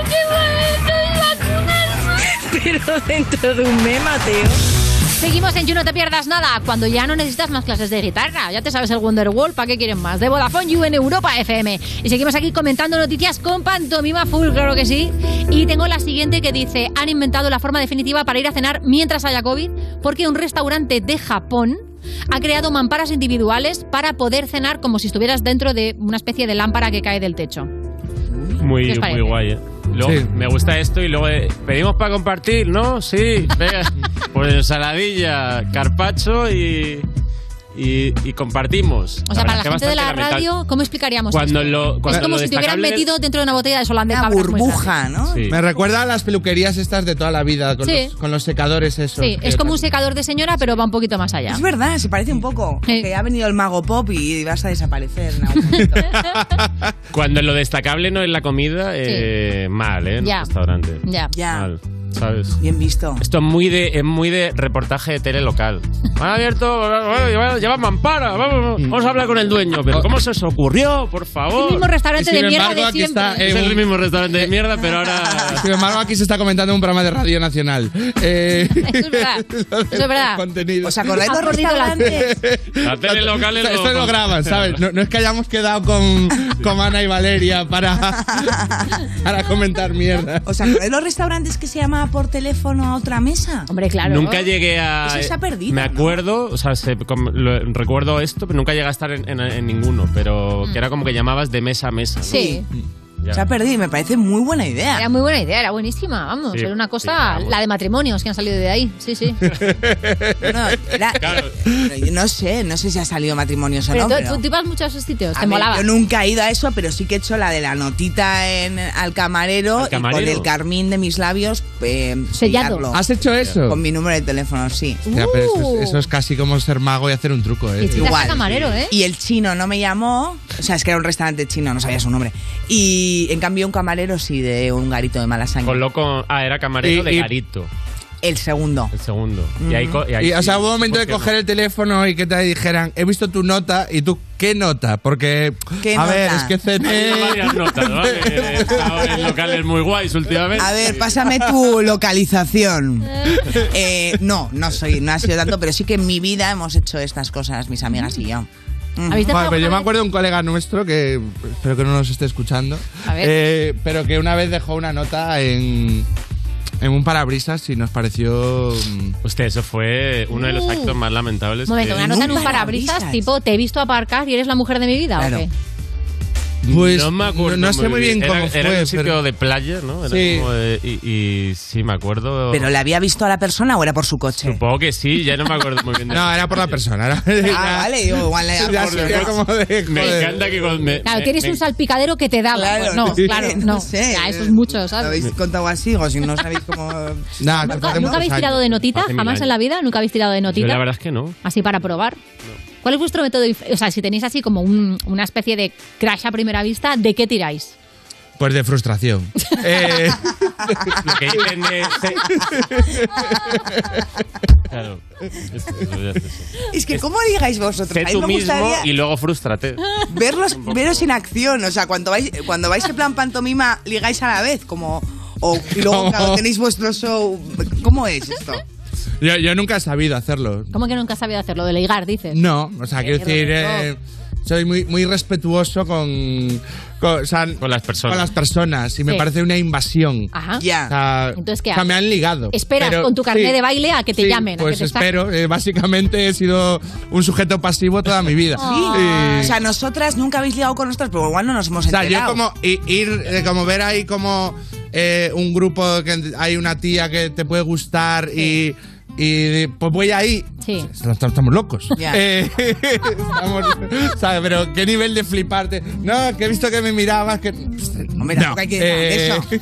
tengo que vacunar. Pero dentro de un meme, Mateo. Seguimos en You No Te Pierdas Nada, cuando ya no necesitas más clases de guitarra. Ya te sabes el Wonderwall, ¿para qué quieren más? De Vodafone You en Europa FM. Y seguimos aquí comentando noticias con Pantomima Full, claro que sí. Y tengo la siguiente que dice, han inventado la forma definitiva para ir a cenar mientras haya COVID, porque un restaurante de Japón ha creado mamparas individuales para poder cenar como si estuvieras dentro de una especie de lámpara que cae del techo. ¿Qué Muy, os muy parece? guay, ¿eh? Luego, Me gusta esto y luego eh, pedimos para compartir, ¿no? Sí. venga. pues ensaladilla, carpacho y, y, y compartimos. O sea, para la verdad gente es que de la bastante radio, ¿cómo explicaríamos Cuando esto? lo- cuando es como lo si te hubieran destacable- metido dentro de una botella de solán de Una burbuja, ¿no? Sí. Me recuerda a las peluquerías estas de toda la vida, con, Sí. los, con los secadores esos. Sí, es como un secador de señora, pero va un poquito más allá. Es verdad, se parece un poco. Que ha venido el mago pop y vas a desaparecer. en algún momento. Cuando lo destacable no es la comida, eh, mal, ¿eh? En Ya. un restaurante. Ya. Mal, ¿sabes? Bien visto. Esto es muy de, es muy de reportaje de tele local. Han abierto, bueno, lleva- lleva mampara, vamos, vamos a hablar con el dueño. Pero ¿cómo se os ocurrió, por favor? El mismo restaurante Oh. Y sin de mierda embargo, de aquí está, siempre. eh, es el mismo restaurante de mierda, pero ahora... Sin embargo, aquí se está comentando un programa de Radio Nacional. Eh, es verdad. es verdad. Contenido. ¿Os acordáis de los restaurantes? La tele local es Esto, esto lo- lo graban, ¿sabes? No, no es que hayamos quedado con, con Ana y Valeria para, para comentar mierda. ¿Os acordáis de los restaurantes que se llama por teléfono a otra mesa? Hombre, claro. Nunca llegué a. eh, Eso eh, se ha perdido. Me ¿no? acuerdo, o sea, se- com- lo- recuerdo esto, pero nunca llegué a estar en, en- en ninguno. Pero que era como que llamabas de mesa a mesa. ¿no? Mm. Sí. Ya. Se ha perdido y me parece muy buena idea. Era muy buena idea, era buenísima, vamos. Sí, era una sí, cosa, vamos. la de matrimonios que han salido de ahí. Sí, sí. Pero yo no sé, no sé si ha salido matrimonios o Pero no. tú, pero- tú- tú ibas mucho a esos sitios, A te ver, molaba. Yo nunca he ido a eso, pero sí que he hecho la de la notita en, al camarero, ¿Al camarero? y con el carmín de mis labios eh, Sellado. sellarlo. ¿Has hecho eso? Con mi número de teléfono, sí. Ya, pero eso, es, eso es casi como ser mago y hacer un truco, ¿eh? Uh. camarero, ¿eh? Y el chino no me llamó, o sea, es que era un restaurante chino, no sabía su nombre. Y en cambio un camarero sí de un garito de mala sangre. Con loco. Ah, era camarero Y- de y- Garito. El segundo. El segundo. Y ahí. co- y ahí Y, o sea, sí, hubo un momento de ¿por qué coger no? el teléfono y que te dijeran, he visto tu nota y tú, ¿qué nota? Porque, ¿Qué a nota? ver, es que cené... No varias notas, ¿no? Que he estado en locales muy guays últimamente. A ver, pásame tu localización. Eh, no, no soy, no ha sido tanto, pero sí que en mi vida hemos hecho estas cosas, mis amigas y yo. Mm. Joder, pero yo me acuerdo de un colega nuestro que espero que no nos esté escuchando, A ver. eh, pero que una vez dejó una nota en, en un parabrisas y nos pareció... mm, Usted, eso fue uno de los Uh. actos más lamentables. Momento, que- una nota en un parabrisas, tipo, te he visto aparcar y eres la mujer de mi vida, Claro. ¿o qué? Pues, no me acuerdo. no- no sé muy bien Era- cómo Era fue, un sitio pero- de playa, ¿no? Era Sí. como de- y, y sí, me acuerdo. ¿Pero le había visto a la persona o era por su coche? Supongo que sí, ya no me acuerdo muy bien. de- No, era por la persona. era- Ah, vale, yo igual le Ya sería como de, Me joder. encanta que cuando me- Claro, me- tienes me- un salpicadero que te da. Claro, Pues no, sí, claro, no eh, no. Ya, eso es mucho, ¿sabes? ¿Habéis contado así o si no sabéis cómo...? Nah, ¿Nunca, pero hace nunca muchos habéis tirado años. de notita? Hace mil ¿Jamás años. en la vida? ¿Nunca habéis tirado de Yo notita? la verdad es que no. Así para probar. ¿Cuál es vuestro método? dif- O sea, si tenéis así como un- una especie de crash a primera vista, ¿de qué tiráis? Pues de frustración. Eh, Lo que dicen de- Claro. Es, Es que, ¿cómo digáis vosotros? sé A mí tú me mismo gustaría y luego frustrate. Ah. verlos, veros en acción. O sea, cuando vais, cuando vais en plan pantomima, ligáis a la vez, como... O y luego ¿Cómo? cuando tenéis vuestro show... ¿Cómo es esto? yo, yo nunca he sabido hacerlo. ¿Cómo que nunca has sabido hacerlo? De ligar, dices. No, o sea, quiero Qué decir, rollo. eh, soy muy, muy respetuoso con, con, o sea, con las personas. Con las personas y me Sí. parece una invasión. Ajá. O sea, Entonces, ¿qué o sea, me haces? han ligado. Esperas Pero- con tu carnet sí, de baile a que te sí, llamen. a que Pues te saquen. espero. Eh, básicamente he sido un sujeto pasivo toda mi vida. O Y- sea, nosotras nunca habéis ligado con nosotras, pero igual no nos hemos o sea, enterado. yo como i- ir, eh, como ver ahí como eh, un grupo que hay una tía que te puede gustar y, y pues voy ahí. Sí. Estamos estamos locos. Ya. Eh, estamos- ¿sabes? Pero qué nivel de fliparte. No, que he visto que me mirabas. Que, Hombre, tampoco hay que eh, eso. pues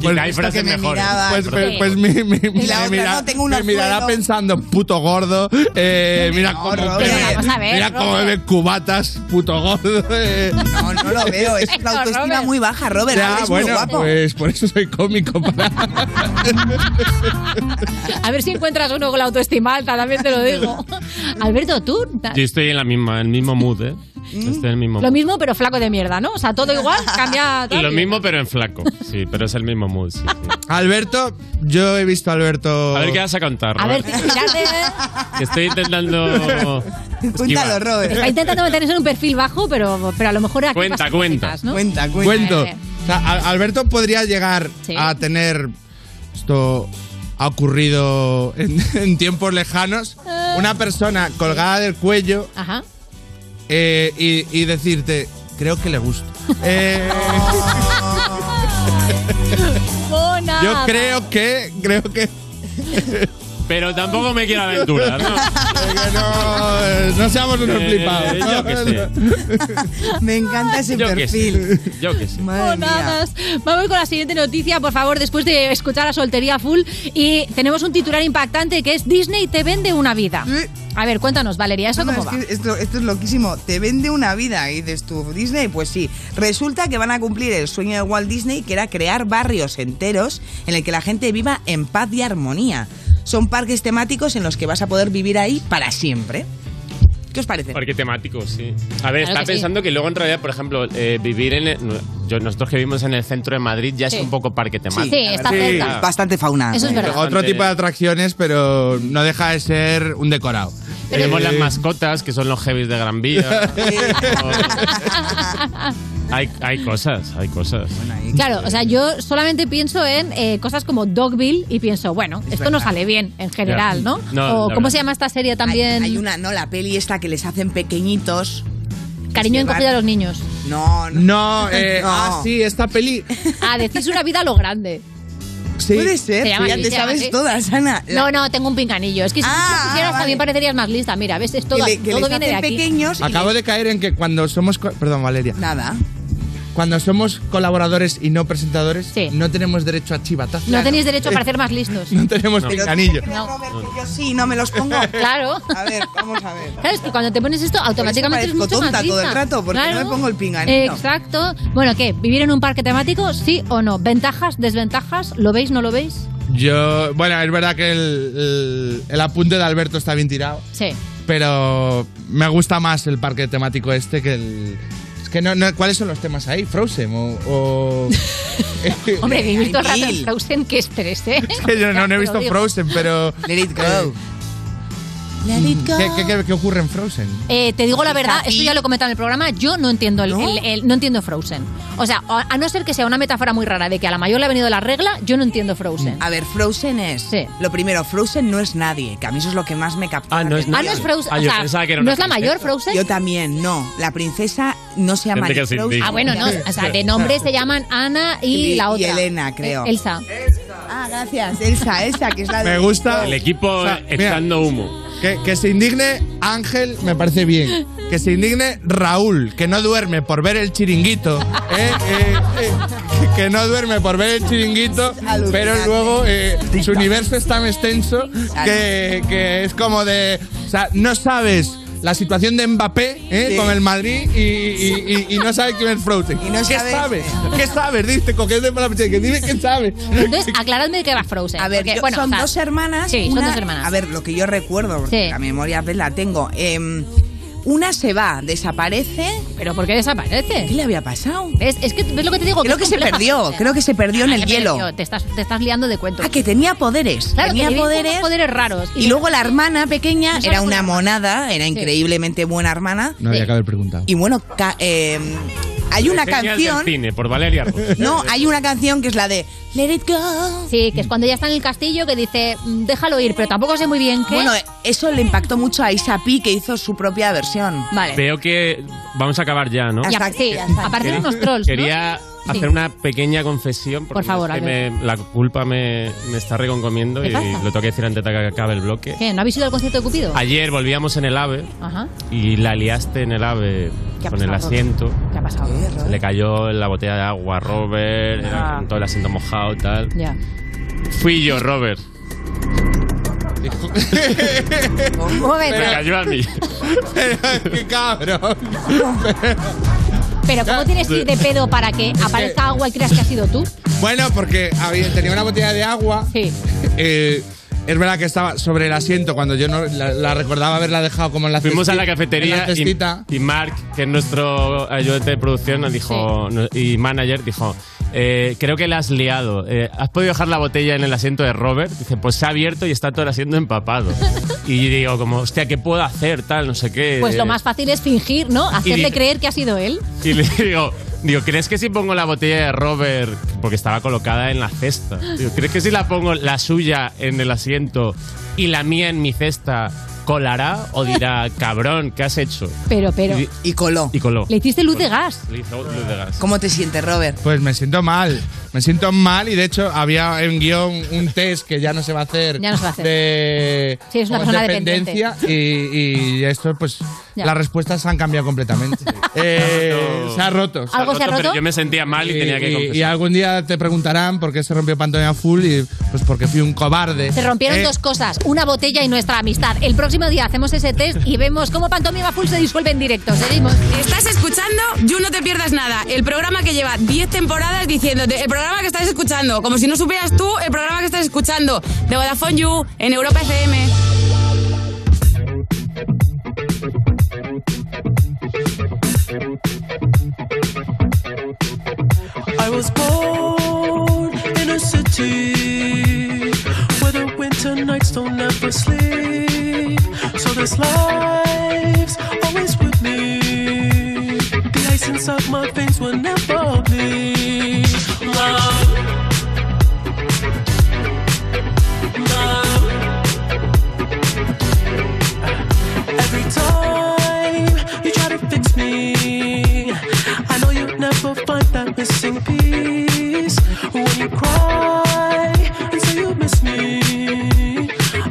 Quizá hay esto que frases me mejores. miraba, Pues, Sí. pues, pues mi, mi- eh, Y la me otra, mira- no, tengo un me mirará orzuelo. pensando, puto gordo. eh, mira cómo, Robert. bebe- Vamos a ver, mira cómo Robert. bebe cubatas, puto gordo. eh. No, no lo veo. Es una autoestima muy baja, Robert. Ya, es bueno, muy guapo. pues por eso soy cómico. para- A ver si encuentras uno con la autoestima alta, también te lo digo. Alberto, tú. ta- Yo estoy en la misma, en el mismo mood, ¿eh? Mm. Estoy en el mismo Lo mood. mismo, pero flaco de mierda, ¿no? O sea, todo igual, cambia. tal. Lo mismo, pero en flaco. Sí, pero es el mismo mood. sí, sí. Alberto, yo he visto a Alberto. A ver qué vas a contar, A ver, Robert. fíjate. Que estoy intentando. esquivar. Está intentando mantenerse en un perfil bajo, pero, pero a lo mejor aquí pasan cositas, ¿no? Cuento. eh. O sea, Al- Alberto podría llegar Sí. a tener. Esto ha ocurrido en, en tiempos lejanos. Una persona colgada del cuello Ah. Ajá. eh, y, y decirte, creo que le gusta. Eh, Mona. Yo creo que. Creo que. Pero tampoco me quiero aventurar, ¿no? No, eh, no seamos unos Eh, flipados. yo qué sé. Me encanta ese Yo qué perfil. sé. Yo qué sé. Monadas. Vamos con la siguiente noticia, por favor, después de escuchar a Soltería Full. Y tenemos un titular impactante que es Disney te vende una vida. A ver, cuéntanos, Valeria, ¿eso No, cómo es va? que esto, esto es loquísimo. Te vende una vida y dices tú, Disney, pues sí. Resulta que van a cumplir el sueño de Walt Disney, que era crear barrios enteros en el que la gente viva en paz y armonía. Son parques temáticos en los que vas a poder vivir ahí para siempre. ¿Qué os parece? Parque temático, sí. A Claro ver, estaba que sí. pensando que luego en realidad, por ejemplo, eh, vivir en. el- yo- nosotros que vivimos en el centro de Madrid ya Sí. es un poco parque temático. Sí, está Sí. cerca. Bastante fauna. Eso es verdad. Otro tipo de atracciones, pero no deja de ser un decorado. Tenemos Eh, las mascotas, que son los heavies de Gran Vía. hay, hay cosas, hay cosas. Claro, o sea, yo solamente pienso en eh, cosas como Dogville y pienso, bueno, esto no verdad. sale bien en general, Ya. ¿no? No, o cómo la verdad. se llama esta serie también. Hay una, no, la peli esta que les hacen pequeñitos. Cariño encogido a los niños. No, no. No, eh, ah, sí, esta peli. Ah, decís una vida a lo grande. Sí. Puede ser, Se llama ya así, te se llama sabes así. todas, Ana. La- No, no, tengo un pincanillo. Es que si Ah, lo quisieras vale. también parecerías más lista. Mira, ves, es todo, Que le- que todo les viene de hacen aquí. pequeños Acabo de caer en que cuando somos. co- Perdón, Valeria. Nada. Cuando somos colaboradores y no presentadores, no tenemos derecho a chivatazos. No tenéis derecho a parecer más listos. No tenemos Pero pinganillo. tú Yo sí, no me los pongo. Claro. A ver, vamos a ver. Claro, es que cuando te pones esto, automáticamente es parezco mucho más tonta todo el lista. rato, porque no me pongo el pinganillo. Exacto. Bueno, ¿qué? ¿Vivir en un parque temático? ¿Sí o no? ¿Ventajas? ¿Desventajas? ¿Lo veis? ¿No lo veis? Yo. Bueno, es verdad que el, el- el apunte de Alberto está bien tirado. Sí. Pero me gusta más el parque temático este que el. Es que no, no- ¿Cuáles son los temas ahí? ¿Frozen? ¿O.? o- Hombre, vivir todo el rato en Frozen, qué estrés, ¿eh? Es que yo no, no he visto Frozen, pero. Let it go. Let it go. ¿Qué, qué- qué ocurre en Frozen? Eh, te digo la Pues verdad, esto ya lo he comentado en el programa, yo no entiendo el, el- el- no entiendo Frozen. O sea, a a no ser que sea una metáfora muy rara de que a la mayor le ha venido la regla, yo no entiendo Frozen. A ver, Frozen es. Lo primero, Frozen no es nadie, que a mí eso es lo que más me capta. Ah, no es nadie. Ah, no es Frozen, Ah, o yo sea, pensaba que era ¿no una es la princesa. mayor Frozen? Yo también, no. La princesa no se llama Gente ni que se Frozen. indigna. Ah, bueno, no, o sea, de nombre se llaman Ana y, Y- la otra. y Elena, creo. Eh, Elsa. Ah, gracias. Elsa, Elsa, que es la de. Me gusta. El equipo echando humo. Que, que se indigne Ángel, me parece bien. Que se indigne Raúl, que no duerme por ver el chiringuito. ¿eh? Eh, eh, que- que no duerme por ver el chiringuito, pero luego eh, su universo es tan extenso que, que es como de. O sea, no sabes. La situación de Mbappé ¿eh? Sí. con el Madrid y, y- y- y no sabes quién es Frozen. no ¿Qué sabes- sabes? ¿Qué sabes? Dice, cogiendo para la pichera, que Dime qué sabes. Entonces, aclaradme que va Frozen. A ver, porque, yo- bueno, o son sea, dos hermanas. Sí, son una- dos hermanas. A ver, lo que yo recuerdo, porque Sí. la memoria pues, la tengo. em, una se va, desaparece. ¿Pero por qué desaparece? ¿Qué le había pasado? ¿Ves? Es que, ¿ves lo que te digo? Creo que se compleja perdió, Frozen. creo que se perdió en Ah, el que me hielo. lío, Te estás, te estás liando de cuentos. Ah, que tenía poderes. Claro, tenía que tiene poderes. unos poderes raros. Y luego la hermana pequeña No sabes era cómo una se llama. monada, era Sí. increíblemente buena hermana. No había que haber preguntado. Y bueno, ca- em, hay una Reseñas del canción. cine, por Valeria Ross. No, hay una canción que es la de Let it go. Sí, que es cuando ya está en el castillo que dice, "Mm, déjalo ir, pero tampoco sé muy bien qué. Bueno, eso le impactó mucho a Isa P, que hizo su propia versión. Vale. Veo que vamos a acabar ya, ¿no? Ya, sí, a partir de unos trolls. ¿no? Quería Sí. hacer una pequeña confesión. Porque Por favor, es que Albert. me- la culpa me, me está reconcomiendo ¿Qué y pasa? lo tengo que decir antes de que acabe el bloque. ¿Qué? ¿No habéis ido al concierto de Cupido? Ayer volvíamos en el AVE Ajá. y la liaste en el AVE, ha con el pasado, asiento. ¿Qué ha pasado? Se le cayó la botella de agua a Robert, Ah. era con todo el asiento mojado y tal. Ya. Fui yo, Robert. Robert. Me cayó a mí. ¡Qué cabrón! Pero ¿cómo tienes que ir de pedo para que aparezca agua y creas que ha sido tú? Bueno, porque había, Ah, tenía una botella de agua. Eh, es verdad que estaba sobre el asiento cuando yo no la, la recordaba haberla dejado como en la Fuimos a la cesti- en cafetería la y, cestita. y Mark, que es nuestro ayudante de producción, nos dijo no- y manager, dijo, eh, creo que la has liado. Eh, ¿Has podido dejar la botella en el asiento de Robert? Dice, pues se ha abierto y está todo el asiento empapado. y digo, como, hostia, ¿qué puedo hacer? Tal, no sé qué. Pues Eh, lo más fácil es fingir, ¿no? Hacerle di- creer que ha sido él. Y le digo, digo, ¿crees que si pongo la botella de Robert, porque estaba colocada en la cesta, digo, ¿crees que si la pongo la suya en el asiento y la mía en mi cesta, colará o dirá, cabrón, ¿qué has hecho? Pero, pero. Y, coló. Y coló. Le hiciste luz de gas. Le hizo luz de gas. ¿Cómo te sientes, Robert? Pues me siento mal. Me siento mal y de hecho había en guión un test que ya no se va a hacer. Ya no se va a hacer. De Sí, es una como persona dependencia y, y esto pues Ya. las respuestas han cambiado completamente. Eh, se ha roto. ¿Algo se ha roto? Pero yo me sentía mal y, Y, tenía que y- confesar. y algún día te preguntarán por qué se rompió Pantoña Full y pues porque fui un cobarde. Se rompieron Eh, dos cosas, una botella y nuestra amistad. El próximo día hacemos ese test y vemos cómo Pantomima Full se disuelve en directo. Seguimos. Estás escuchando You No Te Pierdas Nada, el programa que lleva 10 temporadas diciéndote, el programa que estás escuchando, como si no supieras tú el programa que estás escuchando, de Vodafone You en Europa FM. I was born in a city where the winter nights don't ever sleep. So this life's always with me. The ice inside my veins will never bleed. Love. Love. Every time you try to fix me, I know you'll never find that missing piece. When you cry and say you miss me,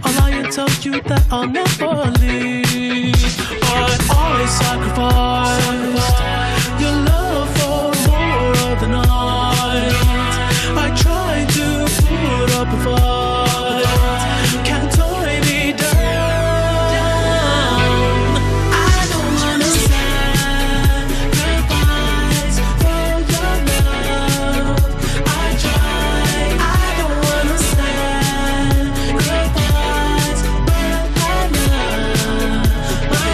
I'll lie and tell you that I'll never leave. But I sacrificed your love for more of the night. I tried to put up a fight, can't tie me down. I don't wanna sacrifice for your love. I tried. I don't wanna sacrifice for love. My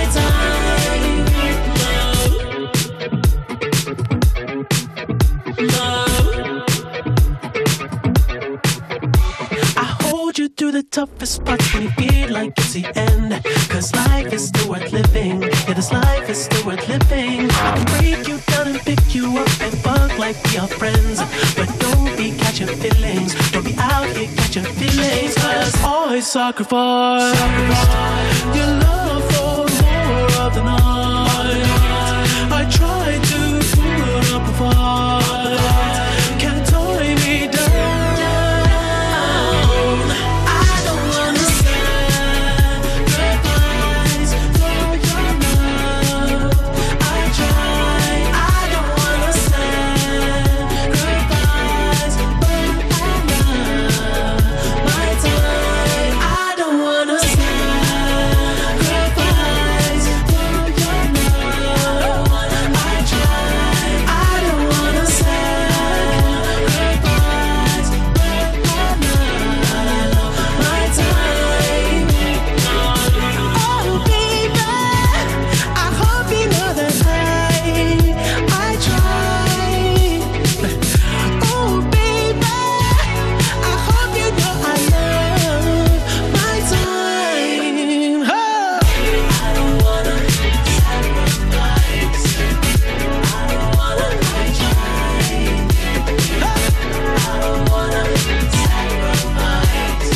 time, I hold you through the toughest parts when you feel like it's the end. Cause life is still worth living. Yeah, this life is still worth living. I can break you down and pick you up and fuck like we are friends. But don't be catching feelings. Don't be out here catching feelings. Cause I sacrifice your love for more of the night. I try to put up a fight. Can't tie me down. I don't wanna sacrifice for your love. I try. I don't wanna sacrifice for your love. My time, I don't wanna sacrifice for your love. I try, I don't wanna sacrifice for your love. My time, oh baby, I hope you know that I, I try. Oh baby. I hope you know I love my time. I don't wanna sacrifice. I don't wanna try. I don't wanna sacrifice,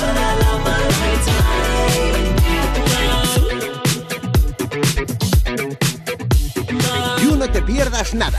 but I love my time. You No Te Pierdas Nada,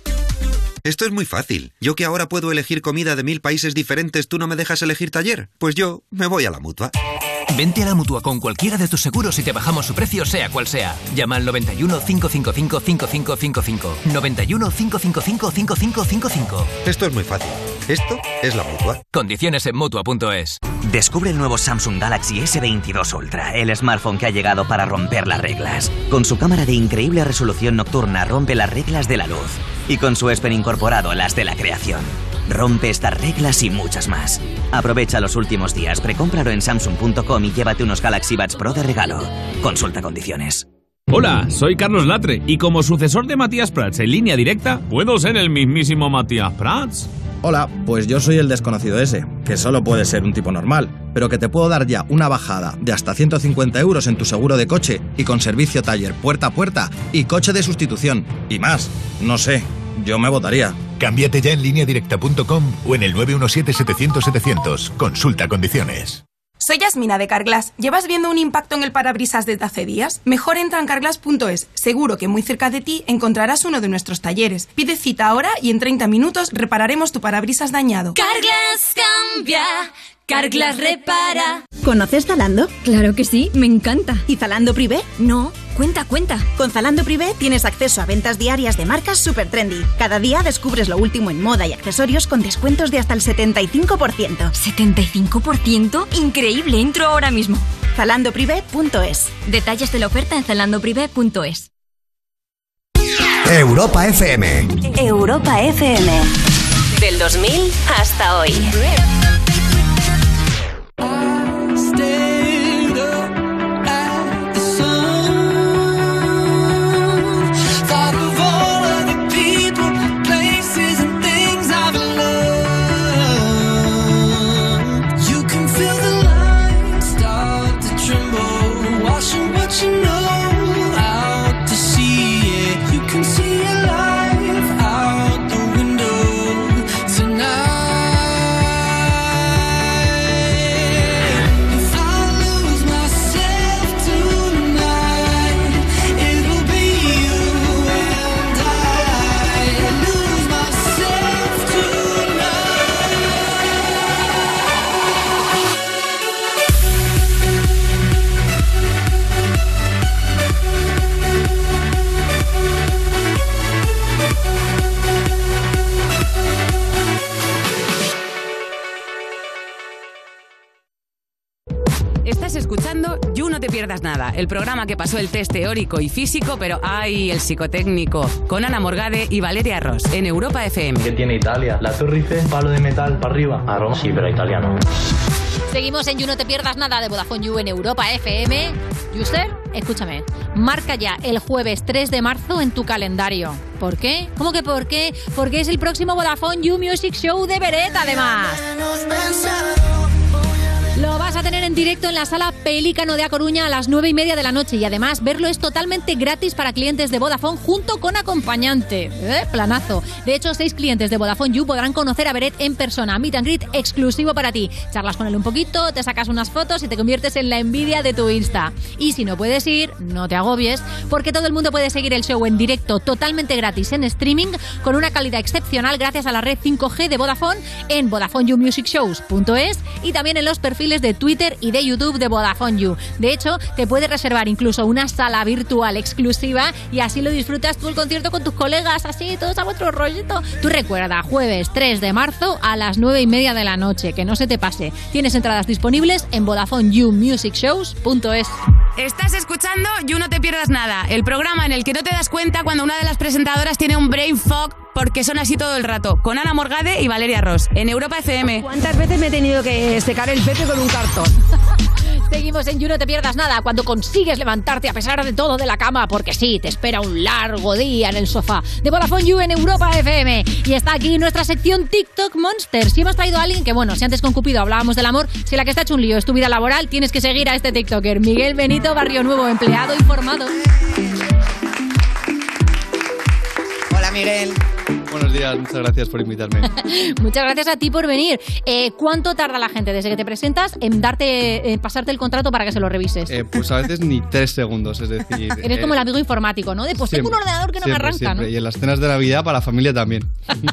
Esto es muy fácil. Yo que ahora puedo elegir comida de mil países diferentes, ¿tú no me dejas elegir taller? Pues yo me voy a la mutua. Vente a la mutua con cualquiera de tus seguros y te bajamos su precio, sea cual sea. Llama al 91 555 5555. 91 555 5555. Esto es muy fácil. Esto es la mutua. Condiciones en mutua.es. Descubre el nuevo Samsung Galaxy S22 Ultra, el smartphone que ha llegado para romper las reglas. Con su cámara de increíble resolución nocturna rompe las reglas de la luz y con su S Pen incorporado las de la creación. Rompe estas reglas y muchas más. Aprovecha los últimos días, precómpralo en samsung.com y llévate unos Galaxy Buds Pro de regalo. Consulta condiciones. Hola, soy Carlos Latre y como sucesor de Matías Prats en línea directa, ¿puedo ser el mismísimo Matías Prats? Hola, pues yo soy el desconocido ese, que solo puede ser un tipo normal, pero que te puedo dar ya una bajada de hasta 150 euros en tu seguro de coche y con servicio taller puerta a puerta y coche de sustitución y más. No sé, yo me votaría. Cámbiate ya en lineadirecta.com o en el 917-700-700. Consulta condiciones. Soy Yasmina de Carglass. ¿Llevas viendo un impacto en el parabrisas desde hace días? Mejor entra en carglass.es. Seguro que muy cerca de ti encontrarás uno de nuestros talleres. Pide cita ahora y en 30 minutos repararemos tu parabrisas dañado. Carglass cambia. Carglass repara. ¿Conoces Zalando? Claro que sí, me encanta. ¿Y Zalando Privé? No, cuenta, cuenta. Con Zalando Privé tienes acceso a ventas diarias de marcas super trendy. Cada día descubres lo último en moda y accesorios con descuentos de hasta el 75%. ¿75%? Increíble, entro ahora mismo. ZalandoPrivé.es Detalles de la oferta en zalandoprivé.es Europa FM. Europa FM. Del 2000 hasta hoy. Estás escuchando You No Te Pierdas Nada, el programa que pasó el test teórico y físico, pero ¡ay! el psicotécnico, con Ana Morgade y Valeria Ross, en Europa FM. ¿Qué tiene Italia? La Torre Eiffel, palo de metal para arriba. A Roma, sí, pero italiano. Seguimos en You No Te Pierdas Nada de Vodafone You en Europa FM. User, escúchame, marca ya el jueves 3 de marzo en tu calendario. ¿Por qué? ¿Cómo que por qué? Porque es el próximo Vodafone You Music Show de Beret, además. Lo vas a tener en directo en la sala Pelícano de A Coruña a las 9 y media de la noche y además verlo es totalmente gratis para clientes de Vodafone junto con acompañante. ¿Eh? Planazo. De hecho, seis clientes de Vodafone You podrán conocer a Beret en persona. Meet and greet exclusivo para ti. Charlas con él un poquito, te sacas unas fotos y te conviertes en la envidia de tu Insta. Y si no puedes ir, no te agobies, porque todo el mundo puede seguir el show en directo totalmente gratis en streaming con una calidad excepcional gracias a la red 5G de Vodafone en VodafoneYouMusicShows.es y también en los perfiles de Twitter y de YouTube de Vodafone You. De hecho, te puedes reservar incluso una sala virtual exclusiva y así lo disfrutas tú el concierto con tus colegas, así, todos a vuestro rollito. Tú recuerda, jueves 3 de marzo a las 9 y media de la noche, que no se te pase. Tienes entradas disponibles en VodafoneYouMusicShows.es. Estás escuchando You No Te Pierdas Nada, el programa en el que no te das cuenta cuando una de las presentadoras tiene un brain fog porque son así todo el rato, con Ana Morgade y Valeria Ross, en Europa FM. ¿Cuántas veces me he tenido que secar el pepe con un cartón? Seguimos en You, no te pierdas nada cuando consigues levantarte a pesar de todo de la cama, porque sí, te espera un largo día en el sofá. De Vodafone You en Europa FM. Y está aquí nuestra sección TikTok Monsters. Si hemos traído a alguien que, bueno, si antes con Cupido hablábamos del amor, si la que está hecho un lío es tu vida laboral, tienes que seguir a este TikToker, Miguel Benito Barrio Nuevo, empleado informado. Hola, Miguel. Buenos buenos días, muchas gracias por invitarme. Muchas gracias a ti por venir. Eh, ¿Cuánto tarda la gente desde que te presentas en darte, en pasarte el contrato para que se lo revises? Eh, pues a veces ni tres segundos, es decir. Eres eh, como el amigo informático, ¿no? De pues tengo un siempre, ordenador que no me siempre, arranca, siempre. Y en las cenas de Navidad para la familia también. ¿no?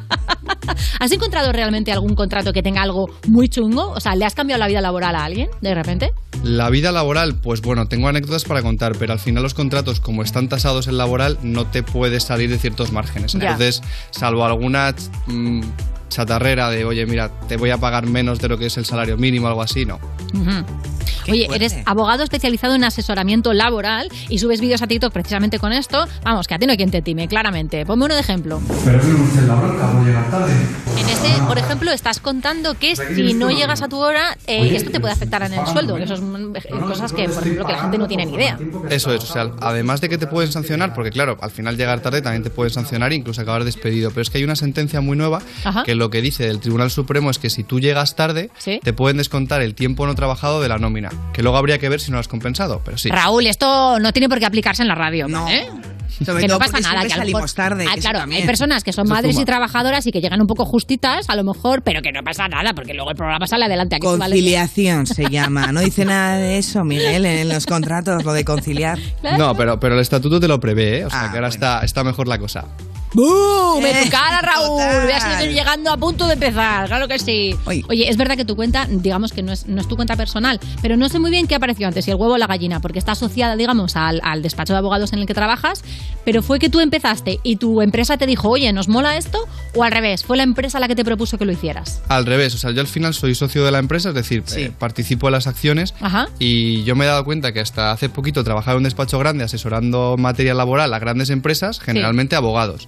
¿Has encontrado realmente algún contrato que tenga algo muy chungo? O sea, ¿le has cambiado la vida laboral a alguien de repente? La vida laboral, pues bueno, tengo anécdotas para contar, pero al final los contratos, como están tasados en laboral, no te puedes salir de ciertos márgenes. Ya. Entonces, salvo alguna mm, chatarrera de, oye, mira, te voy a pagar menos de lo que es el salario mínimo, algo así, no. Ujú. Oye, eres abogado especializado en asesoramiento laboral y subes vídeos a TikTok precisamente con esto. Vamos, que a ti no hay quien te time, claramente. Ponme uno de ejemplo. Pero tiene usted la bronca por llegar tarde. En este, por ejemplo, estás contando que si no llegas a tu hora, eh, Oye, esto te puede afectar en el sueldo. que Eso es mm, eh, cosas que, por ejemplo, que la gente no tiene ni idea. Eso es, o sea, además de que te pueden sancionar, porque claro, al final llegar tarde también te pueden sancionar e incluso acabar despedido, pero es que hay una sentencia muy nueva Ajá. que lo que dice del Tribunal Supremo es que si tú llegas tarde, te pueden descontar el tiempo no trabajado de la nómina, que luego habría que ver si no lo has compensado, pero sí. Raúl, esto no tiene por qué aplicarse en la radio. ¿eh? Sobre que no todo pasa porque nada, siempre que a lo mejor- salimos tarde, Ah, eso claro, hay también. personas que son Eso madres fuma. y trabajadoras y que llegan un poco justitas, a lo mejor, pero que no pasa nada, porque luego el programa sale adelante. ¿a que sí, vale? Conciliación se llama. No dice nada de eso, Miguel, en los contratos, lo de conciliar. No, pero, pero el estatuto te lo prevé, ¿eh? o sea que ahora está, está mejor la cosa. Eh, ¡Bum! ¡En tu cara, Raúl! Veas que estoy llegando a punto de empezar, claro que sí. Oye, es verdad que tu cuenta, digamos que no es, no es tu cuenta personal, pero no sé muy bien qué apareció antes, si el huevo o la gallina, porque está asociada, digamos, al, al despacho de abogados en el que trabajas, pero fue que tú empezaste y tu empresa te dijo, oye, ¿nos mola esto? O al revés, fue la empresa la que te propuso que lo hicieras. Al revés, o sea, yo al final soy socio de la empresa, es decir, eh, participo en las acciones Ajá. y yo me he dado cuenta que hasta hace poquito trabajaba en un despacho grande asesorando materia laboral a grandes empresas, generalmente abogados.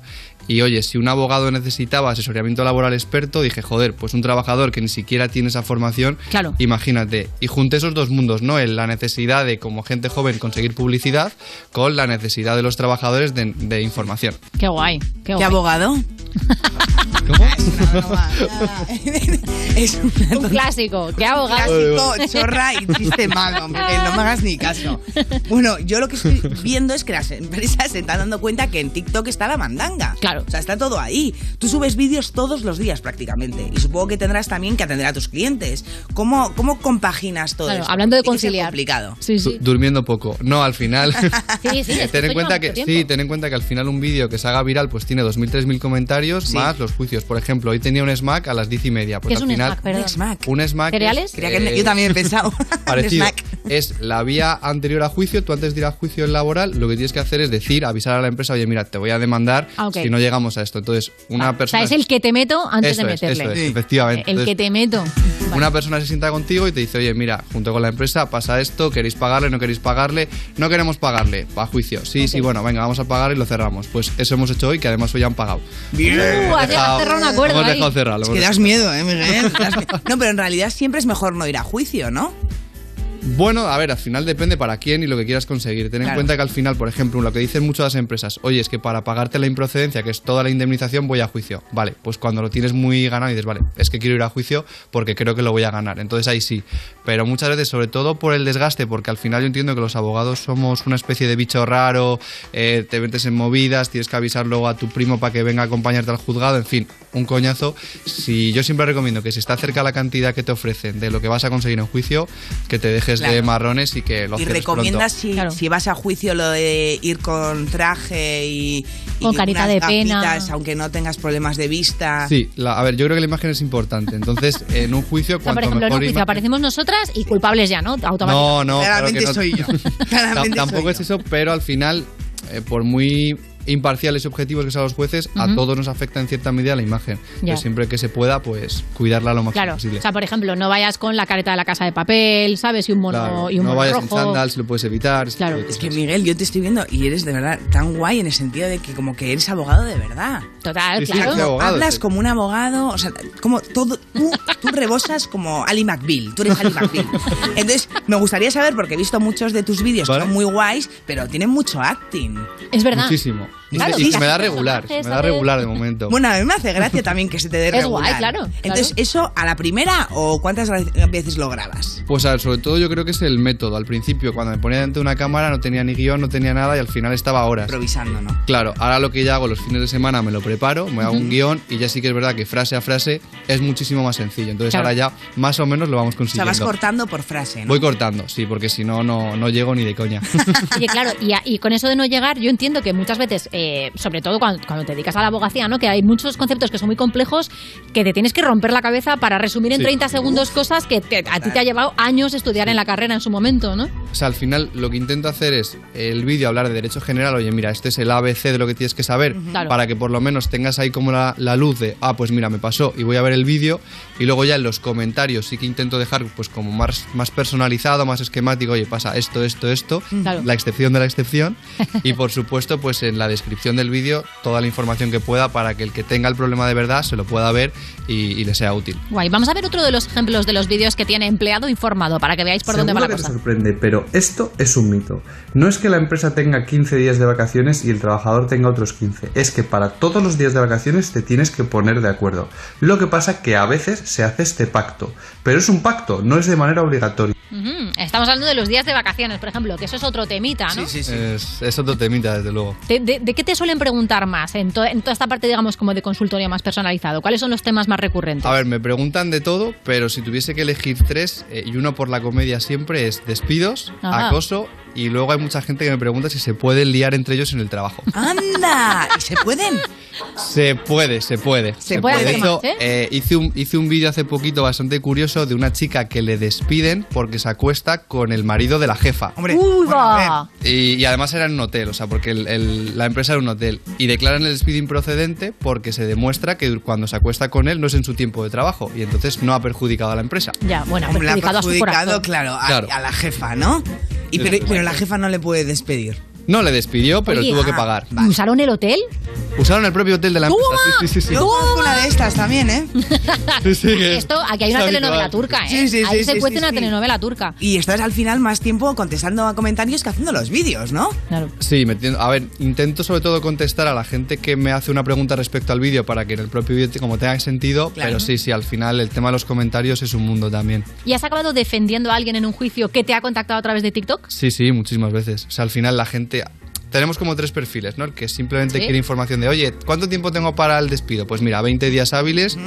Y oye, si un abogado necesitaba asesoramiento laboral experto, dije, joder, pues un trabajador que ni siquiera tiene esa formación, Claro. imagínate. Y junté esos dos mundos, ¿no? El- La necesidad de, como gente joven, conseguir publicidad con la necesidad de los trabajadores de, de información. Qué guay. Qué, guay. abogado? Es una Un clásico, qué abogado. Clásico, chorra y chiste malo, Miguel, no me hagas ni caso. Bueno, yo lo que estoy viendo es que las empresas se están dando cuenta que en TikTok está la mandanga. Claro. O sea, está todo ahí. Tú subes vídeos todos los días prácticamente. Y supongo que tendrás también que atender a tus clientes. ¿Cómo, cómo compaginas todo Claro, esto? hablando de Tiene que ser conciliar. complicado. Du- Durmiendo poco. No, al final. Sí, sí, es ten que en esto cuenta lleva que mucho sí, tiempo. ten en cuenta que al final un vídeo que se haga viral pues tiene 2.000, 3.000 comentarios Sí. más los juicios. Por ejemplo, hoy tenía un smack a las 10 y media. Pues ¿Qué es al un final, smack, perdón? Un smack. Un smack ¿Cereales? es, Creía que eh, yo también he pensado. Parecido. Snack. Es la vía anterior a juicio. Tú antes de ir a juicio laboral, lo que tienes que hacer es decir, avisar a la empresa, oye, mira, te voy a demandar Ah, ok. Ah, si no llegamos a esto. Entonces, O una sea, persona. es el que te meto antes Ah, Eso de es, meterle. eso es, efectivamente. El que Entonces, te meto. una persona se sienta contigo y te dice, oye, mira, junto con la empresa pasa esto, queréis pagarle, no queréis pagarle, no queremos pagarle, va a juicio. Sí, sí, bueno, venga, vamos a pagar y lo cerramos. Pues eso hemos hecho hoy, que además hoy han pagado. Bien. Hemos Uh, has dejado- cerrado un acuerdo Hemos ahí. dejado cerrar. lo Es hemos que das dejado. miedo, ¿eh, Miguel? Das miedo. No, pero en realidad siempre es mejor no ir a juicio, ¿no? Bueno, a ver, al final depende para quién y lo que quieras conseguir. Ten en Claro. cuenta que al final, por ejemplo, lo que dicen muchas empresas, oye, es que para pagarte la improcedencia, que es toda la indemnización, voy a juicio. Vale, pues cuando lo tienes muy ganado y dices, vale, es que quiero ir a juicio porque creo que lo voy a ganar. Entonces ahí sí. Pero muchas veces, sobre todo por el desgaste, porque al final yo entiendo que los abogados somos una especie de bicho raro, eh, te metes en movidas, tienes que avisar luego a tu primo para que venga a acompañarte al juzgado, en fin, un coñazo. Si yo siempre recomiendo que si está cerca la cantidad que te ofrecen de lo que vas a conseguir en juicio, que te dejes de Claro. marrones y que lo Y cierres recomiendas pronto. si, si vas a juicio lo de ir con traje y, y Con carita unas de pena. gafitas, aunque no tengas problemas de vista. Sí, la- a ver, yo creo que la imagen es importante. Entonces, en un juicio, O sea, cuanto por ejemplo, en un mejor juicio imagen- aparecimos nosotras y culpables ya, ¿no? No, Automáticamente. no, claro que no. Claramente Tam- tampoco es eso, pero al final, eh, por muy imparciales y objetivos que sean los jueces, Ujú. a todos nos afecta en cierta medida la imagen. Ya. Pero siempre que se pueda, pues cuidarla lo más Claro, posible. o sea, por ejemplo, no vayas con la careta de la casa de papel, ¿sabes? Y un mono, Claro, y un no mono vayas en rojo. chándal, si lo puedes evitar. ese tipo de Es cosas. que Miguel, yo te estoy viendo y eres de verdad tan guay en el sentido de que como que eres abogado de verdad. Total, Sí, sí, claro. soy abogado, Hablas sí. como un abogado, o sea, como todo, tú, tú rebosas como Ali McBeal, tú eres Ali McBeal. Entonces, me gustaría saber, porque he visto muchos de tus vídeos, que son muy guays, pero tienen mucho acting. Es verdad. Muchísimo. Y, se- y se me da regular, se me da regular de momento. Bueno, a mí me hace gracia también que se te dé Es regular. guay, claro, claro. Entonces, ¿eso a la primera o cuántas veces lo grabas? Pues a ver, sobre todo yo creo que es el método. Al principio, cuando me ponía delante de una cámara, no tenía ni guión, no tenía nada y al final estaba horas. Improvisando, ¿no? Claro, ahora lo que ya hago los fines de semana me lo preparo, me hago Ujú. un guión y ya sí que es verdad que frase a frase es muchísimo más sencillo. Entonces Claro. ahora ya más o menos lo vamos O sea, consiguiendo. vas cortando por frase, ¿no? Voy cortando, sí, porque si no, no, no llego ni de coña. Oye, claro, y, a- y con eso de no llegar, yo entiendo que muchas veces, eh, sobre todo cuando, cuando te dedicas a la abogacía, ¿no? que hay muchos conceptos que son muy complejos que te tienes que romper la cabeza para resumir en Sí. 30 segundos cosas que te- a ti te ha llevado años estudiar en la carrera en su momento, ¿no? O sea, al final lo que intento hacer es el vídeo hablar de derecho general, oye, mira, este es el ABC de lo que tienes que saber, Ujú. Claro. para que por lo menos tengas ahí como la, la luz de, ah, pues mira, me pasó y voy a ver el vídeo, y luego ya en los comentarios sí que intento dejar pues como más, más personalizado, más esquemático, oye, pasa esto, esto, esto, Claro. la excepción de la excepción, y por supuesto pues en la descripción del vídeo toda la información que pueda para que el que tenga el problema de verdad se lo pueda ver y, y le sea útil. Guay, vamos a ver otro de los ejemplos de los vídeos que tiene empleado informado para que veáis por dónde va la Seguro que cosa. te sorprende, pero esto es un mito. No es que la empresa tenga 15 días de vacaciones y el trabajador tenga otros 15. Es que para todos los días de vacaciones te tienes que poner de acuerdo. Lo que pasa que a veces se hace este pacto. Pero es un pacto, no es de manera obligatoria. Ujú, Estamos hablando de los días de vacaciones, por ejemplo, que eso es otro temita, Ah, ¿no? Es, es otro temita, desde luego. ¿De, de- de qué te suelen preguntar más en, to- en toda esta parte, digamos, como de consultoría más personalizado? ¿Cuáles son los temas más recurrentes? A ver, me preguntan de todo, pero si tuviese que elegir tres, eh, y uno por la comedia siempre, es despidos, Ajá. acoso, y luego hay mucha gente que me pregunta si se pueden liar entre ellos en el trabajo. ¡Anda! ¿Y se pueden? Se puede, se puede. Se puede hacer Hizo, más, ¿eh? eh, hice un, hice un vídeo hace poquito bastante curioso de una chica que le despiden porque se acuesta con el marido de la jefa. ¡Uy, va! Y, y además era en un hotel, o sea, porque el- el- la empresa era un hotel. Y declaran el despido improcedente porque se demuestra que cuando se acuesta con él no es en su tiempo de trabajo y entonces no ha perjudicado a la empresa. Ya, bueno, Hombre, la ha perjudicado a su perjudicado, corazón. claro, a, Claro. a la jefa, ¿no? Y Eso pero, es. pero la jefa no le puede despedir. No le despidió, pero Oye, tuvo que ah, pagar. ¿Usaron el hotel? Usaron el propio hotel de la empresa. Sí, sí, sí, sí. Yo conozco una de estas también, ¿eh? Sí, sí, que- Esto, aquí hay una Es telenovela habitual. turca, ¿eh? Sí, sí, Ahí sí, se sí, cuece sí, una sí. telenovela turca. Y estás al final más tiempo contestando a comentarios que haciendo los vídeos, ¿no? Claro. Sí, me entiendo. A ver, intento sobre todo contestar a la gente que me hace una pregunta respecto al vídeo para que en el propio vídeo te- como tenga sentido, Claro. pero sí, sí, al final el tema de los comentarios es un mundo también. ¿Y has acabado defendiendo a alguien en un juicio que te ha contactado a través de TikTok? Sí, sí, muchísimas veces. O sea, al final la gente... Tenemos como tres perfiles, ¿no? El que simplemente Sí. quiere información de, oye, ¿cuánto tiempo tengo para el despido? Pues mira, 20 días hábiles.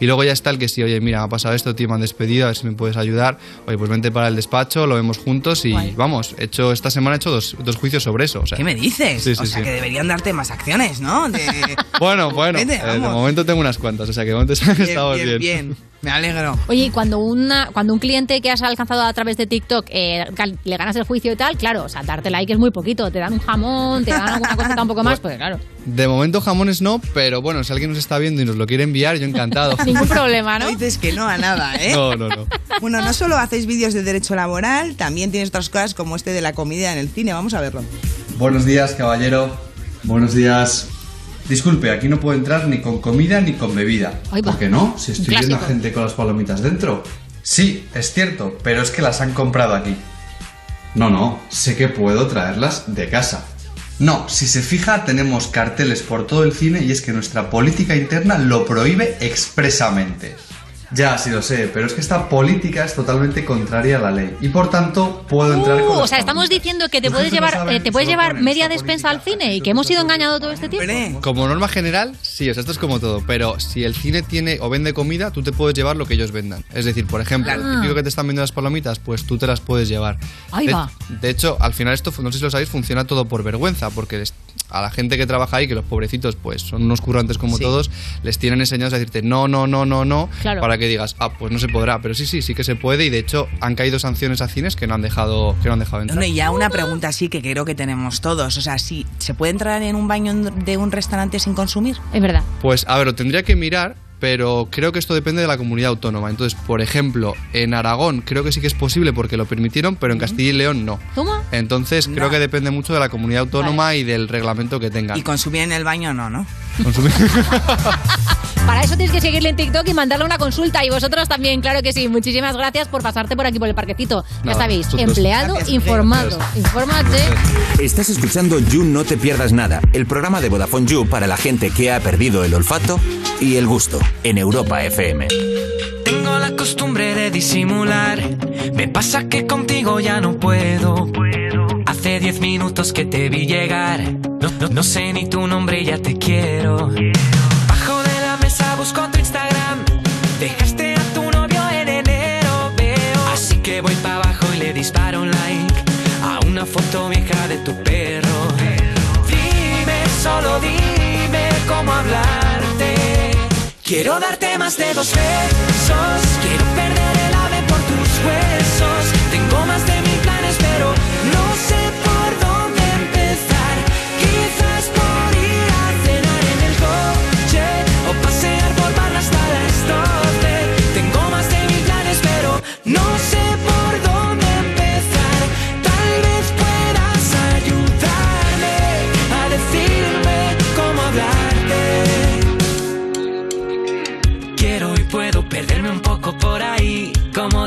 Y luego ya está el que sí, oye, mira, me ha pasado esto, tío, me han despedido, a ver si me puedes ayudar. Oye, pues vente para el despacho, lo vemos juntos y vamos, he hecho, esta semana he hecho dos, dos juicios sobre eso. o sea. ¿Qué me dices? Sí, sí, o sea, sí. que deberían darte más acciones, ¿no? De- Bueno, bueno, Vete, eh, de vamos. momento tengo unas cuantas, o sea que de momento estamos bien, bien. bien. Me alegro. Oye, y cuando, una, cuando un cliente que has alcanzado a través de TikTok eh, gal- le ganas el juicio y tal, claro, o sea, darte like es muy poquito. Te dan un jamón, te dan alguna cosa un poco más, pues claro. De momento jamones no, pero bueno, si alguien nos está viendo y nos lo quiere enviar, yo encantado. Ningún problema, ¿no? dices que no a nada, ¿eh? No, no, no. Bueno, no solo hacéis vídeos de derecho laboral, también tienes otras cosas como este de la comida en el cine. Vamos a verlo. Buenos días, caballero. Buenos días. Disculpe, aquí no puedo entrar ni con comida ni con bebida. Ahí va. ¿Por qué no? Si estoy Un viendo a clásico. gente con las palomitas dentro. Sí, es cierto, pero es que las han comprado aquí. No, no, sé que puedo traerlas de casa. No, si se fija, tenemos carteles por todo el cine y es que nuestra política interna lo prohíbe expresamente. Ya, sí lo sé, pero es que esta política es totalmente contraria a la ley y por tanto puedo entrar con Uh, o las sea, estamos diciendo que te Los puedes jefes no llevar, saben, eh, te puedes solo llevar ponen media despensa al cine y que hemos sido engañados todo este tiempo. Como norma general, sí, o sea, esto es como todo, pero si el cine tiene o vende comida, tú te puedes llevar lo que ellos vendan. Es decir, por ejemplo, Claro. el típico que te están vendiendo las palomitas, pues tú te las puedes llevar. Ahí de, va. de hecho, al final esto, no sé si lo sabéis, funciona todo por vergüenza, porque les- a la gente que trabaja ahí, que los pobrecitos, pues son unos currantes como Sí. todos, les tienen enseñados a decirte no, no, no, no, no, Claro. para que digas, ah, pues no se podrá, pero sí, sí, sí que se puede y de hecho han caído sanciones a cines que no han dejado, que no han dejado entrar. Bueno, y ya una pregunta así que creo que tenemos todos. O sea, sí, ¿se puede entrar en un baño de un restaurante sin consumir? Es verdad. Pues a ver, lo tendría que mirar, pero creo que esto depende de la comunidad autónoma. Entonces, por ejemplo, en Aragón creo que sí que es posible porque lo permitieron, pero en Castilla y León no. Toma. Entonces, creo que depende mucho de la comunidad autónoma y del reglamento que tengan. Y consumir en el baño no, ¿no? Consumir- Para eso tienes que seguirle en TikTok y mandarle una consulta. Y vosotros también, claro que sí. Muchísimas gracias por pasarte por aquí, por el parquecito. ya Nada, sabéis, vosotros. empleado Gracias, informado. gracias. Infórmate. Estás escuchando You No Te Pierdas Nada, el programa de Vodafone You para la gente que ha perdido el olfato y el gusto en Europa FM. Tengo la costumbre de disimular. Me pasa que contigo ya no puedo. Hace diez minutos que te vi llegar. No, no- no sé ni tu nombre, ya te quiero. Bajo de la mesa busco tu Instagram. Dejaste a tu novio en enero, veo. Así que voy para abajo y le disparo un like a una foto vieja de tu perro. Dime, solo dime cómo hablarte. Quiero darte más de dos besos. Quiero perder el ave por tus huesos. Tengo más de mil planes, pero no sé por dónde empezar. Quizás por ir a cenar en el coche o pasear por barra hasta las doce. Tengo más de mil planes, pero no sé por dónde empezar. Tal vez puedas ayudarme a decirme cómo hablarte. Quiero y puedo perderme un poco por ahí. Como